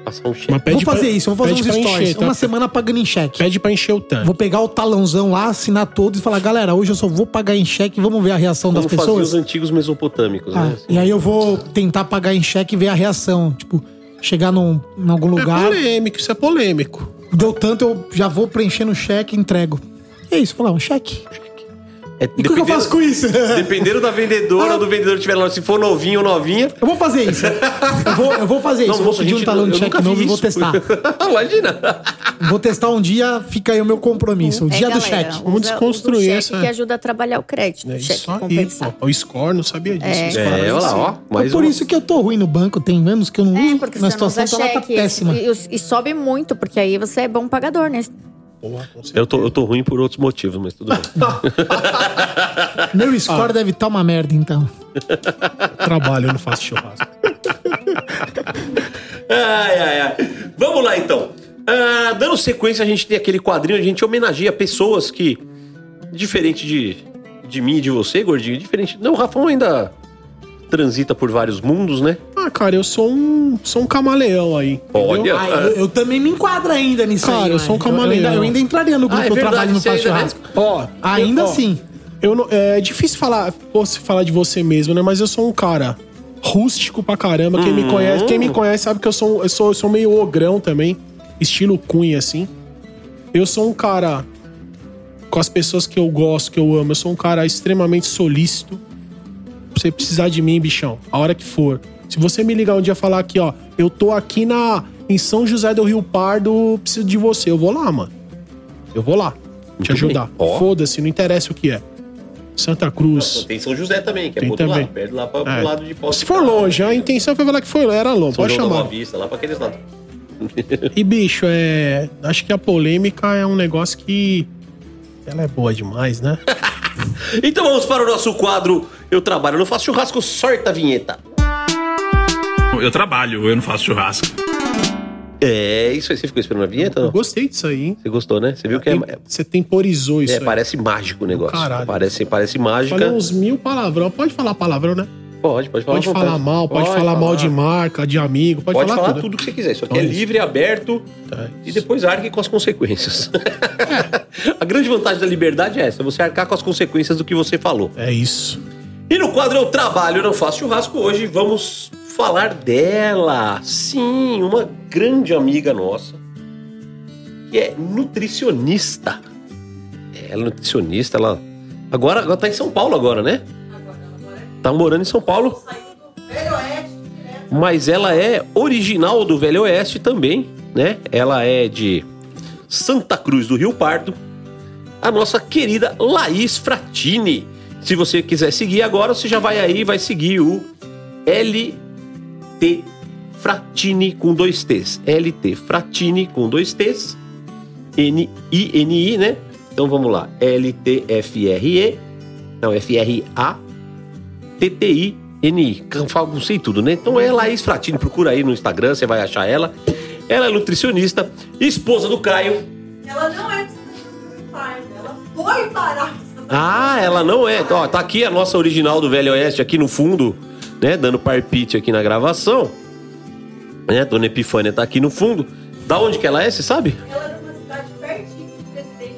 Passar um cheque.
Mas pede
vou fazer
pra-
isso, vou fazer
pede
uns
pra
stories.
encher, tá?
Uma semana pagando em cheque.
Pede pra encher o tanque.
Vou pegar o talãozão lá, assinar todos e falar, galera, hoje eu só vou pagar em cheque, vamos ver a reação
Como
das
faziam os
pessoas.
antigos mesopotâmicos,
Ah,
né? Assim.
e aí eu vou tentar pagar em cheque e ver a reação. Tipo, chegar num, em algum
É
lugar,
polêmico, isso é polêmico.
deu tanto, eu já vou preenchendo o cheque e entrego. E é isso, falar, um cheque.
É,
E o que, que eu faço com isso? Ah.
Dependendo da vendedora ou do vendedor que tiver lá, se for novinho ou novinha.
Eu vou fazer isso. Eu vou, eu vou fazer É isso. eu vou
moça,
pedir um
gente,
talão de
eu
cheque
nunca
novo
vi
e vou
isso.
testar.
Imagina.
Vou testar um dia, fica aí o meu compromisso. O
É,
dia do cheque.
Vamos desconstruir
o
essa-
cheque que ajuda a trabalhar o crédito.
É
cheque
isso aí,
compensado.
pô. O score, não sabia disso. Os caras
É, olha lá, ó.
Mas
Mais
por
uma.
isso que eu tô ruim no banco, tem anos que eu não
É,
uso.
porque você
Minha
não
situação
usa
tá, lá, tá
cheque.
péssima.
E, e- e sobe muito, porque aí você é bom pagador, né?
Porra, com certeza.
Eu tô, eu tô ruim por outros motivos, mas tudo bem.
Meu score
Ah.
deve estar uma merda, então.
Trabalho, eu não faço churrasco.
ai, ai, ai. Vamos lá, então. Ah, dando sequência, a gente tem aquele quadrinho, onde a gente homenageia pessoas que, diferente de, de mim e de você, gordinho, diferente... Não, o Rafão ainda transita por vários mundos, né?
Ah, cara, eu sou um, sou um camaleão aí. entendeu?
Olha...
Ah, eu, eu também me enquadro ainda nisso
Cara,
aí,
eu sou um
né?
camaleão.
Eu, ainda, eu ainda entraria no grupo
Ah, é
que eu
verdade,
trabalho no
você
Faz
ainda-
Churrasco. Ó, ainda
eu- ó,
assim.
Eu não- é difícil falar, você falar de você mesmo, né? Mas eu sou um cara rústico pra caramba. Quem
Hum.
me conhece, quem me conhece sabe que eu sou, um- eu sou, eu sou meio ogrão também, estilo cunha assim. Eu sou um cara com as pessoas que eu gosto, que eu amo. Eu sou um cara extremamente solícito. Se você precisar de mim, bichão, a hora que for. Se você me ligar um dia e falar aqui, ó, eu tô aqui na em São José do Rio Pardo, preciso de você, eu vou lá, mano. Eu vou lá te
Muito
ajudar.
bem. Ó.
Foda-se, não interessa o que é. Santa Cruz.
Tem São José também, que é
Tem
pro outro
também.
lado. Perde lá pra,
É.
pro lado de Poço.
Se for longe, a intenção foi falar que foi lá, era longe,
São
pode
João da Boa
chamar.
Vista, lá pra aqueles lados.
E bicho, é, acho que a polêmica é um negócio que ela é boa demais, né?
Então vamos para o nosso quadro Eu Trabalho, Não Faço Churrasco, sorta a vinheta.
Eu trabalho, eu não faço churrasco.
É, isso aí. Você ficou esperando a vinheta?
Eu
Não?
gostei disso aí, hein?
Você gostou, né? Você viu que é,
Tem- Você temporizou
é,
isso aí.
parece mágico o negócio.
Caralho.
Parece, parece
Falei
mágica.
uns mil palavrão. Pode falar palavrão, né?
Pode, pode falar.
Pode
à vontade.
falar mal, pode, falar, mal de marca, de amigo, pode,
Pode, falar, tudo.
tudo.
que você quiser. Isso aqui
Então
é
é isso.
livre, aberto
Tá,
e depois arque com as consequências.
É.
a grande vantagem da liberdade é essa: você arcar com as consequências do que você falou.
É isso.
E no quadro Eu Trabalho, Eu Não Faço Churrasco, hoje vamos falar dela. Sim, uma grande amiga nossa, que é nutricionista. É, Ela é nutricionista, ela... Agora, agora tá em São Paulo agora, né? Tá morando em São Paulo. Mas ela é original do Velho Oeste também, né? Ela é de Santa Cruz do Rio Pardo. A nossa querida Laís Fratini. Se você quiser seguir agora, você já vai aí, vai seguir o LT Fratini com dois T's. LT Fratini com dois T's. N-I-N-I, né? Então vamos lá. L-T-F-R-E. Não, F-R-A. T-T-I-N-I. Não sei tudo, né? Então é Laís Fratini. Procura aí no Instagram, você vai achar ela. Ela é nutricionista, esposa do Caio.
Ela não é de Santa Cruz do ela foi parar em Santa
Ah, ela não é. Ó, tá aqui a nossa original do Velho Oeste aqui no fundo, né? Dando parpite aqui na gravação. Né? Dona Epifânia tá aqui no fundo. Da onde que ela é, você sabe?
Cruz. Ela era de uma cidade pertinho de Presidente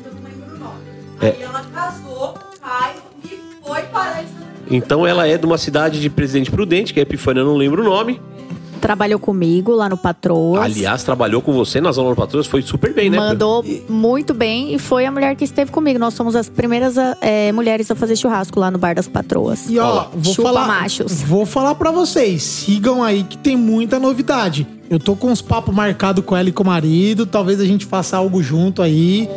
Prudente, eu não lembro o nome.
É.
Aí ela casou com o Caio e foi parar em Santa Cruz.
Então ela é de uma cidade de Presidente Prudente, que é Epifânia, eu não lembro o nome.
Trabalhou comigo lá no Patroas.
Aliás, trabalhou com você nas aulas patroas, foi super bem, né?
Mandou muito bem e foi a mulher que esteve comigo. Nós somos as primeiras a, eh, mulheres a fazer churrasco lá no Bar das Patroas.
E ó, vou
Chupa
falar,
machos.
vou falar pra vocês, sigam aí que tem muita novidade. Eu tô com uns papos marcados com ela e com o marido, talvez a gente faça algo junto aí.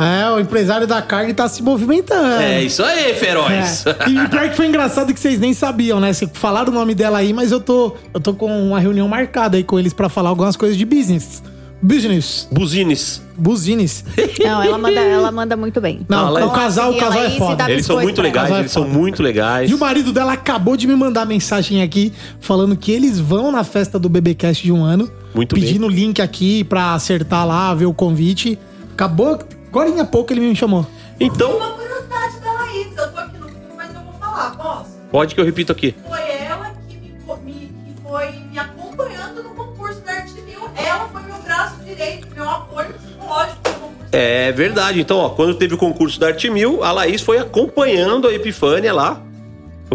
É, o empresário da carne tá se movimentando.
É isso aí, feroz.
É. E pior que foi engraçado que vocês nem sabiam, né? Vocês falaram o nome dela aí, mas eu tô, eu tô com uma reunião marcada aí com eles pra falar algumas coisas de business. Business.
Buzines.
Buzines.
Não, ela manda, ela manda muito bem.
Não,
Fala aí.
o casal, o
E
casal
ela
é
aí se
foda.
dá
Eles são
biscoito
muito
pra
legais,
ela.
eles são muito legais.
E o marido dela acabou de me mandar mensagem aqui falando que eles vão na festa do BBcast de um ano.
Muito
Pedindo o link aqui pra acertar lá, ver o convite. Acabou. Agora em pouco ele me chamou.
Então,
Uma curiosidade da Laís, eu tô aqui no filme, mas eu vou falar, posso?
pode que eu repito aqui.
Foi ela que me, co- me- que foi me acompanhando no concurso da Arte Mil. Ela foi meu braço direito, meu apoio psicológico no concurso.
É verdade. Então, ó, quando teve o concurso da Arte Mil, a Laís foi acompanhando a Epifânia lá.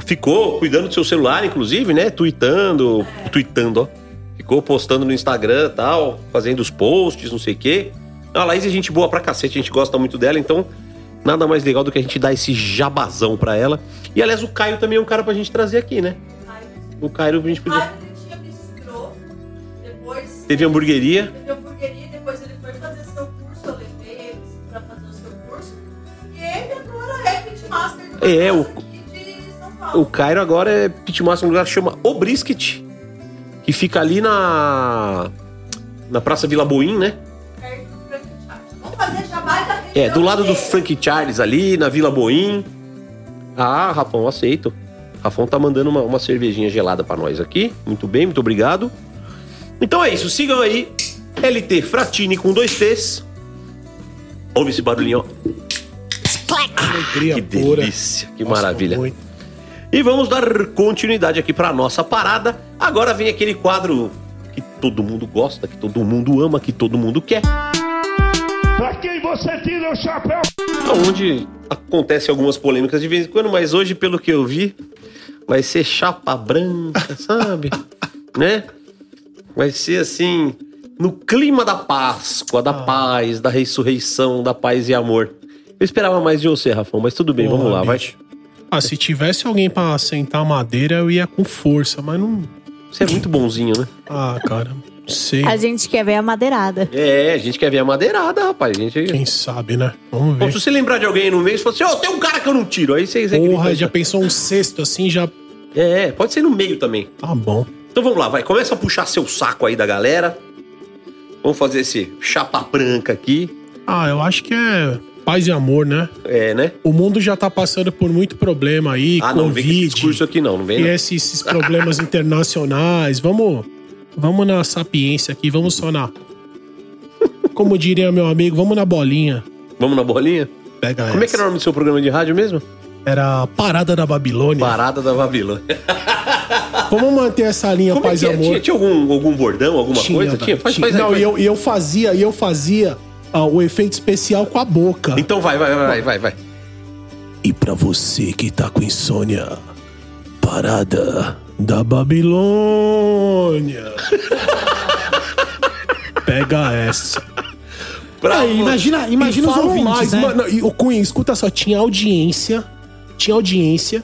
Ficou cuidando do seu celular, inclusive, né? Tweetando, tweetando, ó. Ficou postando no Instagram tal, fazendo os posts, não sei o quê. A Laís é gente boa pra cacete, a gente gosta muito dela, então Nada mais legal do que a gente dar esse jabazão pra ela. E aliás, o Caio também é um cara pra gente trazer aqui, né? O Caio a gente podia.
Aí ele tinha bistrô, depois
Teve hamburgueria.
teve hamburgueria, depois ele foi fazer seu curso, eu levei ele pra fazer o seu curso. E ele agora é pitmaster do
É, o-
de São Paulo.
O Cairo agora é pitmaster num lugar que chama O Brisket, que fica ali na na Praça Vila Boim, né?
perto do Frank Charles. Vamos fazer jabá da região
É, do lado do
dele.
Frank Charles ali, na Vila Boim. Ah, Rafão, aceito. Rafão tá mandando uma, uma cervejinha gelada pra nós aqui. Muito bem, muito obrigado. Então é isso, sigam aí. LT Fratini com dois T's. Ouve esse barulhinho, ó. Ah,
Alegria
Que
pura.
delícia, que
Nossa,
maravilha.
muito.
E vamos dar continuidade aqui para nossa parada. Agora vem aquele quadro que todo mundo gosta, que todo mundo ama, que todo mundo quer.
Pra quem você tira o chapéu?
Onde acontecem algumas polêmicas de vez em quando, mas hoje, pelo que eu vi, vai ser chapa branca, sabe? né? Vai ser assim, no clima da Páscoa, da
Ah.
paz, da ressurreição, da paz e amor. Eu esperava mais de você, Rafão, mas tudo bem, vamos
Porra,
lá, vai.
bicho. Ah, se tivesse alguém pra sentar a madeira, eu ia com força, mas não.
Você é muito bonzinho, né?
Ah, cara, não sei.
A gente quer ver a madeirada.
É, a gente quer ver a madeirada, rapaz. A gente...
Quem sabe, né? Vamos
Bom,
ver.
se você lembrar de alguém aí no meio, você fala assim, ó, tem um cara é que eu não tiro. Aí você... você
Porra,
grita.
já pensou um cesto assim, já.
É, pode ser no meio também.
Tá bom.
Então vamos lá, vai. Começa a puxar seu saco aí da galera. Vamos fazer esse chapa branca aqui.
Ah, eu acho que é paz e amor, né?
É, né?
O mundo já tá passando por muito problema aí,
Ah, não, vem com esse
Covid,
discurso né? aqui não, não vem
e
não.
esses, esses problemas internacionais. Vamos, vamos na sapiência aqui, vamos só na. Como diria meu amigo, vamos na bolinha.
Vamos na bolinha?
Pega
Como é que
essa.
era o nome do seu programa de rádio mesmo?
Era a Parada da Babilônia.
Parada da Babilônia.
Vamos manter essa linha
Como é
É, paz
que
e
é?
amor.
Tinha, tinha algum, algum bordão, alguma coisa?
velho,
Tinha? Faz,
tinha.
faz aí,
Não,
faz.
e eu, e eu fazia, e eu fazia ah, o efeito especial com a boca.
Então vai, vai, vai, vai, vai.
E pra você que tá com insônia, parada da Babilônia. Pega essa.
Pra
Aí, imagina imagina
E
um
os
falam
ouvintes, né?
mano, e o Cunha, escuta só, tinha audiência, tinha audiência.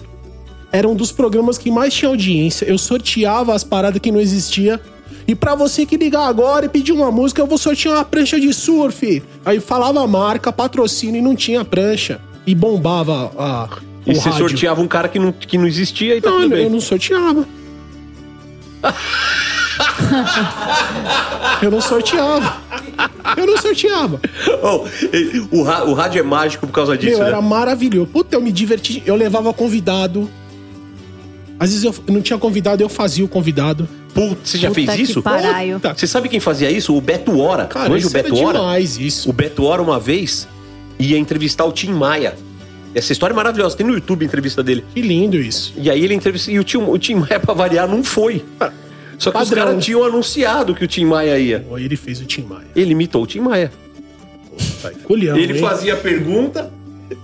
Era um dos programas que mais tinha audiência. Eu sorteava as paradas que não existia. E pra você que ligar agora e pedir uma música, eu vou sortear uma prancha de surf. Aí falava a marca, patrocínio e não tinha prancha. E bombava a,
E
o
você
rádio.
sorteava um cara que não, que não existia e tá
Não,
tudo
eu,
bem.
eu não sorteava. eu não sorteava. Eu não sorteava.
Oh, e- o, ra- o rádio é mágico por causa disso,
Meu,
né?
era maravilhoso. Puta, eu me diverti. Eu levava convidado. Às vezes eu f- não tinha convidado, eu fazia o convidado.
Putz, você já
Puta
fez
que
isso?
paraio.
Puta. Você sabe quem fazia isso? O Beto Hora.
Cara,
Manja
isso
o Beto
era
Hora?
demais isso.
O Beto Hora uma vez ia entrevistar o Tim Maia. Essa história é maravilhosa. Tem no YouTube a entrevista dele.
Que lindo isso.
E aí ele entrevistou. E o Tim, o Tim Maia, pra variar, não foi. Só que os
Padrão.
caras tinham anunciado que o Tim Maia ia.
Pô, ele fez o Tim Maia.
Ele imitou o Tim Maia.
Vai, colhão,
ele
hein?
fazia a pergunta,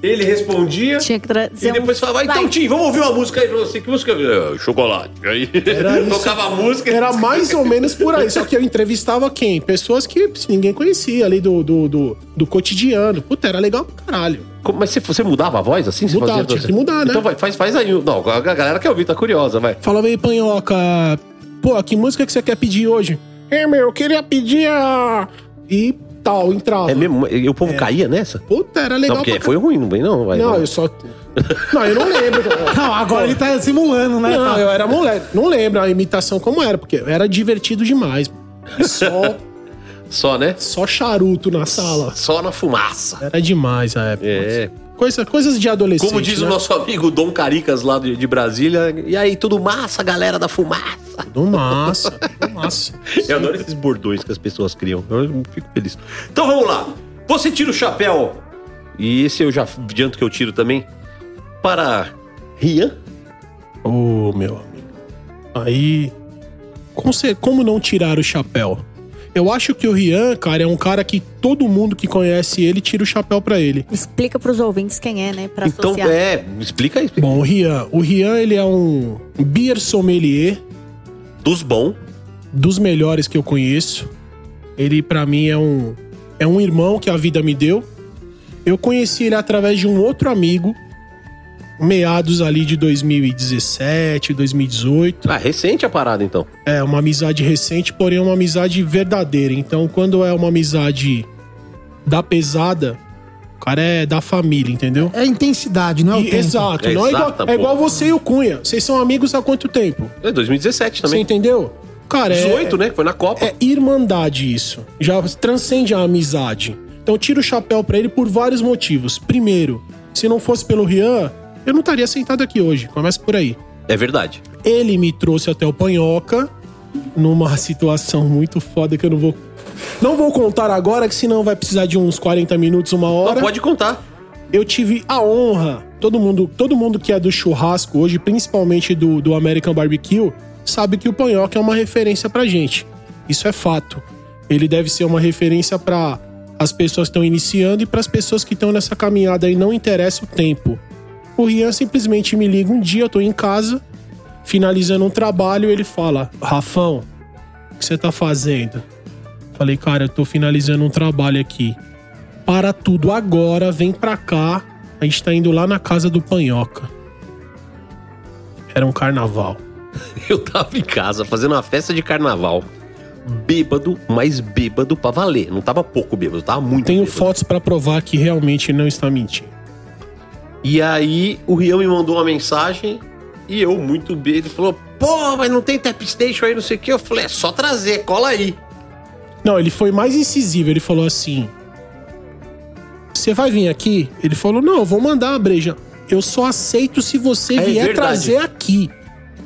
ele respondia.
Tinha que trazer
E depois
um-
falava, então,
Vai.
Tim, vamos ouvir uma música aí. Ele falou assim, que música? "É, Chocolate. Aí
Era isso.
tocava a música.
Era mais ou menos por aí. Só que eu entrevistava quem? Pessoas que pss, ninguém conhecia ali do, do, do, do cotidiano. Puta, era legal pra caralho.
Como- Mas você, você mudava a voz assim? Você
Mudava, tinha que mudar, né?
Então vai, faz, faz aí. Não, a galera quer ouvir, tá curiosa, vai.
Falava aí, Panhoca. Pô, que música que você quer pedir hoje? É, meu, eu queria pedir a... E tal, entrava.
É mesmo? E o povo caía nessa?
Puta, era
Não,
legal
porque
pra
foi ruim, não vem não, vai.
Não, eu só. Não, eu não lembro.
Não, agora ele tá simulando, né?
Não,
Tá-
eu era moleque. Não lembro a imitação como era, porque era divertido demais. Só,
Só, né?
só charuto na sala.
Só na fumaça.
Era demais a época.
É.
Coisa, coisas de adolescente.
Como diz
né?
o nosso amigo Dom Caricas lá de, de Brasília, e aí, tudo massa, galera da fumaça.
Do massa, do massa.
Eu adoro esses bordões que as pessoas criam. Eu fico feliz. Então vamos lá. Você tira o chapéu. E esse eu já adianto que eu tiro também. Para Rian.
Ô, meu amigo. Aí. Como, cê- como não tirar o chapéu? Eu acho que o Rian, cara, é um cara que todo mundo que conhece ele tira o chapéu pra ele.
Explica pros ouvintes quem é, né? Pra
Então,
associar.
é, explica aí.
Bom, o Rian, o Rian ele é um beer sommelier
Dos bons.
dos melhores que eu conheço. Ele pra mim é um é um irmão que a vida me deu. Eu conheci ele através de um outro amigo, meados ali de 2017, 2018.
Ah, recente a parada, então.
É uma amizade recente, porém é uma amizade verdadeira. Então, quando é uma amizade da pesada, o cara é da família, entendeu?
É intensidade, não é o
E-
tempo.
exato.
É
não é, igual,
exata,
é igual
pô.
você e o Cunha. Vocês são amigos há quanto tempo?
É 2017
Você
também.
entendeu? Cara, é,
18, né? Foi na Copa.
é irmandade isso. Já transcende a amizade. Então tira o chapéu pra ele por vários motivos. Primeiro, se não fosse pelo Rian, eu não estaria sentado aqui hoje. Começa por aí.
É verdade.
Ele me trouxe até o Panhoca numa situação muito foda que eu não vou. Não vou contar agora, que senão vai precisar de uns 40 minutos, uma hora.
Não, pode contar.
Eu tive a honra. Todo mundo, todo mundo que é do churrasco hoje, principalmente do, do American Barbecue, sabe que o Panhoca é uma referência pra gente. Isso é fato. Ele deve ser uma referência pra as pessoas que estão iniciando e pras pessoas que estão nessa caminhada e não interessa o tempo. O Rian simplesmente me liga um dia, eu tô em casa, finalizando um trabalho, ele fala: Rafão, o que você tá fazendo? Falei, cara, eu tô finalizando um trabalho aqui para tudo agora, vem pra cá. A gente tá indo lá na casa do Panhoca. Era um carnaval.
Eu tava em casa fazendo uma festa de carnaval. Bêbado, mas bêbado pra valer. Não tava pouco bêbado, tava muito
Tenho
bêbado.
fotos pra provar que realmente não está mentindo.
E aí o Rian me mandou uma mensagem e eu, muito bem, ele falou: Porra, mas não tem tap station aí, não sei o que. Eu falei: É só trazer, cola aí.
Não, ele foi mais incisivo. Ele falou assim: Você vai vir aqui? Ele falou: Não, eu vou mandar a breja. Eu só aceito se você
É
vier
verdade.
trazer aqui.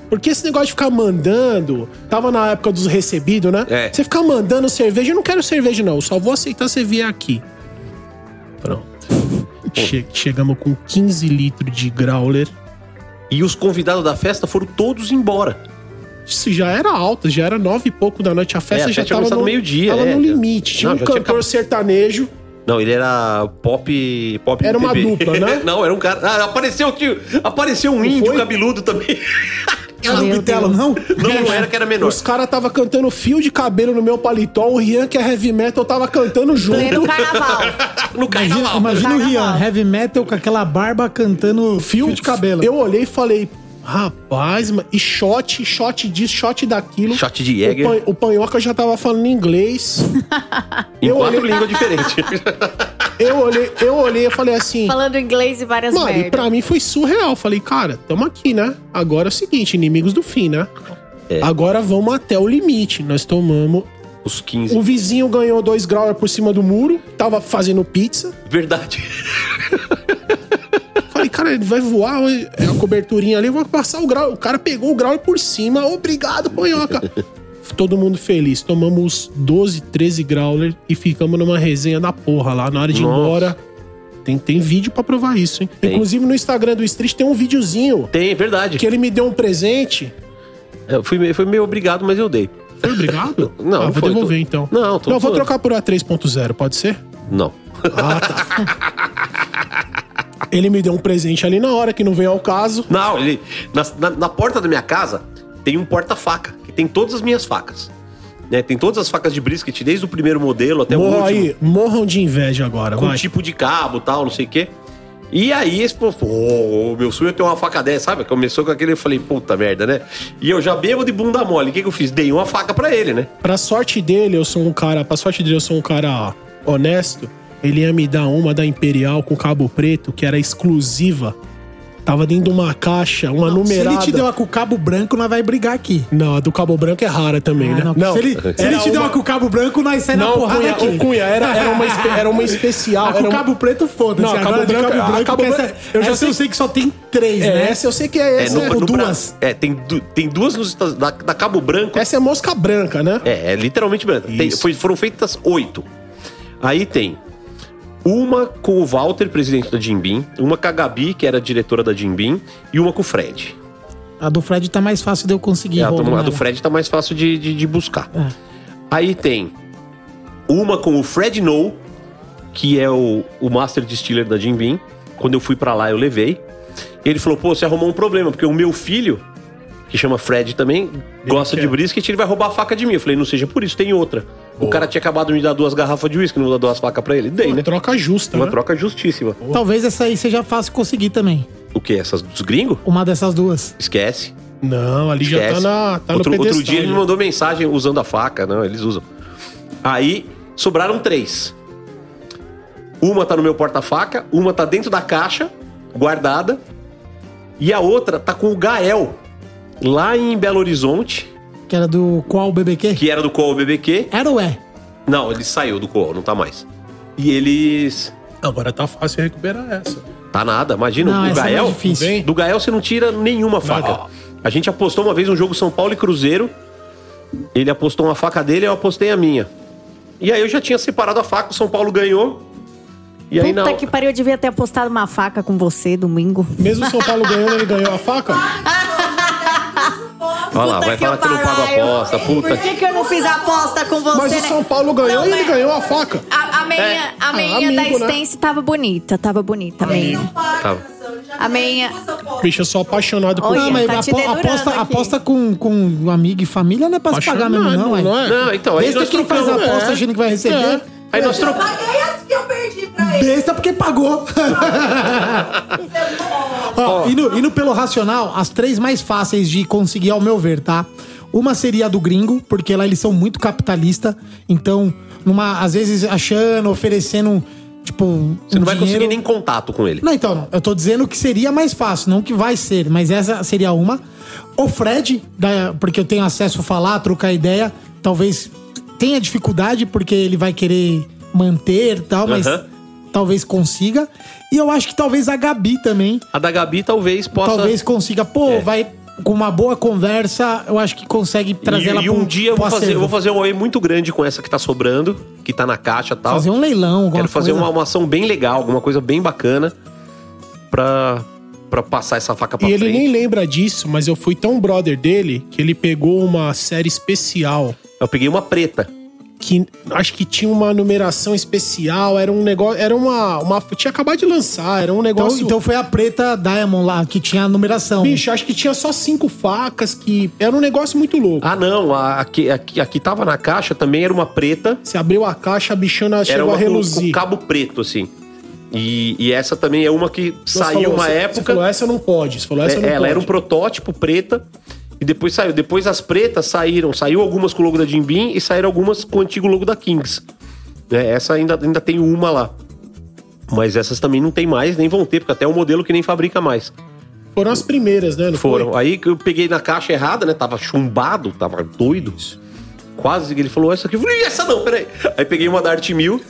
Porque esse negócio de ficar mandando. Tava na época dos recebidos, né?
É.
Você ficar mandando cerveja, eu não quero cerveja, não. Eu só vou aceitar se vier aqui. Pronto. Che- chegamos com 15 litros de growler.
E os convidados da festa foram todos embora.
Isso já era alta, já era nove e pouco da noite. A
É,
festa
a
já
festa tinha
tava
começado
no,
meio-dia,
tava
é.
no limite. Tinha
Não,
um
já tinha
cantor
acabado.
sertanejo.
Não, ele era pop. pop
Era uma
MPB.
dupla, né?
não, era um cara. Ah, apareceu aqui. Apareceu um índio
foi?
cabeludo também.
Não,
Meu
bitelo,
Deus.
não?
Não, não era que era menor.
Os caras tava cantando fio de cabelo no meu paletó, o Rian, que é heavy metal, tava cantando
Pleno
junto.
carnaval.
No
Imagina,
carnaval.
imagina o Rian,
Carnaval.
heavy metal com aquela barba cantando fio de cabelo.
Eu olhei e falei, rapaz, ma- e shot, shot disso, shot daquilo.
Shot de Jäger.
O, pan- o panhoca já tava falando inglês.
Em
eu
quatro
olhei-
línguas diferentes.
eu olhei, eu olhei e falei assim.
Falando inglês e várias
Mano, e
merdas.
pra mim foi surreal. Falei, cara, tamo aqui, né? Agora é o seguinte, inimigos do fim, né?
É.
Agora vamos até o limite. Nós tomamos.
Os 15.
O vizinho ganhou dois graus por cima do muro, tava fazendo pizza.
Verdade.
Falei, cara, ele vai voar, é a coberturinha ali, eu vou passar o grau. O cara pegou o grau por cima. Obrigado, Panhoca. Todo mundo feliz. Tomamos 12, 13 grauler e ficamos numa resenha da porra lá. Na hora de ir
Nossa.
embora, tem, tem vídeo pra provar isso, hein?
Tem.
Inclusive no Instagram do Street tem um videozinho
Tem, verdade.
que ele me deu um presente.
Eu fui, meio- foi meio obrigado, mas eu dei.
Foi obrigado?
Não,
Ah,
não
vou
foi,
devolver
tô-
então.
Não, tô
Não, eu vou
zoando.
trocar por A3.0, pode ser?
Não.
Ele me deu um presente ali na hora, que não veio ao caso.
Não, ele. Na, na- na porta da minha casa tem um porta-faca, que tem todas as minhas facas. Né? Tem todas as facas de brisket, desde o primeiro modelo até o
Morram
último.
aí, morram de inveja agora,
com
vai.
tipo de cabo tal, não sei o quê. E aí esse povo, "Ô, meu sonho é ter uma faca dessa, sabe? Começou com aquele, eu falei, puta merda, né? E eu já bebo de bunda mole. O que, que eu fiz? Dei uma faca pra ele, né?
Pra sorte dele, eu sou um cara. Pra sorte dele, eu sou um cara honesto. Ele ia me dar uma da Imperial com cabo preto, que era exclusiva. Tava dentro de uma caixa, uma
Se
numerada.
ele te deu uma com o cabo branco, nós vai brigar aqui.
Não, a do cabo branco é rara também,
Ah,
né?
não. Se ele, se ele
Era
te deu uma
uma-
com o cabo branco, nós sai na
Não,
porrada
Cunha,
aqui.
o Cunha, era, era, uma, espe- era uma especial.
Ah,
era
com o
uma-
cabo preto, foda-se.
Não, cabo
Agora de
branco-
cabo
ah,
branco,
cabo
porque
branco-
essa- eu já
essa eu
sei que só tem três,
É,
né?
essa eu sei que é essa.
no-
é-
Bra-
ou duas.
É, tem, du- tem duas nos Estados da, da Cabo Branco.
Essa é mosca branca, né?
É, é literalmente branca. Tem-
Isso.
foi- foram feitas oito. Aí tem uma com o Walter, presidente da Jimbim, uma com a Gabi, que era diretora da Jimbim, e uma com o Fred.
A do Fred tá mais fácil de eu conseguir.
É, a,
Romulo,
do- a do
né?
Fred tá mais fácil de, de, de buscar.
É.
Aí tem uma com o Fred No, que é o, o Master Distiller da Jim Beam. Quando eu fui pra lá, eu levei. Ele falou, pô, você arrumou um problema, porque o meu filho que chama Fred também, gosta
quer.
de brisket, ele vai roubar a faca de mim. Eu falei, não seja por isso, tem outra. O cara tinha acabado de me dar duas garrafas de uísque, não vou dar duas facas pra ele? Dei,
Uma
né?
troca justa,
Uma
né?
troca justíssima.
Talvez essa aí seja fácil conseguir também.
O que? Essas dos gringos?
Uma dessas duas.
Esquece.
Não, ali já tá,
Esquece.
na, tá
outro,
no pedestal.
outro dia ele me
já.
mandou mensagem usando a faca, não, eles usam. Aí sobraram três. Uma tá no meu porta-faca, uma tá dentro da caixa, guardada, e a outra tá com o Gael, lá em Belo Horizonte,
Que era do qual BBQ?
que era do Coal BBQ.
Era ou é?
Não, ele saiu do Coal, não tá mais. E eles.
Agora tá fácil recuperar essa.
Tá nada, imagina.
Não,
o
essa é
Gael.
mais difícil.
Vem.
Do Gael você não tira nenhuma faca. A gente apostou uma vez um jogo São Paulo e Cruzeiro. Ele apostou uma faca dele, eu apostei a minha. E aí eu já tinha separado a faca, o São Paulo ganhou. E aí
Puta
não.
que pariu, eu devia ter apostado uma faca com você domingo.
Mesmo o São Paulo ganhando, ele ganhou a faca?
Olha lá, vai
que eu
falar que eu não pago
pariu.
aposta, puta.
Por que, que eu não fiz a aposta com você,
Mas o
né?
São Paulo ganhou
Não,
e ele
é.
ganhou a faca.
A, a meinha, a meinha
amigo,
da
né?
Stance tava bonita, tava bonita, a meinha.
Não para,
Tá.
atenção, ele já
A minha-
perdeu duas apostas.
Bicho, eu sou apaixonado por
Olha,
isso.
Não, mas
tá te
apo-
dedurando
aposta,
aqui.
aposta com, com amigo e família não é pra se pagar mesmo, não, é?
Não, então, aí
Besta
nós
que quem faz a
trocamos,
aposta
é.
achando que vai receber.
Aí nós
Eu
trocamos.
paguei as que eu perdi pra
É.
ele. é
Besta porque pagou. Ó, indo, indo pelo racional, as três mais fáceis de conseguir, ao meu ver, tá? Uma seria a do gringo, porque lá eles são muito capitalista. Então, numa, às vezes achando, oferecendo, tipo.
Você não vai conseguir nem contato com ele.
Não, então, não. eu tô dizendo que seria mais fácil, não que vai ser, mas essa seria uma. O Fred, da- porque eu tenho acesso a falar, trocar ideia, talvez tenha dificuldade, porque ele vai querer manter e tal, mas
Aham.
talvez consiga. E eu acho que talvez a Gabi também,
A da Gabi talvez possa.
talvez consiga. Pô,
É.
vai com uma boa conversa, eu acho que consegue trazer
E,
ela
e
pro-
um dia eu
pro
vou, fazer, eu
acervo.
vou fazer um oi muito grande com essa que tá sobrando, que tá na caixa e tal.
Fazer um leilão, alguma
Quero fazer
coisa.
uma, uma ação bem legal, alguma coisa bem bacana pra, pra passar essa faca pra
E
frente.
ele nem lembra disso, mas eu fui tão brother dele que ele pegou uma série especial
Eu peguei uma preta.
que acho que tinha uma numeração especial, era um negócio, era uma, uma tinha acabado de lançar, era um
Então,
negócio.
então um foi a preta Diamond lá, que tinha a numeração.
bicho, acho que tinha só cinco facas que era um negócio muito louco.
Ah, não, a, a, que, a, que- a que tava na caixa também era uma preta.
Você abriu a caixa, a bichona
Era
chegou
uma
a
com- com,
reluzir.
cabo preto, assim. E, e essa também é uma que
Você
saiu
falou,
uma
você- assim, Você
época.
falou, essa não pode. Você falou, essa
É,
não
ela
pode.
era um protótipo preta e depois saiu. Depois as pretas saíram. Saiu algumas com o logo da Jim Beam e saíram algumas com o antigo logo da Kings. Né, essa ainda, ainda tem uma lá. Mas essas também não tem mais, nem vão ter, porque até é um modelo que nem fabrica mais.
Foram as primeiras, né? Não
Foram.
foi?
Aí que eu peguei na caixa errada, né? Tava chumbado, tava doido. Quase que ele falou essa aqui. Eu falei, "Ih, essa não, peraí. Aí peguei uma da Art Mil,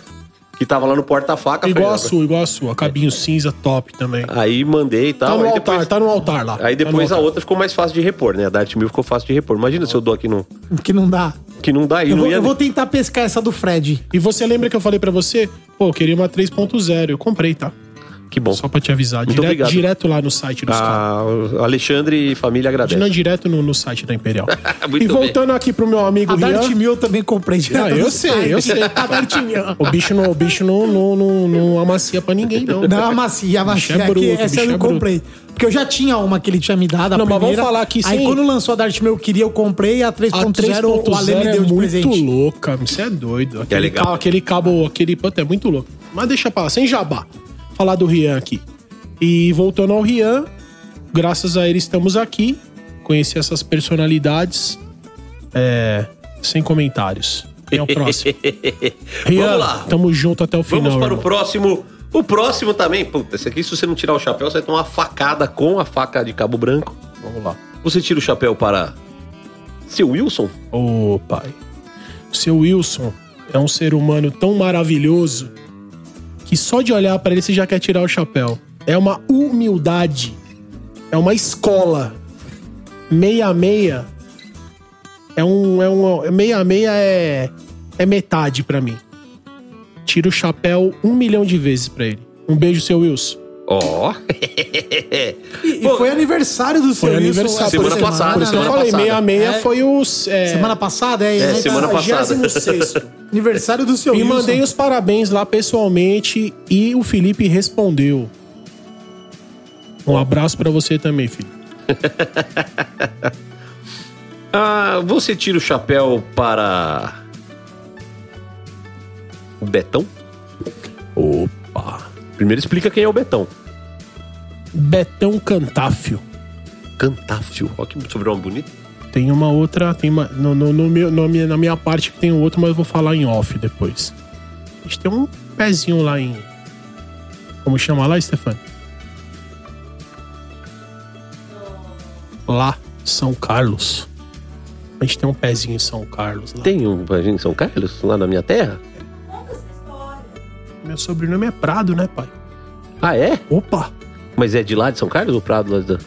que tava lá no porta-faca.
Igual a
falei,
sua, igual a sua. Cabinho cinza top também.
"Ah, Aí mandei e
tá
tal.
no
aí
altar,
depois,
tá no altar lá.
aí depois a
tá no altar.
outra ficou mais fácil de repor, né? A da Art Mil ficou fácil de repor. Imagina se eu dou aqui no.
Que não dá.
Que não dá, e
Eu
não
vou,
ia.
eu vou tentar pescar essa do Fred.
E você lembra que eu falei pra você? Pô, eu queria uma 3.0. Eu comprei, tá?
Que bom.
Só pra te avisar.
Muito
Dire-
obrigado.
Direto lá no site dos caras.
Ah, o Alexandre e família
Não,
agradecem.
direto no, no site da Imperial.
Muito
e voltando aqui pro meu amigo
A Dart
Rian.
Mill eu também comprei direto.
Ah, eu sei, eu sei.
A Dart Mill.
O bicho não, o bicho não, não, não, não amacia pra ninguém, não.
Não, a macia, a macia
Bicho é bruto,
aqui, essa
bicho
eu não
é bruto.
comprei. Porque eu já tinha uma que ele tinha me dado, a
Não, mas
primeira.
vamos falar aqui
Aí
sem-
quando lançou a Dart Mill, eu queria, eu comprei. A
A
3.0 o
3.0
Ale me
é
deu de
muito
presente.
louca, você é doido. Aquele,
legal.
ca- aquele cabo, aquele puta, é muito louco. Mas deixa pra lá, sem jabá. Falar do Rian aqui. E voltando ao Rian, graças a ele estamos aqui. Conheci essas personalidades. É, sem comentários. Quem é o próximo? Rian,
Vamos lá.
tamo junto até o final.
Vamos para o
irmão. próximo.
próximo. O próximo também, puta, esse aqui, se você não tirar o chapéu, você vai tomar uma facada com a faca de cabo branco.
Vamos lá.
Você tira o chapéu para. Seu Wilson?
Ô, pai. O seu Wilson é um ser humano tão maravilhoso que só de olhar pra ele você já quer tirar o chapéu. É uma humildade. É uma escola. Meia-meia é um. É um meia-meia é, é metade pra mim. Tiro o chapéu um milhão de vezes pra ele. Um beijo, seu Wilson.
Ó.
E foi aniversário do seu
Foi
Wilson,
aniversário.
essa
é, Semana
por isso-
passada,
Por isso que eu
semana
falei,
passada.
meia-meia
É.
foi os. É,
Semana passada, é?
É,
né?
semana passada.
46º.
Aniversário do seu
Me
Wilson.
mandei os parabéns lá pessoalmente e o Felipe respondeu. Um abraço pra você também, filho.
Ah, você tira o chapéu para. O Betão? Opa! Primeiro explica quem é o Betão.
Betão Cantáfio.
Cantáfio. Olha que sobrenome bonito.
Tem uma outra. Tem uma, no, no, no meu, na minha- na minha parte que tem um outro, mas eu vou falar em off depois. A gente tem um pezinho lá em. Como chama lá, Stefano? Lá, São Carlos. A gente tem um pezinho em São Carlos lá.
Tem um em São Carlos, lá na minha terra?
Conta essa história.
Meu sobrenome é Prado, né, pai?
Ah, é?
Opa!
Mas é de lá de São Carlos ou Prado? Lá de...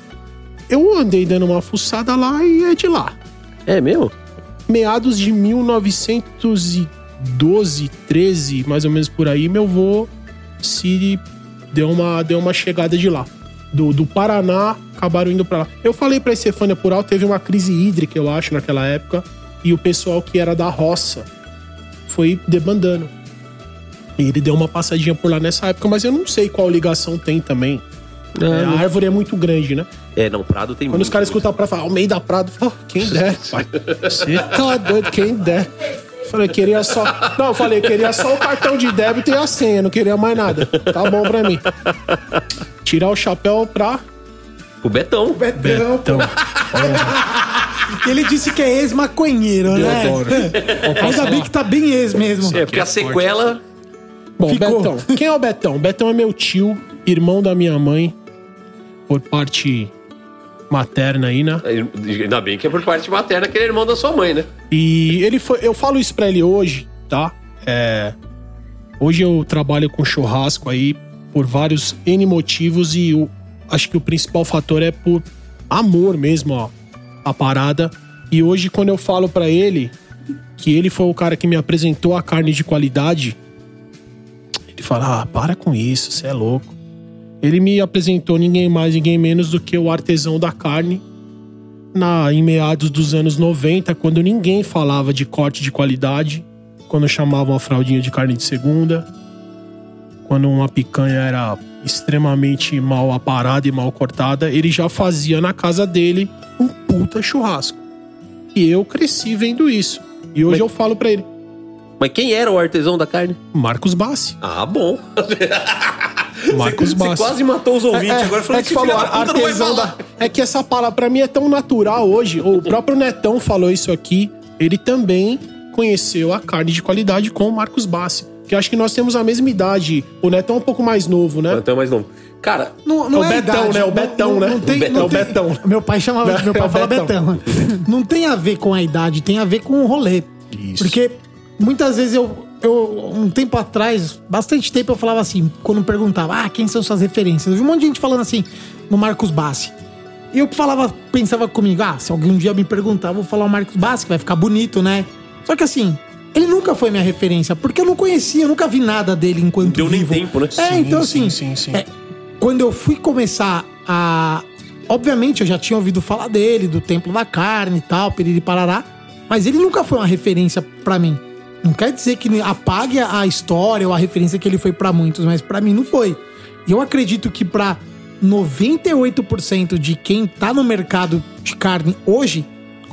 Eu andei dando uma fuçada lá e é de lá.
É mesmo?
meados de 1912, 13, mais ou menos por aí, meu avô se deu uma, deu uma chegada de lá. Do, do Paraná, acabaram indo pra lá. Eu falei pra Estefânia por alto, teve uma crise hídrica, eu acho, naquela época, e o pessoal que era da roça foi debandando. E ele deu uma passadinha por lá nessa época, mas eu não sei qual ligação tem também. É, a árvore é muito grande, né?
É, não, Prado tem
Quando os
muito,
caras
muito.
escutam pra falar, Almeida Prado, eu falo, "Ah, quem der, pai. Você tá doido, quem der. Falei, queria só. Não, eu falei, queria só o cartão de débito e a senha, não queria mais nada. Tá bom pra mim. Tirar o chapéu pra.
O Betão.
Betão. Ele disse que é ex-maconheiro, né? Ainda bem que tá bem ex mesmo.
É, porque a sequela.
Bom,
Ficou.
Betão. Quem é o Betão? Betão é meu tio, irmão da minha mãe, por parte materna aí, né?
Ainda bem que é por parte materna, que ele é irmão da sua mãe, né?
E ele foi. Eu falo isso pra ele hoje, tá? É, hoje eu trabalho com churrasco aí por vários N motivos e o, acho que o principal fator é por amor mesmo, ó. A parada. E hoje, quando eu falo pra ele que ele foi o cara que me apresentou a carne de qualidade, ele fala: ah, para com isso, você é louco. Ele me apresentou ninguém mais, ninguém menos do que o artesão da carne, na, em meados dos anos 90, quando ninguém falava de corte de qualidade, quando chamavam a fraldinha de carne de segunda, quando uma picanha era extremamente mal aparada e mal cortada, ele já fazia na casa dele um puta churrasco. E eu cresci vendo isso. E hoje eu falo pra ele,
Mas quem era o artesão da carne?
Marcos Bassi.
Ah, bom.
Marcos
Você
Bassi.
quase matou os ouvintes. Agora falando
é que falou,
filha da puta não vai
artesão
falar.
da. É que essa palavra pra mim é tão natural hoje. O próprio Netão falou isso aqui. Ele também conheceu a carne de qualidade com o Marcos Bassi. Que eu acho que nós temos a mesma idade. O Netão é um pouco mais novo, né?
Então é mais longo. Cara,
Não, não
É o
é
Betão,
idade.
né? O
Não-
Betão,
não-
né?
Não tem,
O Betão.
não tem-
É o Betão.
Meu pai chamava, meu
É
pai
o
fala Betão. Não tem a ver com a idade, tem a ver com o rolê.
Isso.
Porque muitas vezes eu, eu um tempo atrás, bastante tempo eu falava assim, quando perguntava: "Ah, quem são suas referências?" Eu vi um monte de gente falando assim no Marcos Bassi. E eu falava, pensava comigo, ah, se alguém um dia me perguntar, eu vou falar o Marcos Bassi, que vai ficar bonito, né? Só que assim, ele nunca foi minha referência, porque eu não conhecia, eu nunca vi nada dele enquanto
Não deu nem
vivo.
tempo, né?
É,
Sim,
então
sim,
assim,
sim, sim.
é, quando eu fui começar a. Obviamente, eu já tinha ouvido falar dele, do Templo da Carne e tal, Piriri Parará, mas ele nunca foi uma referência pra mim. Não quer dizer que apague a história ou a referência que ele foi pra muitos, mas pra mim não foi. E eu acredito que pra 98% de quem tá no mercado de carne hoje,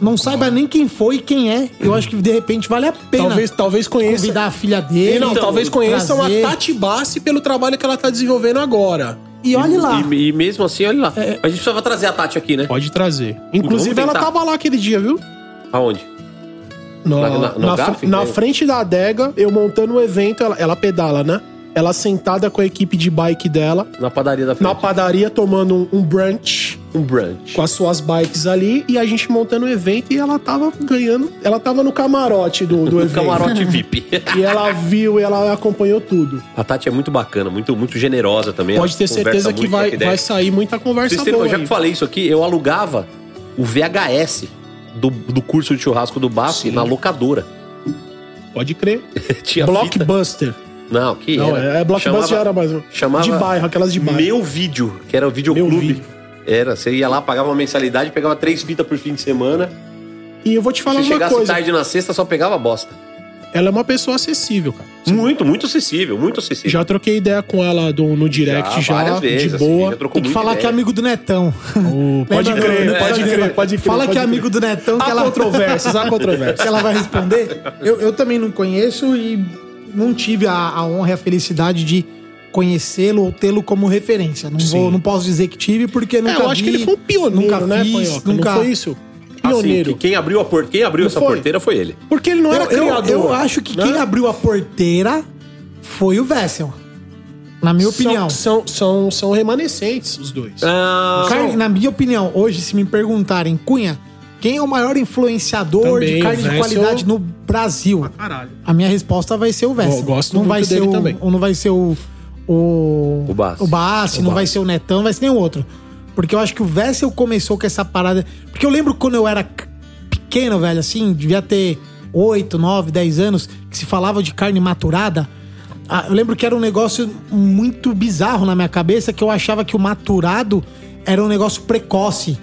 não saiba nem quem foi e quem é. Eu acho que de repente vale a pena
Talvez, talvez conheça.
convidar a filha dele.
Não,
Então,
talvez conheçam
trazer.
a Tati Bassi pelo trabalho que ela tá desenvolvendo agora.
E olhe lá.
E, e mesmo assim, olha
É,
lá. A gente precisava trazer a Tati aqui, né?
Pode trazer.
Vamos
Inclusive,
tentar.
ela tava lá aquele dia, viu?
Aonde?
No-
Na-
na,
na- no
fr-
Gaf,
na
né?
frente da adega, eu montando um evento, ela, ela pedala, né? Ela sentada com a equipe de bike dela,
Na padaria da frente.
na padaria tomando um, um brunch
Um brunch.
com as suas bikes ali, e a gente montando um evento e ela tava ganhando. Ela tava no camarote do, do
Um
evento.
camarote VIP.
E ela viu, ela acompanhou tudo.
A Tati é muito bacana, muito, muito generosa também.
Pode
Ela
ter
conversa
certeza que
muito,
vai,
troca ideia.
vai sair muita
Vocês
conversa
terem-
boa.
eu já
aí.
que falei isso aqui, eu alugava o VHS do, do curso de churrasco do Bassi
Sim.
na locadora.
Pode crer.
Tinha fita.
Blockbuster.
Não, que
Não,
era.
é, é Blockbuster já era mais. um.
chamava
de bairro, aquelas de bairro.
Meu vídeo, que era o videoclube.
Meu vídeo.
Era, você ia lá, pagava uma mensalidade, pegava três fitas por fim de semana.
E eu vou te
Se
falar uma
chegasse
coisa.
tarde na sexta, só pegava bosta.
Ela é uma pessoa acessível, cara.
Muito, muito acessível, muito acessível.
Já troquei ideia com ela do- no direct, já,
várias vezes,
de
assim,
boa.
já trocou
Tem que
muita
falar que é
ideia.
amigo do Netão.
O- pode
Lembra,
crer,
não?
pode crer, pode crer.
Fala
pode
que é
crer.
amigo do Netão que
Há
ela...
controvérsias, há
que
controvérsias.
ela vai responder. Eu, eu também não conheço e não tive a, a honra e a felicidade de conhecê-lo ou tê-lo como referência. Não, vou, não posso dizer que tive, porque
É,
nunca
eu acho
vi,
que ele foi um pioneiro,
nunca
né,
fiz,
Panhoca?
nunca...
Não foi isso?
Assim,
é Pioneiro.
que quem abriu a por... quem abriu essa
foi?
porteira foi ele.
Porque ele não era
Eu, eu-
criador.
eu acho que
né?
quem abriu a porteira foi o Vessel. Na minha opinião.
São, são, são, são remanescentes os dois. Ah.
Carne- na minha opinião, hoje, se me perguntarem, Cunha, quem é o maior influenciador
Também,
de carne
o
de
Vessel-
qualidade no Brasil?
Caralho.
A minha resposta vai ser o Vessel.
Eu gosto
não
muito
vai ser
dele
o,
também.
Ou não vai ser o. O,
O Bassi.
O Bassi, não vai ser o Netão, não vai ser nenhum outro. Porque eu acho que o Vessel começou com essa parada. Porque eu lembro quando eu era c- pequeno, velho, assim, devia ter 8, 9, 10 anos, que se falava de carne maturada. Ah, eu lembro que era um negócio muito bizarro na minha cabeça, que eu achava que o maturado era um negócio precoce.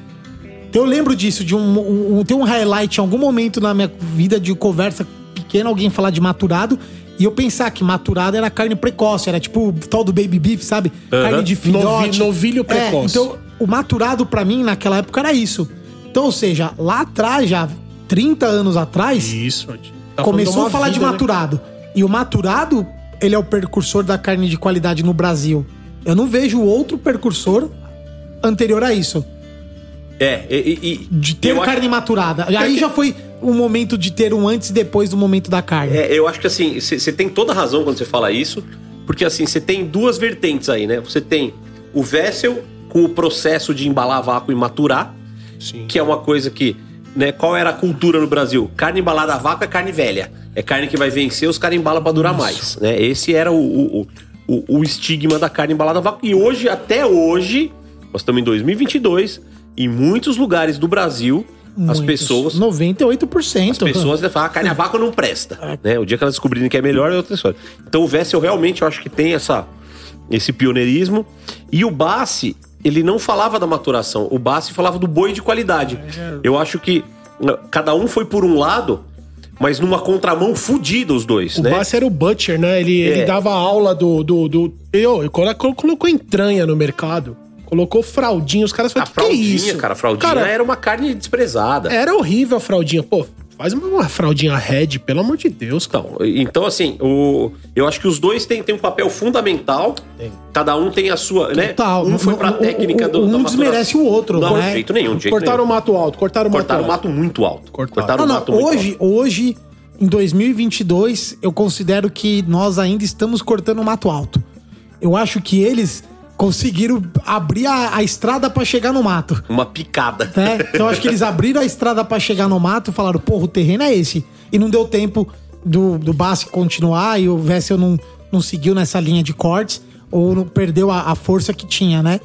Eu lembro disso, de um, um- um- tem um highlight em algum momento na minha vida de conversa pequena, alguém falar de maturado, e eu pensar que maturado era carne precoce, era tipo o tal do baby beef, sabe? Carne de filhote.
Novi- novilho
É,
precoce.
então, o maturado pra mim naquela época era isso. Então, ou seja, lá atrás, já 30 anos atrás,
Isso, gente. Tá falando
começou
uma
a falar de
vida, né?
maturado. E o maturado, ele é o precursor da carne de qualidade no Brasil. Eu não vejo outro precursor anterior a isso
É, e, e- e-
de ter
eu acho- É
carne maturada. Aí já foi um momento de ter um antes e depois do momento da carne.
É, eu acho que assim, você tem toda a razão quando você fala isso, porque assim, você tem duas vertentes aí, né? Você tem o Vessel com o processo de embalar vácuo e maturar, que é uma coisa que, né, qual era a cultura no Brasil? Carne embalada a vácuo é carne velha. É carne que vai vencer, os caras embalam pra durar mais, né? Esse era o, o, o- o estigma da carne embalada a vácuo. E hoje, até hoje, nós estamos em 2022, em muitos lugares do Brasil, as
Muitos.
pessoas
98%.
as pessoas ainda falam, "Ah, carne a vácuo não presta. né? O dia que elas descobrirem que é melhor é outra história. Então o Vessel realmente eu acho que tem essa, esse pioneirismo. E o Bassi, ele não falava da maturação. O Bassi falava do boi de qualidade.
É.
Eu acho que né, cada um foi por um lado, mas numa contramão fudida os dois,
O
né? É.
Bassi era o Butcher, né? Ele, ele dava aula do. do, do... Eu, eu colo- colo- colocou entranha no mercado, colocou fraldinha. Os caras
A
falaram, que, que é
fraldinha,
isso?
cara, a fraldinha é
Cara,
era uma carne desprezada.
era horrível a fraldinha. Pô, faz uma fraldinha red, pelo amor de Deus, cara.
Então, então assim, o, eu acho que os dois têm, têm um papel fundamental. Cada um tem a sua, né?
Total.
Um foi
Um-
pra
um-
técnica do,
um
da maturação.
desmerece o outro,
Não,
né?
de jeito nenhum, de jeito
Cortaram o
nenhum.
mato alto, cortaram o mato
Cortaram o mato
alto.
muito alto.
Cortaram.
Cortaram
Ah, Não,
o
não,
mato muito
hoje,
alto.
hoje, em 2022, eu considero que nós ainda estamos cortando o mato alto. Eu acho que eles conseguiram abrir a, a estrada pra chegar no mato.
Uma picada.
né? Então eu acho que eles abriram a estrada pra chegar no mato e falaram, porra, o terreno é esse. E não deu tempo do, do Basque continuar e o Vessel não, não seguiu nessa linha de cortes ou não perdeu a, a força que tinha, né?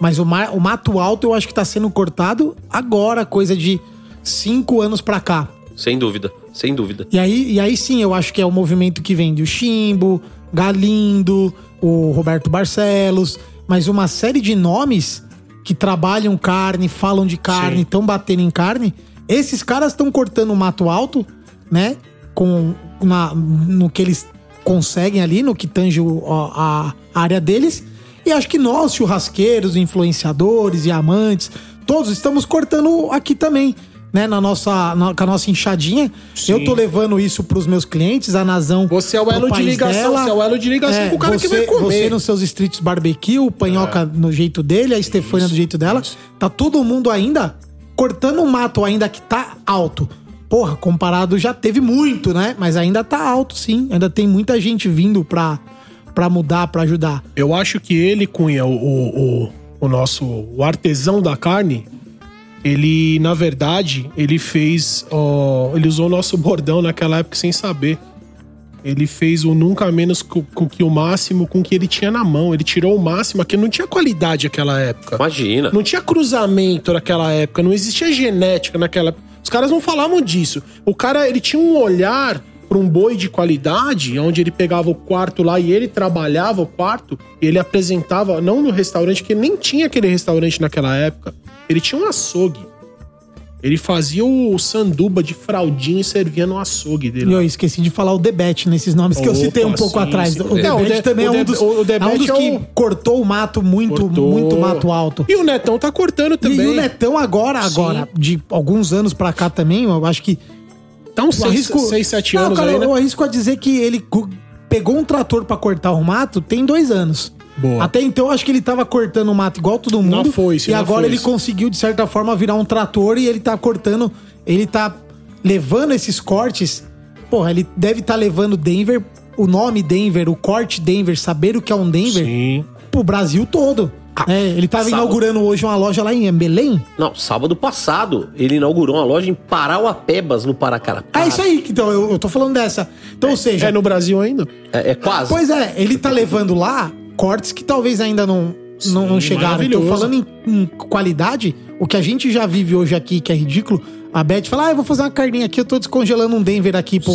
Mas o, ma- o mato alto eu acho que tá sendo cortado agora, coisa de cinco anos pra cá.
Sem dúvida, sem dúvida.
E aí, e aí sim, eu acho que é o movimento que vem do Chimbo, Galindo, o Roberto Barcelos, mas uma série de nomes que trabalham carne, falam de carne, estão batendo em carne. Esses caras estão cortando o mato alto, né? Com, na, no que eles conseguem ali, no que tange o- ó, a, a área deles. E acho que nós, churrasqueiros, influenciadores e amantes, todos estamos cortando aqui também, né? Na nossa, na- com a nossa enxadinha. Eu tô levando isso pros meus clientes, a Nazão.
Você é o
pro
elo de
país
ligação, você é o elo de ligação pro cara que
você-
vai comer. É.
Você nos seus streets barbecue, o Panhoca no jeito dele, a Estefânia do jeito dela. Tá todo mundo ainda cortando o mato, ainda que tá alto. Porra, comparado já teve muito, né? Mas ainda tá alto, sim. Ainda tem muita gente vindo pra, pra mudar, pra ajudar.
Eu acho que ele, Cunha, o, o, o- o nosso o artesão da carne, ele, na verdade, ele fez. ó, ele usou o nosso bordão naquela época sem saber. Ele fez o nunca menos com, com que o máximo com que ele tinha na mão. Ele tirou o máximo, que não tinha qualidade naquela época.
Imagina.
Não tinha cruzamento naquela época, não existia genética naquela época. Os caras não falavam disso. O cara, ele tinha um olhar para um boi de qualidade, onde ele pegava o quarto lá e ele trabalhava o quarto, e ele apresentava, não no restaurante, que nem tinha aquele restaurante naquela época. Ele tinha um açougue. Ele fazia o sanduba de fraldinha e servia no açougue
E
dele.
eu esqueci de falar o Debete nesses nomes que eu
Opa,
citei um pouco
sim,
atrás.
sim.
O
Não, o
Debete
De-
também
o
é um
De-
dos,
o
é
Debete
um dos
é
que
o-
cortou o mato muito,
Cortou.
muito mato alto.
E o Netão tá cortando
E,
também.
o Netão agora,
Sim.
agora, de alguns anos pra cá também, eu acho que
Tá uns
Eu arrisco-
6, 7
Não,
anos
cara,
aí, né?
Eu arrisco a dizer que ele cu- pegou um trator pra cortar o mato tem dois anos.
Boa.
Até então, eu acho que ele tava cortando o mato igual todo mundo.
foice,
e
na
agora
foice.
ele conseguiu, de certa forma, virar um trator e ele tá cortando. Ele tá levando esses cortes. Porra, ele deve estar tá levando Denver, o nome Denver, o corte Denver, saber o que é um Denver,
Sim. Ah,
pro Brasil todo. É, ele tava
Sábado.
inaugurando hoje uma loja lá em Belém.
Não, sábado passado ele inaugurou uma loja em Parauapebas, no Paracarapá.
Ah, isso aí, então, eu, eu tô falando dessa. Então, ou seja,
É no Brasil ainda?
É, é quase.
Pois é, ele tá levando lá cortes que talvez ainda não, não, não chegaram. Então,
maravilhoso.
falando em, em qualidade, o que a gente já vive hoje aqui, que é ridículo, a Beth fala: ah, eu vou fazer uma carninha aqui, eu tô descongelando um Denver aqui. Pô.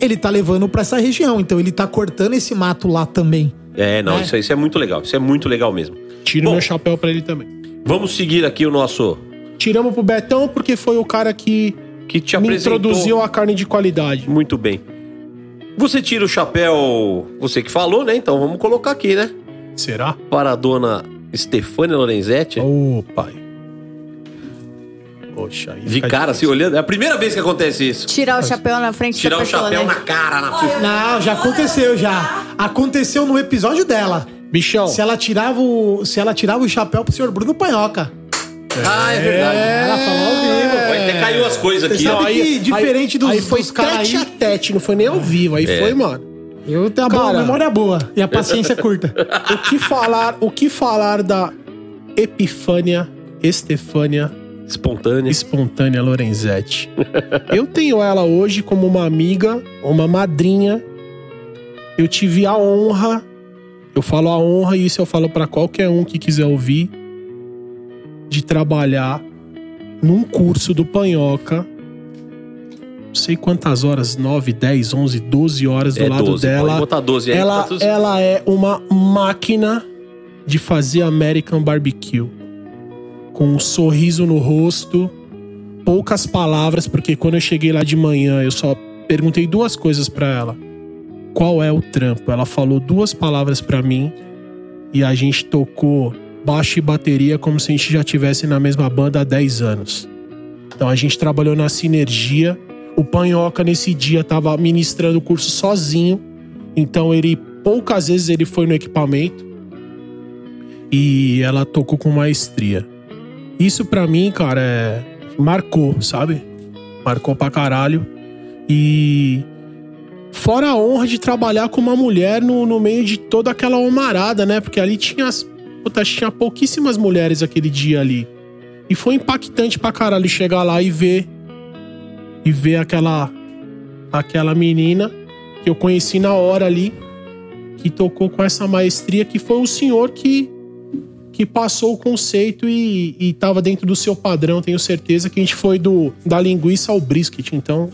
Ele tá levando pra essa região, então ele tá cortando esse mato lá também.
É, não,
né?
isso, aí- isso é muito legal. Isso é muito legal mesmo.
Tiro
Bom.
meu chapéu pra ele também.
Vamos seguir aqui o nosso.
Tiramos pro Betão porque foi o cara que
Que te
me
apresentou.
introduziu a carne de qualidade.
Muito bem. Você tira o chapéu, você que falou, né? Então vamos colocar aqui, né?
Será?
Para a dona Stefania Lorenzetti.
Ô, pai. Poxa, aí
De
fica
cara, se
difícil.
olhando. É a primeira vez que acontece isso.
Tirar o chapéu na frente
Tirar
da
o
pessoa,
chapéu
né?
na cara, na frente.
Não, já aconteceu já. Aconteceu no episódio dela.
Bichão,
Se ela tirava o, se ela tirava o chapéu pro senhor Bruno Panhoca.
Ah, é verdade.
Ela falou ao vivo.
Pô, Até caiu as coisas aqui,
sabe
ó.
que diferente dos-
É. aí foi
dos cara
tete
aí-
a tete, não foi nem ao vivo. Aí foi, mano.
Eu tenho Então, é uma
Cara.
memória boa e a paciência é curta.
O que falar, o que falar da Epifânia Estefânia
Espontânea.
espontânea Lorenzetti. Eu tenho ela hoje como uma amiga, uma madrinha. Eu tive a honra, eu falo a honra e isso eu falo pra qualquer um que quiser ouvir, de trabalhar num curso do Panhoca. Não sei quantas horas, 9, 10, 11, 12 horas do
É
lado
12. Pode
dela.
botar 12 aí.
Ela,
tá tudo-
ela é uma máquina de fazer American Barbecue. Com um sorriso no rosto, poucas palavras, porque quando eu cheguei lá de manhã, eu só perguntei duas coisas pra ela. Qual é o trampo? Ela falou duas palavras pra mim e a gente tocou baixo e bateria como se a gente já tivesse na mesma banda há 10 anos. Então a gente trabalhou na sinergia. O Panhoca nesse dia tava ministrando o curso sozinho. Então ele poucas vezes ele foi no equipamento e ela tocou com maestria. Isso pra mim, cara, é marcou, sabe? Marcou pra caralho. E fora a honra de trabalhar com uma mulher no, no meio de toda aquela homarada, né? Porque ali tinha as puta, tinha pouquíssimas mulheres aquele dia ali. E foi impactante pra caralho chegar lá e ver e ver aquela aquela menina que eu conheci na hora ali, que tocou com essa maestria, que foi o senhor que, que passou o conceito e, e tava dentro do seu padrão, tenho certeza que a gente foi do da linguiça ao brisket, então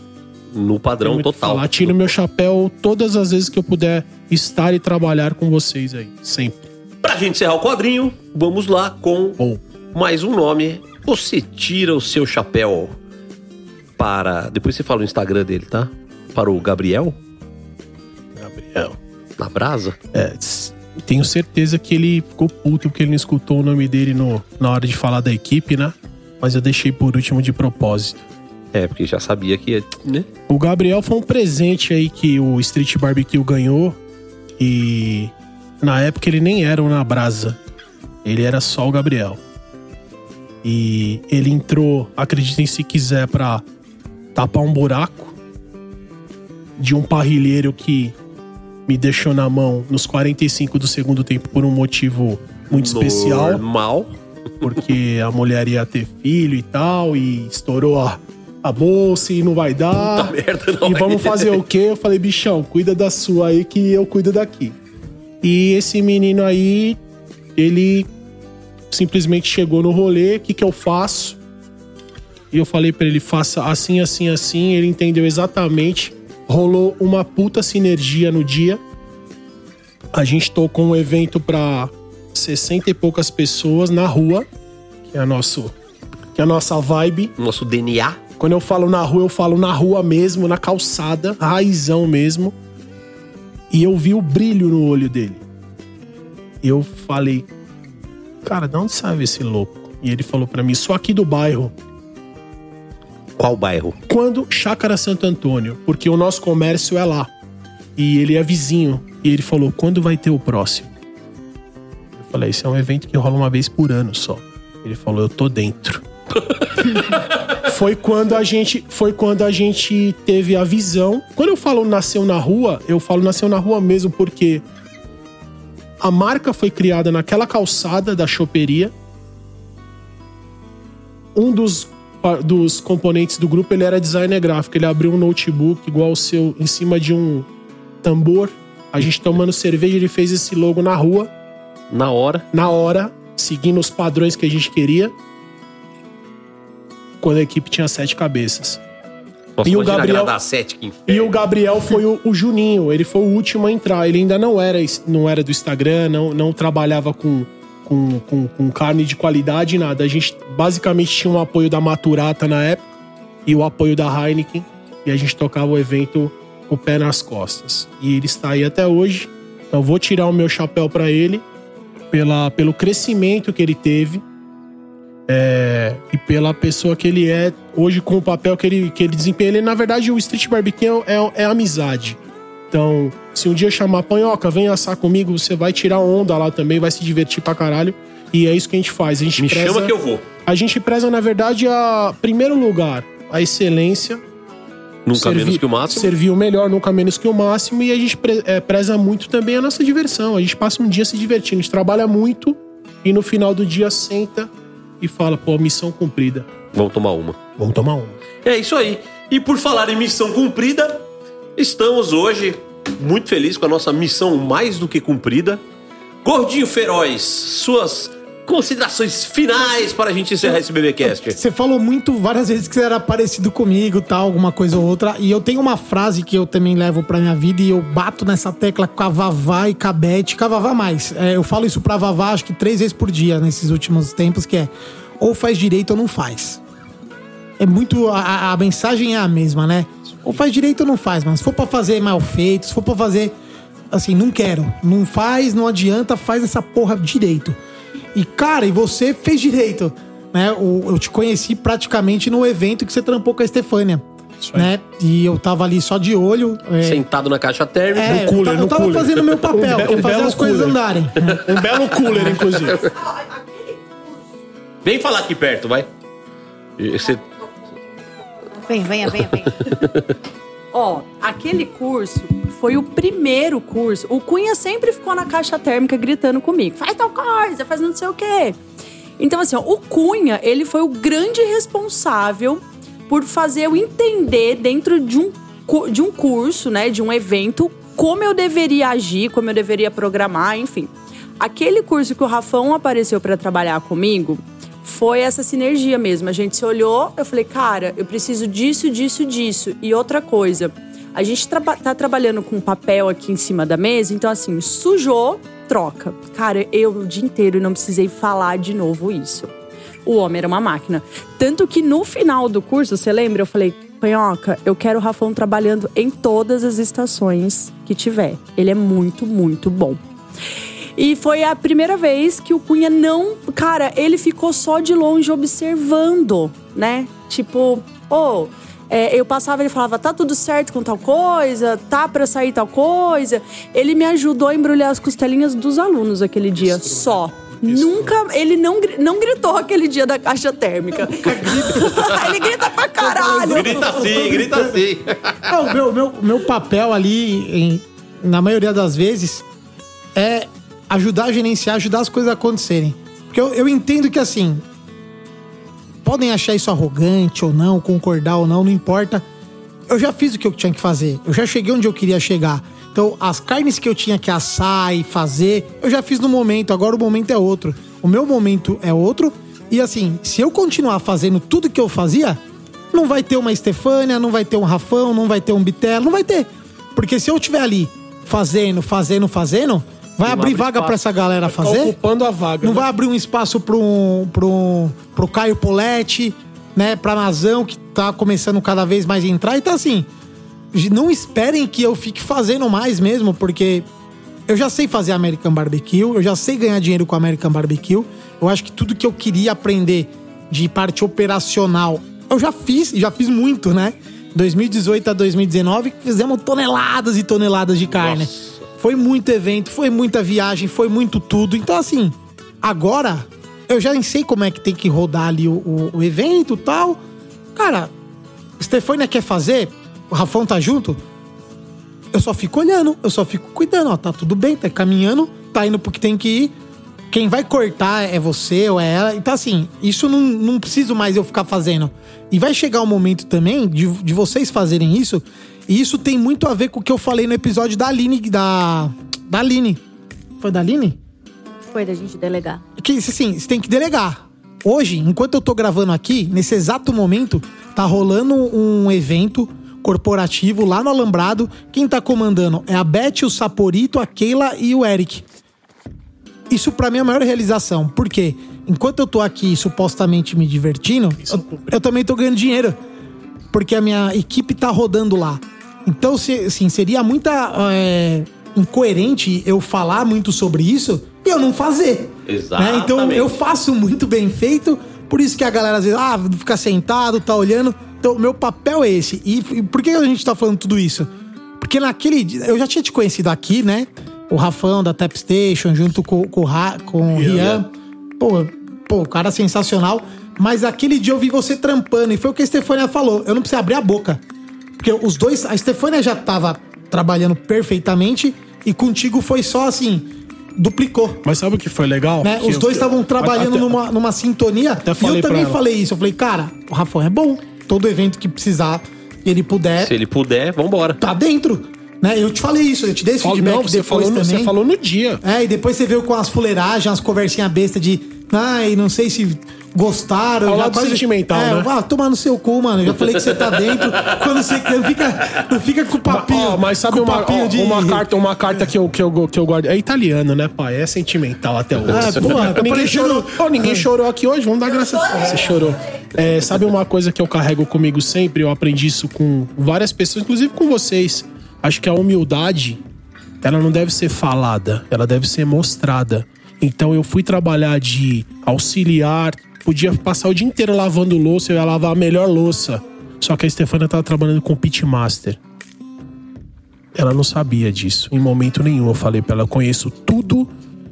No
tem
padrão
muito o que
total.
falar. Tiro meu chapéu todas as vezes que eu puder estar e trabalhar com vocês aí, sempre.
Pra gente encerrar o quadrinho, vamos lá com
Bom.
mais um nome. Você tira o seu chapéu para. Depois você fala o Instagram dele, tá? Para o Gabriel? Gabriel. Na brasa?
É, tss, tenho certeza que ele ficou puto porque ele não escutou o nome dele no, na hora de falar da equipe, né? Mas eu deixei por último de propósito.
É, porque já sabia que. ia, Né?
O Gabriel foi um presente aí que o Street Barbecue ganhou. E na época ele nem era o Na Brasa. Ele era só o Gabriel. E ele entrou, acreditem se quiser, pra tapar um buraco de um parrilheiro que me deixou na mão nos 45 do segundo tempo por um motivo muito especial
Normal.
porque a mulher ia ter filho e tal, e estourou a, a bolsa e não vai dar.
Puta merda, não
e
vai
vamos
dar.
fazer o quê? Eu falei, bichão, cuida da sua aí que eu cuido daqui. E esse menino aí, ele simplesmente chegou no rolê, o que, que eu faço? E eu falei pra ele, faça assim, assim, assim. Ele entendeu exatamente. Rolou uma puta sinergia no dia. A gente tocou um evento pra 60 e poucas pessoas na rua, que é nosso que é a nossa vibe.
Nosso DNA.
Quando eu falo na rua, eu falo na rua mesmo, na calçada, raizão mesmo. E eu vi o brilho no olho dele. E eu falei, cara, de onde sabe esse louco? E ele falou pra mim, sou aqui do bairro.
Qual bairro?
Quando? Chácara Santo Antônio, porque o nosso comércio é lá. E ele é vizinho. E ele falou, quando vai ter o próximo? Eu falei, isso é um evento que rola uma vez por ano só. Ele falou, eu tô dentro. foi quando a gente foi quando a gente teve a visão. Quando eu falo nasceu na rua, eu falo nasceu na rua mesmo porque a marca foi criada naquela calçada da choperia. Um dos dos componentes do grupo, ele era designer gráfico, ele abriu um notebook igual o seu em cima de um tambor. A gente tomando cerveja, ele fez esse logo na rua
Na hora.
na hora, seguindo os padrões que a gente queria, quando a equipe tinha sete cabeças.
Nossa,
E o
imagina
Gabriel-
agradar sete, que inferno.
E o Gabriel foi o, o Juninho, ele foi o último a entrar. Ele ainda não era, não era do Instagram, não, não trabalhava com, com, com, com carne de qualidade, nada. A gente basicamente tinha um apoio da Maturata na época e o apoio da Heineken. E a gente tocava o evento com o pé nas costas. E ele está aí até hoje. Então vou tirar o meu chapéu para ele pela, pelo crescimento que ele teve. é, e pela pessoa que ele é hoje com o papel que ele, que ele desempenha. Ele, na verdade, o Street Barbecue é, é amizade. Então, se um dia eu chamar panhoca, vem assar comigo, você vai tirar onda lá também, vai se divertir pra caralho. E é isso que a gente faz. A gente
Me
preza-
chama que eu vou.
a gente preza, na verdade, a primeiro lugar, a excelência.
Nunca
Servi-
menos que o máximo.
Servir o melhor, nunca menos que o máximo. E a gente pre- eh, preza muito também a nossa diversão. A gente passa um dia se divertindo. A gente trabalha muito e no final do dia senta e fala, pô, missão cumprida.
Vamos tomar uma.
Vamos tomar uma.
É isso aí. E por falar em missão cumprida, estamos hoje muito felizes com a nossa missão mais do que cumprida. Gordinho Feroz, suas considerações finais para a gente encerrar esse BBcast.
Você falou muito várias vezes que você era parecido comigo, tal, alguma coisa ou outra. E eu tenho uma frase que eu também levo pra minha vida e eu bato nessa tecla com a Vavá e com a Beth, com a Vavá mais. É, eu falo isso pra Vavá acho que três vezes por dia nesses últimos tempos, que é ou faz direito ou não faz. É muito. A, a- a mensagem é a mesma, né? Ou faz direito ou não faz, mano. Se for pra fazer mal feito, se for pra fazer. Assim, não quero. Não faz, não adianta, faz essa porra direito. E, cara, e você fez direito. Né? O- Eu te conheci praticamente no evento que você trampou com a Estefânia. Né? E eu tava ali só de olho. é,
Sentado na caixa térmica.
é, eu, ta- eu tava fazendo meu papel,
be-
que é
um
fazer
belo
as coisas
cooler.
andarem.
Um belo cooler, inclusive.
Ah, Aquele curso
Vem falar aqui perto, vai. E Você
Vem, venha, venha, venha.
Ó, aquele curso foi o primeiro curso. O Cunha sempre ficou na caixa térmica gritando comigo: faz tal coisa, faz não sei o quê. Então, assim, ó, o Cunha, ele foi o grande responsável por fazer eu entender dentro de um, cu- de um curso, né, de um evento, como eu deveria agir, como eu deveria programar, enfim. Aquele curso que o Rafão apareceu para trabalhar comigo foi essa sinergia mesmo. A gente se olhou, eu falei, cara, eu preciso disso, disso, disso. E outra coisa, a gente traba- tá trabalhando com papel aqui em cima da mesa, então assim, sujou, troca. Cara, eu o dia inteiro não precisei falar de novo isso. O homem era uma máquina. Tanto que no final do curso, você lembra? Eu falei, Panhoca, eu quero o Rafão trabalhando em todas as estações que tiver. Ele é muito, muito bom. E foi a primeira vez que o Cunha não. Cara, ele ficou só de longe observando, né? Tipo, ô. é, eu passava, ele falava, tá tudo certo com tal coisa, tá pra sair tal coisa. Ele me ajudou a embrulhar as costelinhas dos alunos aquele dia, só. Nunca, ele não, gri- não gritou aquele dia da caixa térmica. ele grita pra caralho.
grita assim, grita assim.
É, o meu, meu, meu papel ali, em- na maioria das vezes, é ajudar a gerenciar, ajudar as coisas a acontecerem. Porque eu, eu entendo que assim. Podem achar isso arrogante ou não, concordar ou não, não importa. Eu já fiz o que eu tinha que fazer. Eu já cheguei onde eu queria chegar. Então, as carnes que eu tinha que assar e fazer, eu já fiz no momento. Agora o momento é outro. O meu momento é outro. E assim, se eu continuar fazendo tudo que eu fazia, não vai ter uma Estefânia, não vai ter um Rafão, não vai ter um Bitelo, não vai ter. Porque se eu estiver ali fazendo, fazendo, fazendo, Vai abrir vaga pra essa galera
Tá
fazer?
ocupando a vaga.
Não
né?
vai abrir um espaço pro, um, pro, um- pro Caio Poletti, né? Pra Nazão, que tá começando cada vez mais a entrar. Então, assim, j- não esperem que eu fique fazendo mais mesmo, porque eu já sei fazer American Barbecue, eu já sei ganhar dinheiro com American Barbecue. Eu acho que tudo que eu queria aprender de parte operacional, eu já fiz, e já fiz muito, né? 2018 a 2019, fizemos toneladas e toneladas de carne. Foi muito evento, foi muita viagem, foi muito tudo. Então, assim, agora eu já nem sei como é que tem que rodar ali o, o- o evento e tal. Cara, Stefania quer fazer, o Rafão tá junto. Eu só fico olhando, eu só fico cuidando, ó, tá tudo bem, tá caminhando, tá indo pro que tem que ir. Quem vai cortar é você ou é ela. Então, assim, isso não, não preciso mais eu ficar fazendo. E vai chegar um momento também de, de vocês fazerem isso. E isso tem muito a ver com o que eu falei no episódio da Aline. Da, da Aline. Foi da Aline?
Foi da gente delegar.
que assim, você tem que delegar. Hoje, enquanto eu tô gravando aqui, nesse exato momento, tá rolando um evento corporativo lá no Alambrado. Quem tá comandando é a Beth, o Saporito, a Keila e o Eric. Isso pra mim é a maior realização. Por quê? Enquanto eu tô aqui supostamente me divertindo, eu, eu também tô ganhando dinheiro. Porque a minha equipe tá rodando lá. Então, se- assim, seria muita é, incoerente eu falar muito sobre isso e eu não fazer. Né?
Exatamente.
Então eu faço muito bem feito, por isso que a galera às vezes ah, fica sentado, tá olhando. Então meu papel é esse. E, e por que a gente tá falando tudo isso? Porque naquele dia, eu já tinha te conhecido aqui, né? O Rafão da Tap Station, junto com, com, o Ra- com o Rian. Pô, pô, o cara é sensacional. Mas aquele dia eu vi você trampando, e foi o que a Stefania falou. Eu não precisei abrir a boca. Porque os dois, a Stefania já tava trabalhando perfeitamente e contigo foi só assim, duplicou.
Mas sabe o que foi legal?
Né?
Que
Os
eu-
dois estavam trabalhando
um- Até-
numa, numa sintonia.
Até
e
falei
eu
pra
também
ela.
falei isso. Eu falei, cara, o Rafão é bom. Todo evento que precisar, ele puder,
Se ele puder, vambora.
tá dentro. Né? Eu te falei isso, eu te dei esse
Fala-
feedback
Não, você
depois
falou, no,
também.
você falou no dia.
É, e depois você veio com as fuleiragens, as conversinhas besta de. Ai, não sei se gostaram.
Ao
já
lado
sei-
sentimental,
é,
né?
Ah, tomar no seu cu, mano. Já falei que você tá dentro. Quando você não fica, não fica com papinho.
Ó, mas sabe
com
uma,
papinho
ó,
de-
uma carta, uma carta que eu, que, eu, que eu guardo. É italiano, né, pai? É sentimental até hoje.
Ah, porra, tá
ninguém
parecendo-
chorou. Ó, ninguém chorou aqui hoje, vamos dar graças a Deus. Você chorou. É, sabe uma coisa que eu carrego comigo sempre? Eu aprendi isso com várias pessoas, inclusive com vocês. Acho que a humildade, ela não deve ser falada, ela deve ser mostrada. Então eu fui trabalhar de auxiliar, podia passar o dia inteiro lavando louça, eu ia lavar a melhor louça. Só que a Stefania tava trabalhando com pitmaster. Ela não sabia disso. Em momento nenhum eu falei pra ela, eu conheço tudo.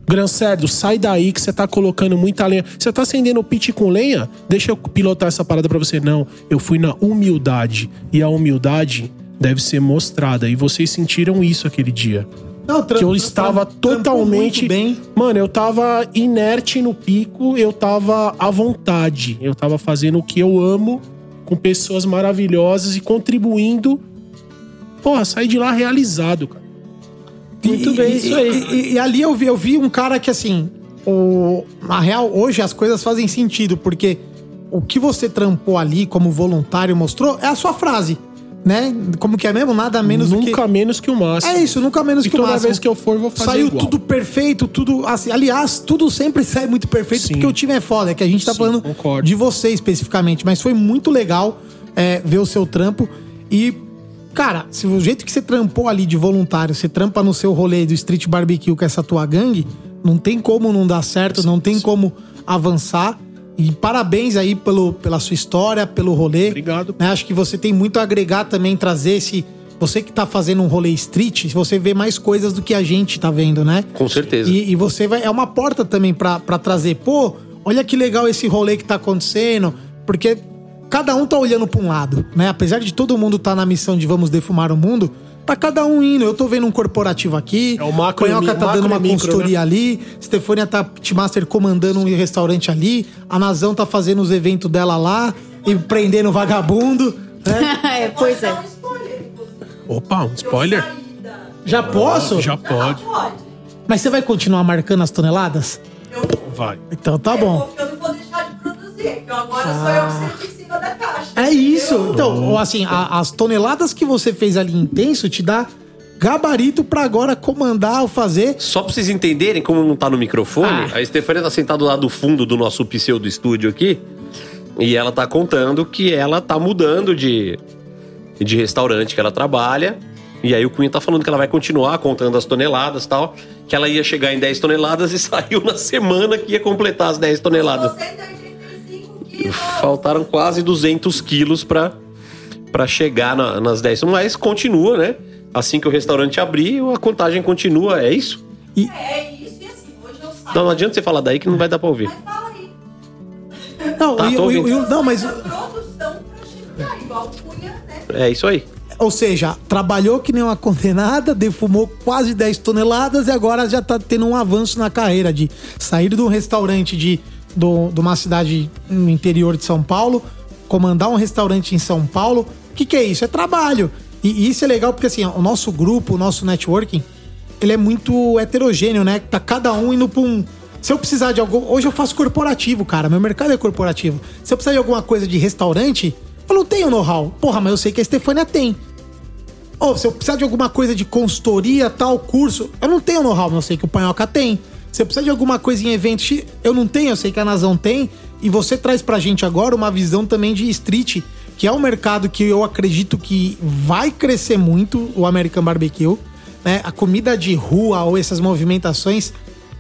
Grancerdo, sai daí que você tá colocando muita lenha. Você tá acendendo o pit com lenha? Deixa eu pilotar essa parada pra você. Não, eu fui na humildade. E a humildade deve ser mostrada. E vocês sentiram isso aquele dia.
Não, trampo-
que eu
trampo-
estava
trampou
totalmente...
muito bem.
Mano, eu tava inerte no pico, eu tava à vontade. Eu tava fazendo o que eu amo, com pessoas maravilhosas e contribuindo. Porra, saí de lá realizado, cara.
Muito bem, isso aí. E, e- e ali eu vi, eu vi um cara que, assim, o, na real, hoje as coisas fazem sentido, porque o que você trampou ali como voluntário mostrou é a sua frase, né? Como que é mesmo? Nada menos do que...
nunca menos que o máximo.
É isso, nunca menos
E
que o
toda
máximo.
vez que eu for, eu vou fazer
Saiu
igual.
tudo perfeito, tudo assim. Aliás, tudo sempre sai muito perfeito
Sim.
porque o time é foda. É que a gente tá
Sim,
falando
concordo.
de você especificamente, mas foi muito legal é, ver o seu trampo e cara, se o jeito que você trampou ali de voluntário, você trampa no seu rolê do street barbecue com essa tua gangue, não tem como não dar certo, não tem como avançar. E parabéns aí pelo, pela sua história, pelo rolê.
Obrigado.
Né, Acho que você tem muito a agregar também, trazer esse. Você que tá fazendo um rolê street, você vê mais coisas do que a gente tá vendo, né?
Com certeza.
E, e você vai. É uma porta também pra pra trazer. Pô, olha que legal esse rolê que tá acontecendo. Porque cada um tá olhando pra um lado, né? Apesar de todo mundo tá na missão de vamos defumar o mundo, tá cada um indo. Eu tô vendo um corporativo aqui.
É o macro e
Panhoca
mi-
tá
macro
dando uma
e micro, né?
consultoria ali ali, Stefania tá Pitmaster comandando um restaurante ali, a Nazão tá fazendo os eventos dela lá e prendendo vagabundo, né?
é, pois é.
Não spoiler, inclusive.
Opa, um
Eu
spoiler?
saí da-
Já posso?
Já pode.
Pode.
Mas você vai continuar marcando as toneladas?
Eu,
Vai.
Então tá
eu,
bom. Ah.
vou- eu não vou deixar de produzir, porque agora sou eu que sento em cima da caixa.
É
entendeu?
isso. Então, assim, a- as toneladas que você fez ali intenso te dá gabarito pra agora comandar ou fazer.
Só pra vocês entenderem como não tá no microfone, a Estefânia tá sentada lá do fundo do nosso pseudo estúdio aqui. E ela tá contando que ela tá mudando de, de restaurante que ela trabalha. E aí o Cunha tá falando que ela vai continuar contando as toneladas e tal. Que ela ia chegar em 10 toneladas e saiu na semana que ia completar as 10 toneladas. Faltaram quase 200 quilos pra, pra chegar na- nas 10. Mas continua, né? Assim que o restaurante abrir, a contagem continua. É isso?
É isso e assim, hoje eu saio.
Não, não adianta você falar daí que não vai dar pra ouvir.
Não,
Tá,
e-
tô
e-
ouvindo.
e- não mas.
Produção Então, pra chegar, igual Cunha, né?
É isso aí.
Ou seja, trabalhou que nem uma condenada, defumou quase 10 toneladas e agora já tá tendo um avanço na carreira de sair de um restaurante de, do- de uma cidade no interior de São Paulo, comandar um restaurante em São Paulo. O que, que é isso? É trabalho. E, e isso é legal porque assim, ó, o nosso grupo, o nosso networking, ele é muito heterogêneo, né? Tá cada um indo pra um. Se eu precisar de algum. Hoje eu faço corporativo, cara. Meu mercado é corporativo. Se eu precisar de alguma coisa de restaurante, eu não tenho know-how. Porra, mas eu sei que a Estefânia tem. Ou se eu precisar de alguma coisa de consultoria, tal, curso, eu não tenho know-how, mas eu sei que o Panhoca tem. Se eu precisar de alguma coisa em evento, X, eu não tenho, eu sei que a Nazão tem. E você traz pra gente agora uma visão também de street, que é um mercado que eu acredito que vai crescer muito, o American Barbecue. Né? A comida de rua ou essas movimentações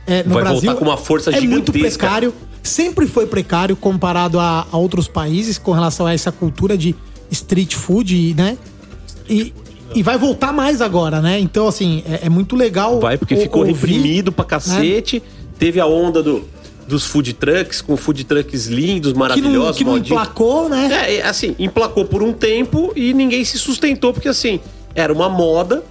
é, no
Vai voltar
Brasil
com uma força
é muito
gigantesca.
precário precário, sempre foi precário comparado a, a outros países com relação a essa cultura de street food, né? E, e vai voltar mais agora, né? Então, assim, é, é muito legal.
Vai, porque
o-
ficou
ouvir. né,
reprimido pra cacete. Teve a onda do, dos food trucks, com food trucks lindos,
Que não,
maravilhosos,
que não
malditos.
emplacou, né?
É, e, assim, emplacou por um tempo e ninguém se sustentou, porque assim, era uma moda,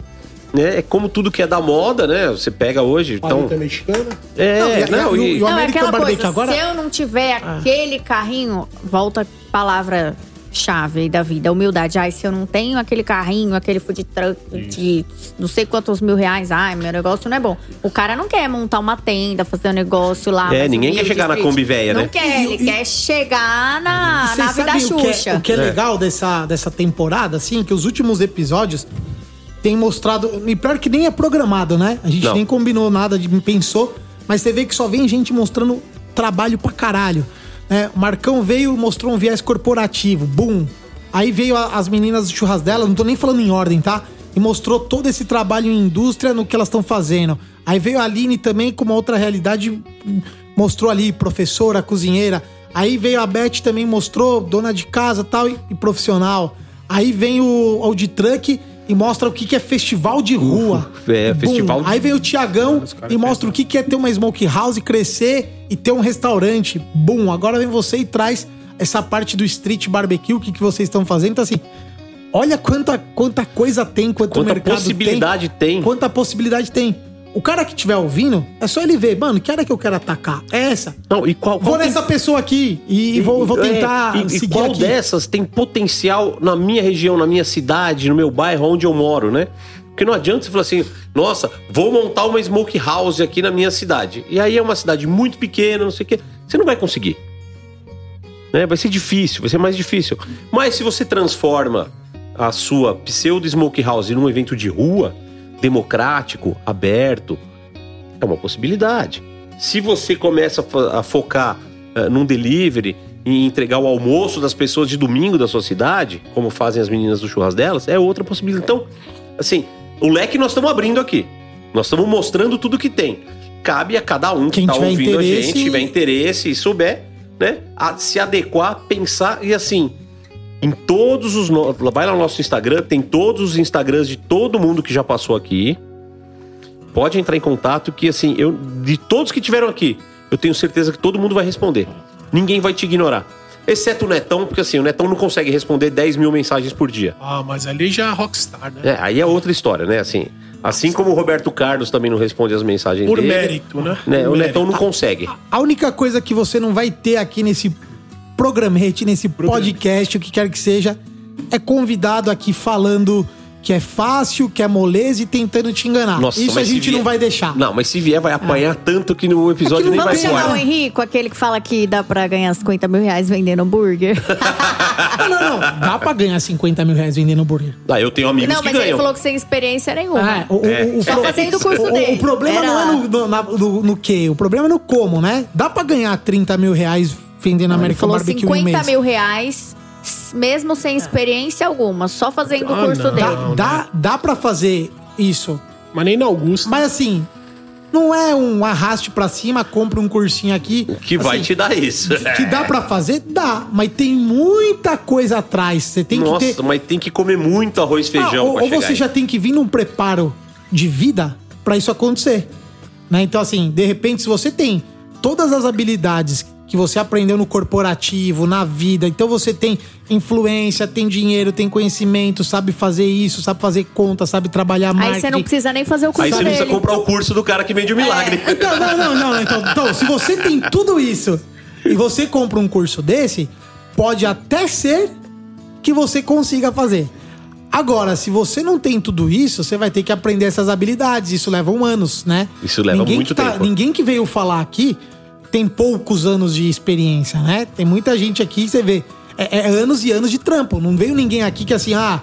né? É como tudo que é da moda, né? Você pega hoje, então...
Paleta mexicana.
Não, e
É,
a-
não,
e o-
e...
e o-
Não, é
American
aquela
Barbecue
coisa,
agora-
se eu não tiver aquele carrinho, volta a palavra-chave aí da vida, humildade. Ai, se eu não tenho aquele carrinho, aquele food truck de não sei quantos mil reais, ai, meu negócio não é bom. O cara não quer montar uma tenda, fazer um negócio lá.
É,
mais
ninguém quer
humilde,
chegar na
street.
Kombi véia,
não
né?
quer, ele
E- e-
quer chegar na,
Vocês
Ah, na vida
sabem o que é-
Xuxa.
O que é, legal dessa, dessa temporada, assim, que os últimos episódios têm mostrado. E pior que nem é programado, né? A gente
Não.
nem combinou nada, de, pensou, mas você vê que só vem gente mostrando trabalho pra caralho. Né? O Marcão veio mostrou um viés corporativo, boom. Aí veio a- as meninas do churras dela, não tô nem falando em ordem, tá? E mostrou todo esse trabalho em indústria no que elas estão fazendo. Aí veio a Aline também com uma outra realidade, mostrou ali professora, cozinheira. Aí veio a Beth também, mostrou dona de casa tal, e, e profissional. Aí vem o Audi Truck e mostra o que, que é festival de rua.
é,
Boom.
festival de-
Aí vem o Tiagão e mostra o que, que é ter uma smoke house, crescer e ter um restaurante. Bum, agora vem você e traz essa parte do street barbecue, o que, que vocês estão fazendo. Então, assim, olha quanta, quanta coisa tem, quanto
Quanta
mercado
possibilidade tem.
Quanta possibilidade tem. O cara que estiver ouvindo, é só ele ver, mano, que área que eu quero atacar? É essa.
Não, e qual... é
Vou
Então, qual tem-
nessa pessoa aqui e, e vou, vou
é,
tentar
e- e,
seguir
qual
aqui.
dessas tem potencial na minha região, na minha cidade, no meu bairro, onde eu moro, né? Porque não adianta você falar assim, nossa, vou montar uma smoke house aqui na minha cidade. E aí é uma cidade muito pequena, não sei o quê. Você não vai conseguir. Né? Vai ser difícil, vai ser mais difícil. Mas se você transforma a sua pseudo smoke house num evento de rua, democrático, aberto, é uma possibilidade. Se você começa a fo- a focar eh, num delivery e entregar o almoço das pessoas de domingo da sua cidade, como fazem as meninas do churras delas, é outra possibilidade. Então, assim, o leque nós estamos abrindo aqui. Nós estamos mostrando tudo que tem. Cabe a cada um que
Quem
está
tiver
ouvindo a
interesse-
gente, tiver interesse e souber, né, a- se adequar, pensar e assim. Em todos os. No... Vai lá no nosso Instagram, tem todos os Instagrams de todo mundo que já passou aqui pode entrar em contato que assim, eu de todos que tiveram aqui, eu tenho certeza que todo mundo vai responder. Ninguém vai te ignorar. Exceto o Netão, porque assim, o Netão não consegue responder 10 mil mensagens por dia.
Ah, mas ali já é rockstar, né?
É, aí é outra história, né? Assim, assim como o Roberto Carlos também não responde as mensagens
Por
dele.
mérito, né?
né?
Por
o
mérito.
Netão não consegue.
A única coisa que você não vai ter aqui nesse programete, nesse podcast, o que quer que seja, é convidado aqui falando que é fácil, que é moleza e tentando te enganar.
Nossa,
ah, Isso a
mas se
gente
vier-
não vai deixar. Ah.
Não, mas se vier, vai apanhar tanto que no episódio nem vai
Vamos chamar o
voar.
Henrico, aquele que fala que dá pra ganhar 50 mil reais vendendo hambúrguer.
Ah, Não, não, não. Dá pra ganhar 50 mil reais vendendo hambúrguer.
Ah, eu tenho amigos
não,
que
mas ele
ganham.
falou que sem experiência nenhuma.
Ah, o,
É.
o, o,
Tá
pro-
fazendo o curso
o- o-
dele.
o problema
Pera
não é
lá.
no, no, na- no- no que, o problema é no como, né? Dá pra ganhar 30 mil reais vendendo
ele
American
falou
Barbecue em um
50
mês.
mil reais, s- mesmo sem experiência alguma, só fazendo o
Ah,
curso
não.
dele.
Dá, dá, dá pra fazer isso.
Mas nem na Augusta.
Mas assim, não é um arraste pra cima, compra um cursinho aqui.
Que vai
Assim,
te dar isso.
Que dá pra fazer? Dá. Mas tem muita coisa atrás. Você tem
Nossa,
que ter...
mas tem que comer muito arroz e
Ah,
feijão
ou,
pra
ou
chegar
você
aí.
já tem que vir num preparo de vida pra isso acontecer. Né? Então, assim, de repente, se você tem todas as habilidades que você aprendeu no corporativo, na vida, então você tem influência, tem dinheiro, tem conhecimento, sabe fazer isso, sabe fazer conta, sabe trabalhar mais.
Aí você não precisa nem fazer o curso
Aí você não
dele.
precisa comprar o curso do cara que vende o milagre.
Então, não, não, não. Então, então, se você tem tudo isso e você compra um curso desse, pode até ser que você consiga fazer. Agora, se você não tem tudo isso, você vai ter que aprender essas habilidades. Isso leva um anos, né?
Isso leva
ninguém
muito
que tá-
tempo.
Ninguém que veio falar aqui tem poucos anos de experiência, né? Tem muita gente aqui que você vê. É, é anos e anos de trampo. Não veio ninguém aqui que assim, ah,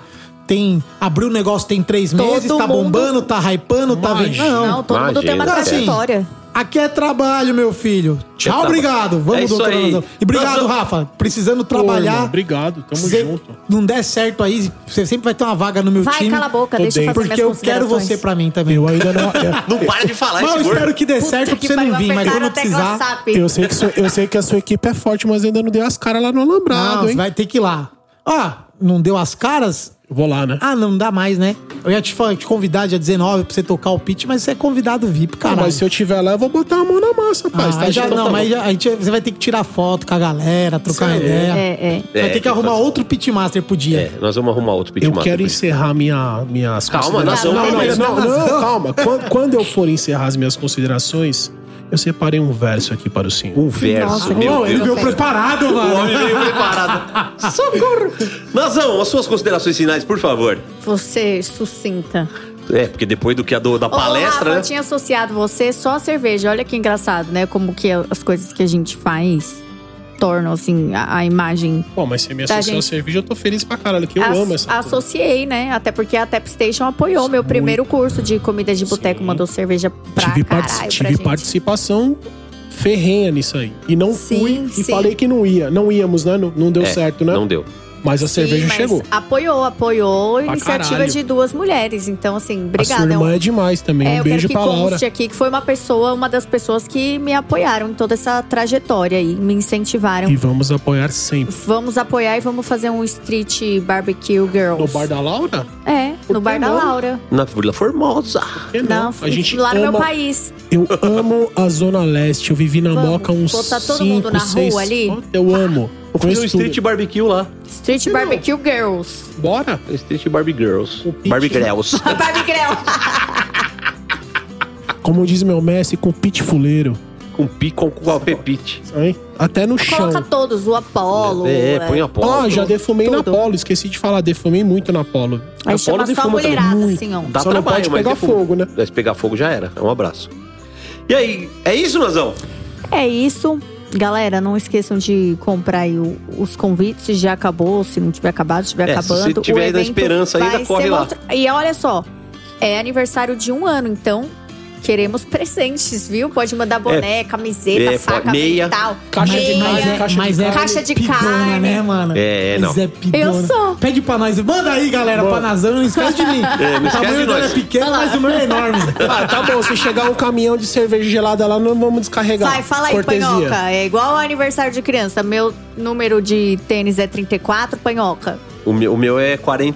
tem. Abriu o negócio tem três
Todo
meses, tá
mundo-
bombando, tá hypando, tá vendo. Não,
Não, todo mundo tem uma
Imagina,
cara.
trajetória.
Aqui é trabalho, meu filho. Tchau,
traba-
obrigado.
É
Vamos,
isso
doutor.
aí.
Nazão. E obrigado,
Nós-
Rafa. Precisando
Pô, irmão,
trabalhar.
obrigado, tamo
Se
junto.
não der certo aí, você sempre vai ter uma vaga no meu
Vai,
time.
cala a boca,
Tô
deixa eu
dentro.
fazer
Porque eu
minhas
quero você
considerações.
pra mim também.
Eu ainda não. é,
Não para de falar
Mal,
esse gordo.
espero que dê certo pra
que
você
pariu,
não vir, mas
apertaram
quando
a tecla
precisar.
SAP.
é, Eu sei, que sua, eu sei que a sua equipe é forte, mas ainda não deu as caras lá no
Não,
alambrado,
você
hein?
vai ter que ir lá. Ah, não deu as caras?
Vou lá, né?
Ah, não dá mais, né? Eu ia te, fa- te convidar dia 19 pra você tocar o pitch, mas você é convidado VIP,
Ah,
cara.
mas se eu tiver lá, eu vou botar a mão na massa, pai. Você tá
Ah, já,
achando-
não, mas já- a gente- você vai ter que tirar foto com a galera, trocar ideia.
É, é.
É,
Vai ter que
tem que
arrumar
fazer.
outro pitmaster pro dia.
É, nós vamos arrumar outro
Eu
pitmaster.
quero
pra
encerrar minha, minhas
Calma, nós
considerações.
vamos-
Não,
Calma,
não,
nós
não,
vamos-
não, calma. Quando, quando eu for encerrar as minhas considerações, eu separei um verso aqui para o senhor.
Um verso,
Nossa,
meu
Pô, ele
Deus.
veio preparado,
O
mano.
homem veio preparado. Socorro! Nazão, as suas considerações finais, por favor.
Você sucinta.
É, porque depois do que a do- da
Ô, Rafa,
palestra, né?
Eu tinha associado você só à cerveja. Olha que engraçado, né? Como que as coisas que a gente faz tornam, assim, a, a imagem.
Pô, mas se me
Tá,
associou a
gente.
cerveja, eu tô feliz pra caralho, que eu
As-
amo essa. coisa.
associei, né? Até porque a Tap Station apoiou meu primeiro curso de comida de boteco, mandou cerveja pra
tive
caralho
partici-
pra
tive
gente.
participação ferrenha nisso aí. E não
Sim,
fui e
sim.
falei que não ia. Não íamos, né? Não, não deu
É,
certo, né?
Não deu.
Mas a
Sim,
cerveja
mas
chegou.
Apoiou, apoiou a iniciativa
caralho.
de duas mulheres. Então, assim,
A sua
obrigada. É um-
irmã é demais também.
É,
um
eu
beijo
quero
pra
que
Laura.
conste aqui que foi uma pessoa, uma das pessoas que me apoiaram em toda essa trajetória e me incentivaram.
E vamos apoiar sempre.
Vamos apoiar e vamos fazer um street barbecue girls.
Tá No bar da Laura?
É,
Por
no
que
bar da
não?
Laura.
Na Vila Formosa.
Por que
Não,
não? a gente
lá no meu
ama-
país.
Eu amo a Zona Leste. Eu vivi na
Vamos
Moca uns
botar todo
cinco,
mundo na
seis...
rua ali?
Puta, Eu amo.
Vou fazer
Conheço
um street
tudo.
barbecue lá. Um
Street barbecue girls.
Bora?
Street Barbie Girls.
O pitch-
Barbie Girls.
barbecue girls.
Como diz meu mestre, com pit fuleiro.
com pi, com, com a pepite.
Hein? Até no chão.
Coloca todos, o Apollo.
É, põe a pó.
Ah, já defumei na
Tudo.
Polo. Esqueci de falar, defumei muito na Polo.
Aí
Apollo
chama só a
defuma também.
mulherada,
Muito.
assim, ó.
Dá
Só não
trabalho,
pode
mas
pegar
defuma.
fogo, né?
Se pegar fogo já era. É um abraço. E aí, é isso, Nazão?
É isso. Galera, não esqueçam de comprar aí o- os convites, se já acabou, se não tiver acabado, se estiver
É, se
acabando.
você tiver
o
ainda
evento
esperança ainda,
vai
corre
ser
lá.
monstra- E olha só, é aniversário de um ano, então queremos presentes, viu? Pode mandar boné, camiseta,
É,
faca,
pode- meia.
mental,
Caixa de
meia.
Mas é caixa de carne.
Caixa de
pidona,
carne.
né, mano?
É, não.
Mas é pidona.
Eu sou.
Pede pra nós. Manda aí, galera, pra Nazão. Não esquece de mim.
É, não esquece
o
de
tamanho dela
nós.
é pequeno, mas o meu é enorme.
Ah, tá bom. Se chegar um caminhão de cerveja gelada lá, não vamos descarregar.
Vai, fala aí,
Cortesia.
panhoca. É igual ao aniversário de criança. Meu número de tênis é 34, panhoca.
O meu, o meu é 41.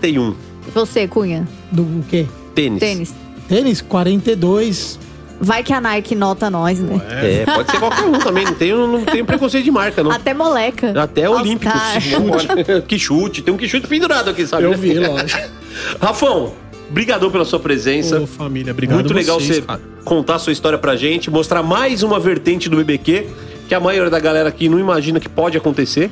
Você, Cunha,
Do o quê?
Tênis.
tênis.
Tênis 42.
Vai que a Nike nota nós, né?
É, pode ser qualquer um também. Não tenho, não tenho preconceito de marca, não.
Até moleca.
Até né?
All
olímpico.
Star.
que chute. Tem um que chute pendurado aqui, sabe?
Eu
né?
vi, lógico.
Rafão, brigadão pela sua presença.
Ô, família, obrigado
Muito legal
vocês,
você
cara.
contar a sua história pra gente, mostrar mais uma vertente do BBQ que a maioria da galera aqui não imagina que pode acontecer,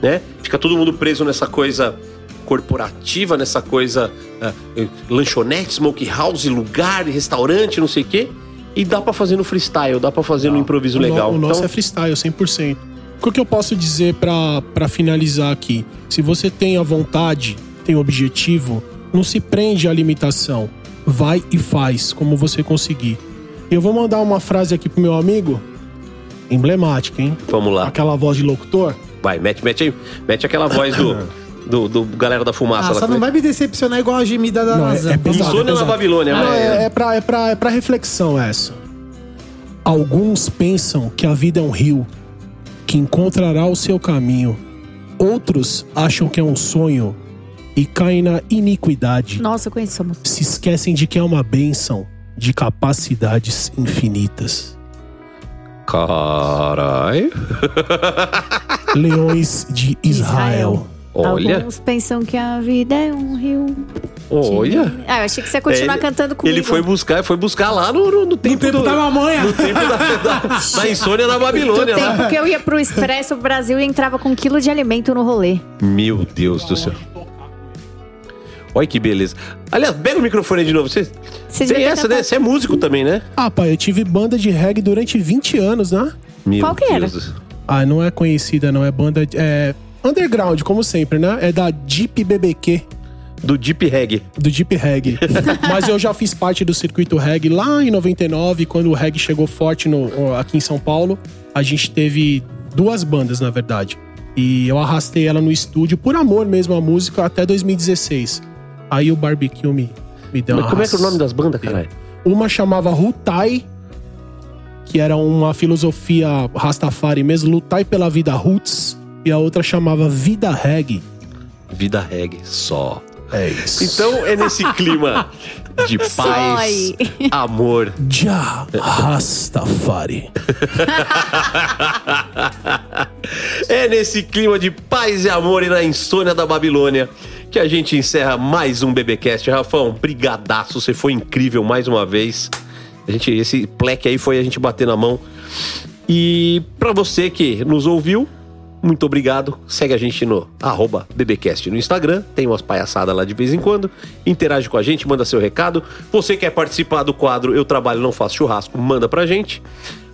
né? Fica todo mundo preso nessa coisa corporativa, nessa coisa ah, eh, lanchonete, smoke house, lugar, restaurante, não sei o quê. E dá pra fazer no freestyle, dá pra fazer no improviso
O no-
legal.
O nosso
então,
é freestyle, 100%. O que eu posso dizer pra pra finalizar aqui? Se você tem a vontade, tem objetivo, não se prende à limitação. Vai e faz, como você conseguir. Eu vou mandar uma frase aqui pro meu amigo, emblemática, hein?
vamos lá.
Aquela voz de locutor.
Vai, mete, mete aí. Mete aquela voz do, do, do galera da fumaça
Ah,
lá.
só não vai me decepcionar igual a gemida da
Não, é-
NASA.
é bem-
Insônia na
Exato.
Babilônia,
Não,
né?
é, é, pra, é, pra, é pra reflexão essa. Alguns pensam que a vida é um rio que encontrará o seu caminho. Outros acham que é um sonho e caem na iniquidade.
Nossa, conheço essa música.
Se esquecem de que é uma bênção de capacidades infinitas.
Caralho.
Leões de Israel.
Olha,
Alguns pensam que a vida é um rio.
olha.
Ah, eu achei que você ia continuar
Ele-
cantando comigo.
Ele foi buscar, foi buscar lá no, no, no tempo, do,
da Tá mamonha.
no tempo da, da, da insônia na Babilônia.
Do
Lá.
tempo que eu ia pro Expresso Brasil e entrava com um quilo de alimento no rolê.
Meu Deus do céu. Olha que beleza. Aliás, pega o microfone aí de novo. Você,
Você
tem
devia ter
essa, né?
cantado.
Você é músico também, né?
Ah, pai, eu tive banda de reggae durante 20 anos, né?
Meu
Qual que era?
do céu.
Ah, não é conhecida, não. É banda. de- É. Underground, como sempre, né? É da Deep BBQ.
Do Deep Reggae.
do Deep Reggae. Mas eu já fiz parte do circuito reggae lá em 99, quando o reggae chegou forte no- ó, aqui em São Paulo. A gente teve duas bandas, na verdade. E eu arrastei ela no estúdio, por amor mesmo à música, até 2016. Aí o barbecue me, me deu
Mas
uma
como é que é o nome
rasteira.
das bandas, caralho?
Uma chamava Rutai, que era uma filosofia Rastafari mesmo, lutai pela vida roots. E a outra chamava Vida Reggae.
Vida Reggae só.
É isso.
Então é nesse clima de paz,
Sói.
amor.
Já Rastafari.
É nesse clima de paz e amor e na insônia da Babilônia que a gente encerra mais um BBcast. Rafão, brigadaço, você foi incrível mais uma vez. A gente, esse pleque aí foi a gente bater na mão. E pra você que nos ouviu, muito obrigado. Segue a gente no arroba BBcast no Instagram. Tem umas palhaçadas lá de vez em quando. Interage com a gente, manda seu recado. Você quer participar do quadro Eu Trabalho Não Faço Churrasco, manda pra gente.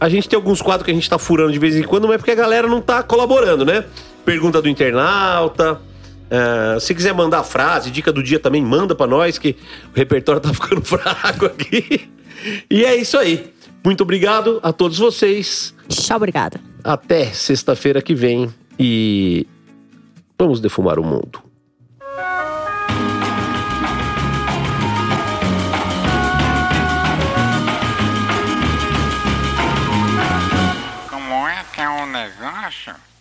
A gente tem alguns quadros que a gente tá furando de vez em quando, mas é porque a galera não tá colaborando, né? Pergunta do internauta. Ah, se quiser mandar frase, dica do dia também, manda pra nós, que o repertório tá ficando fraco aqui. E é isso aí. Muito obrigado a todos vocês.
Tchau, obrigada.
Até sexta-feira que vem e vamos defumar o mundo.
Como é que é o negócio?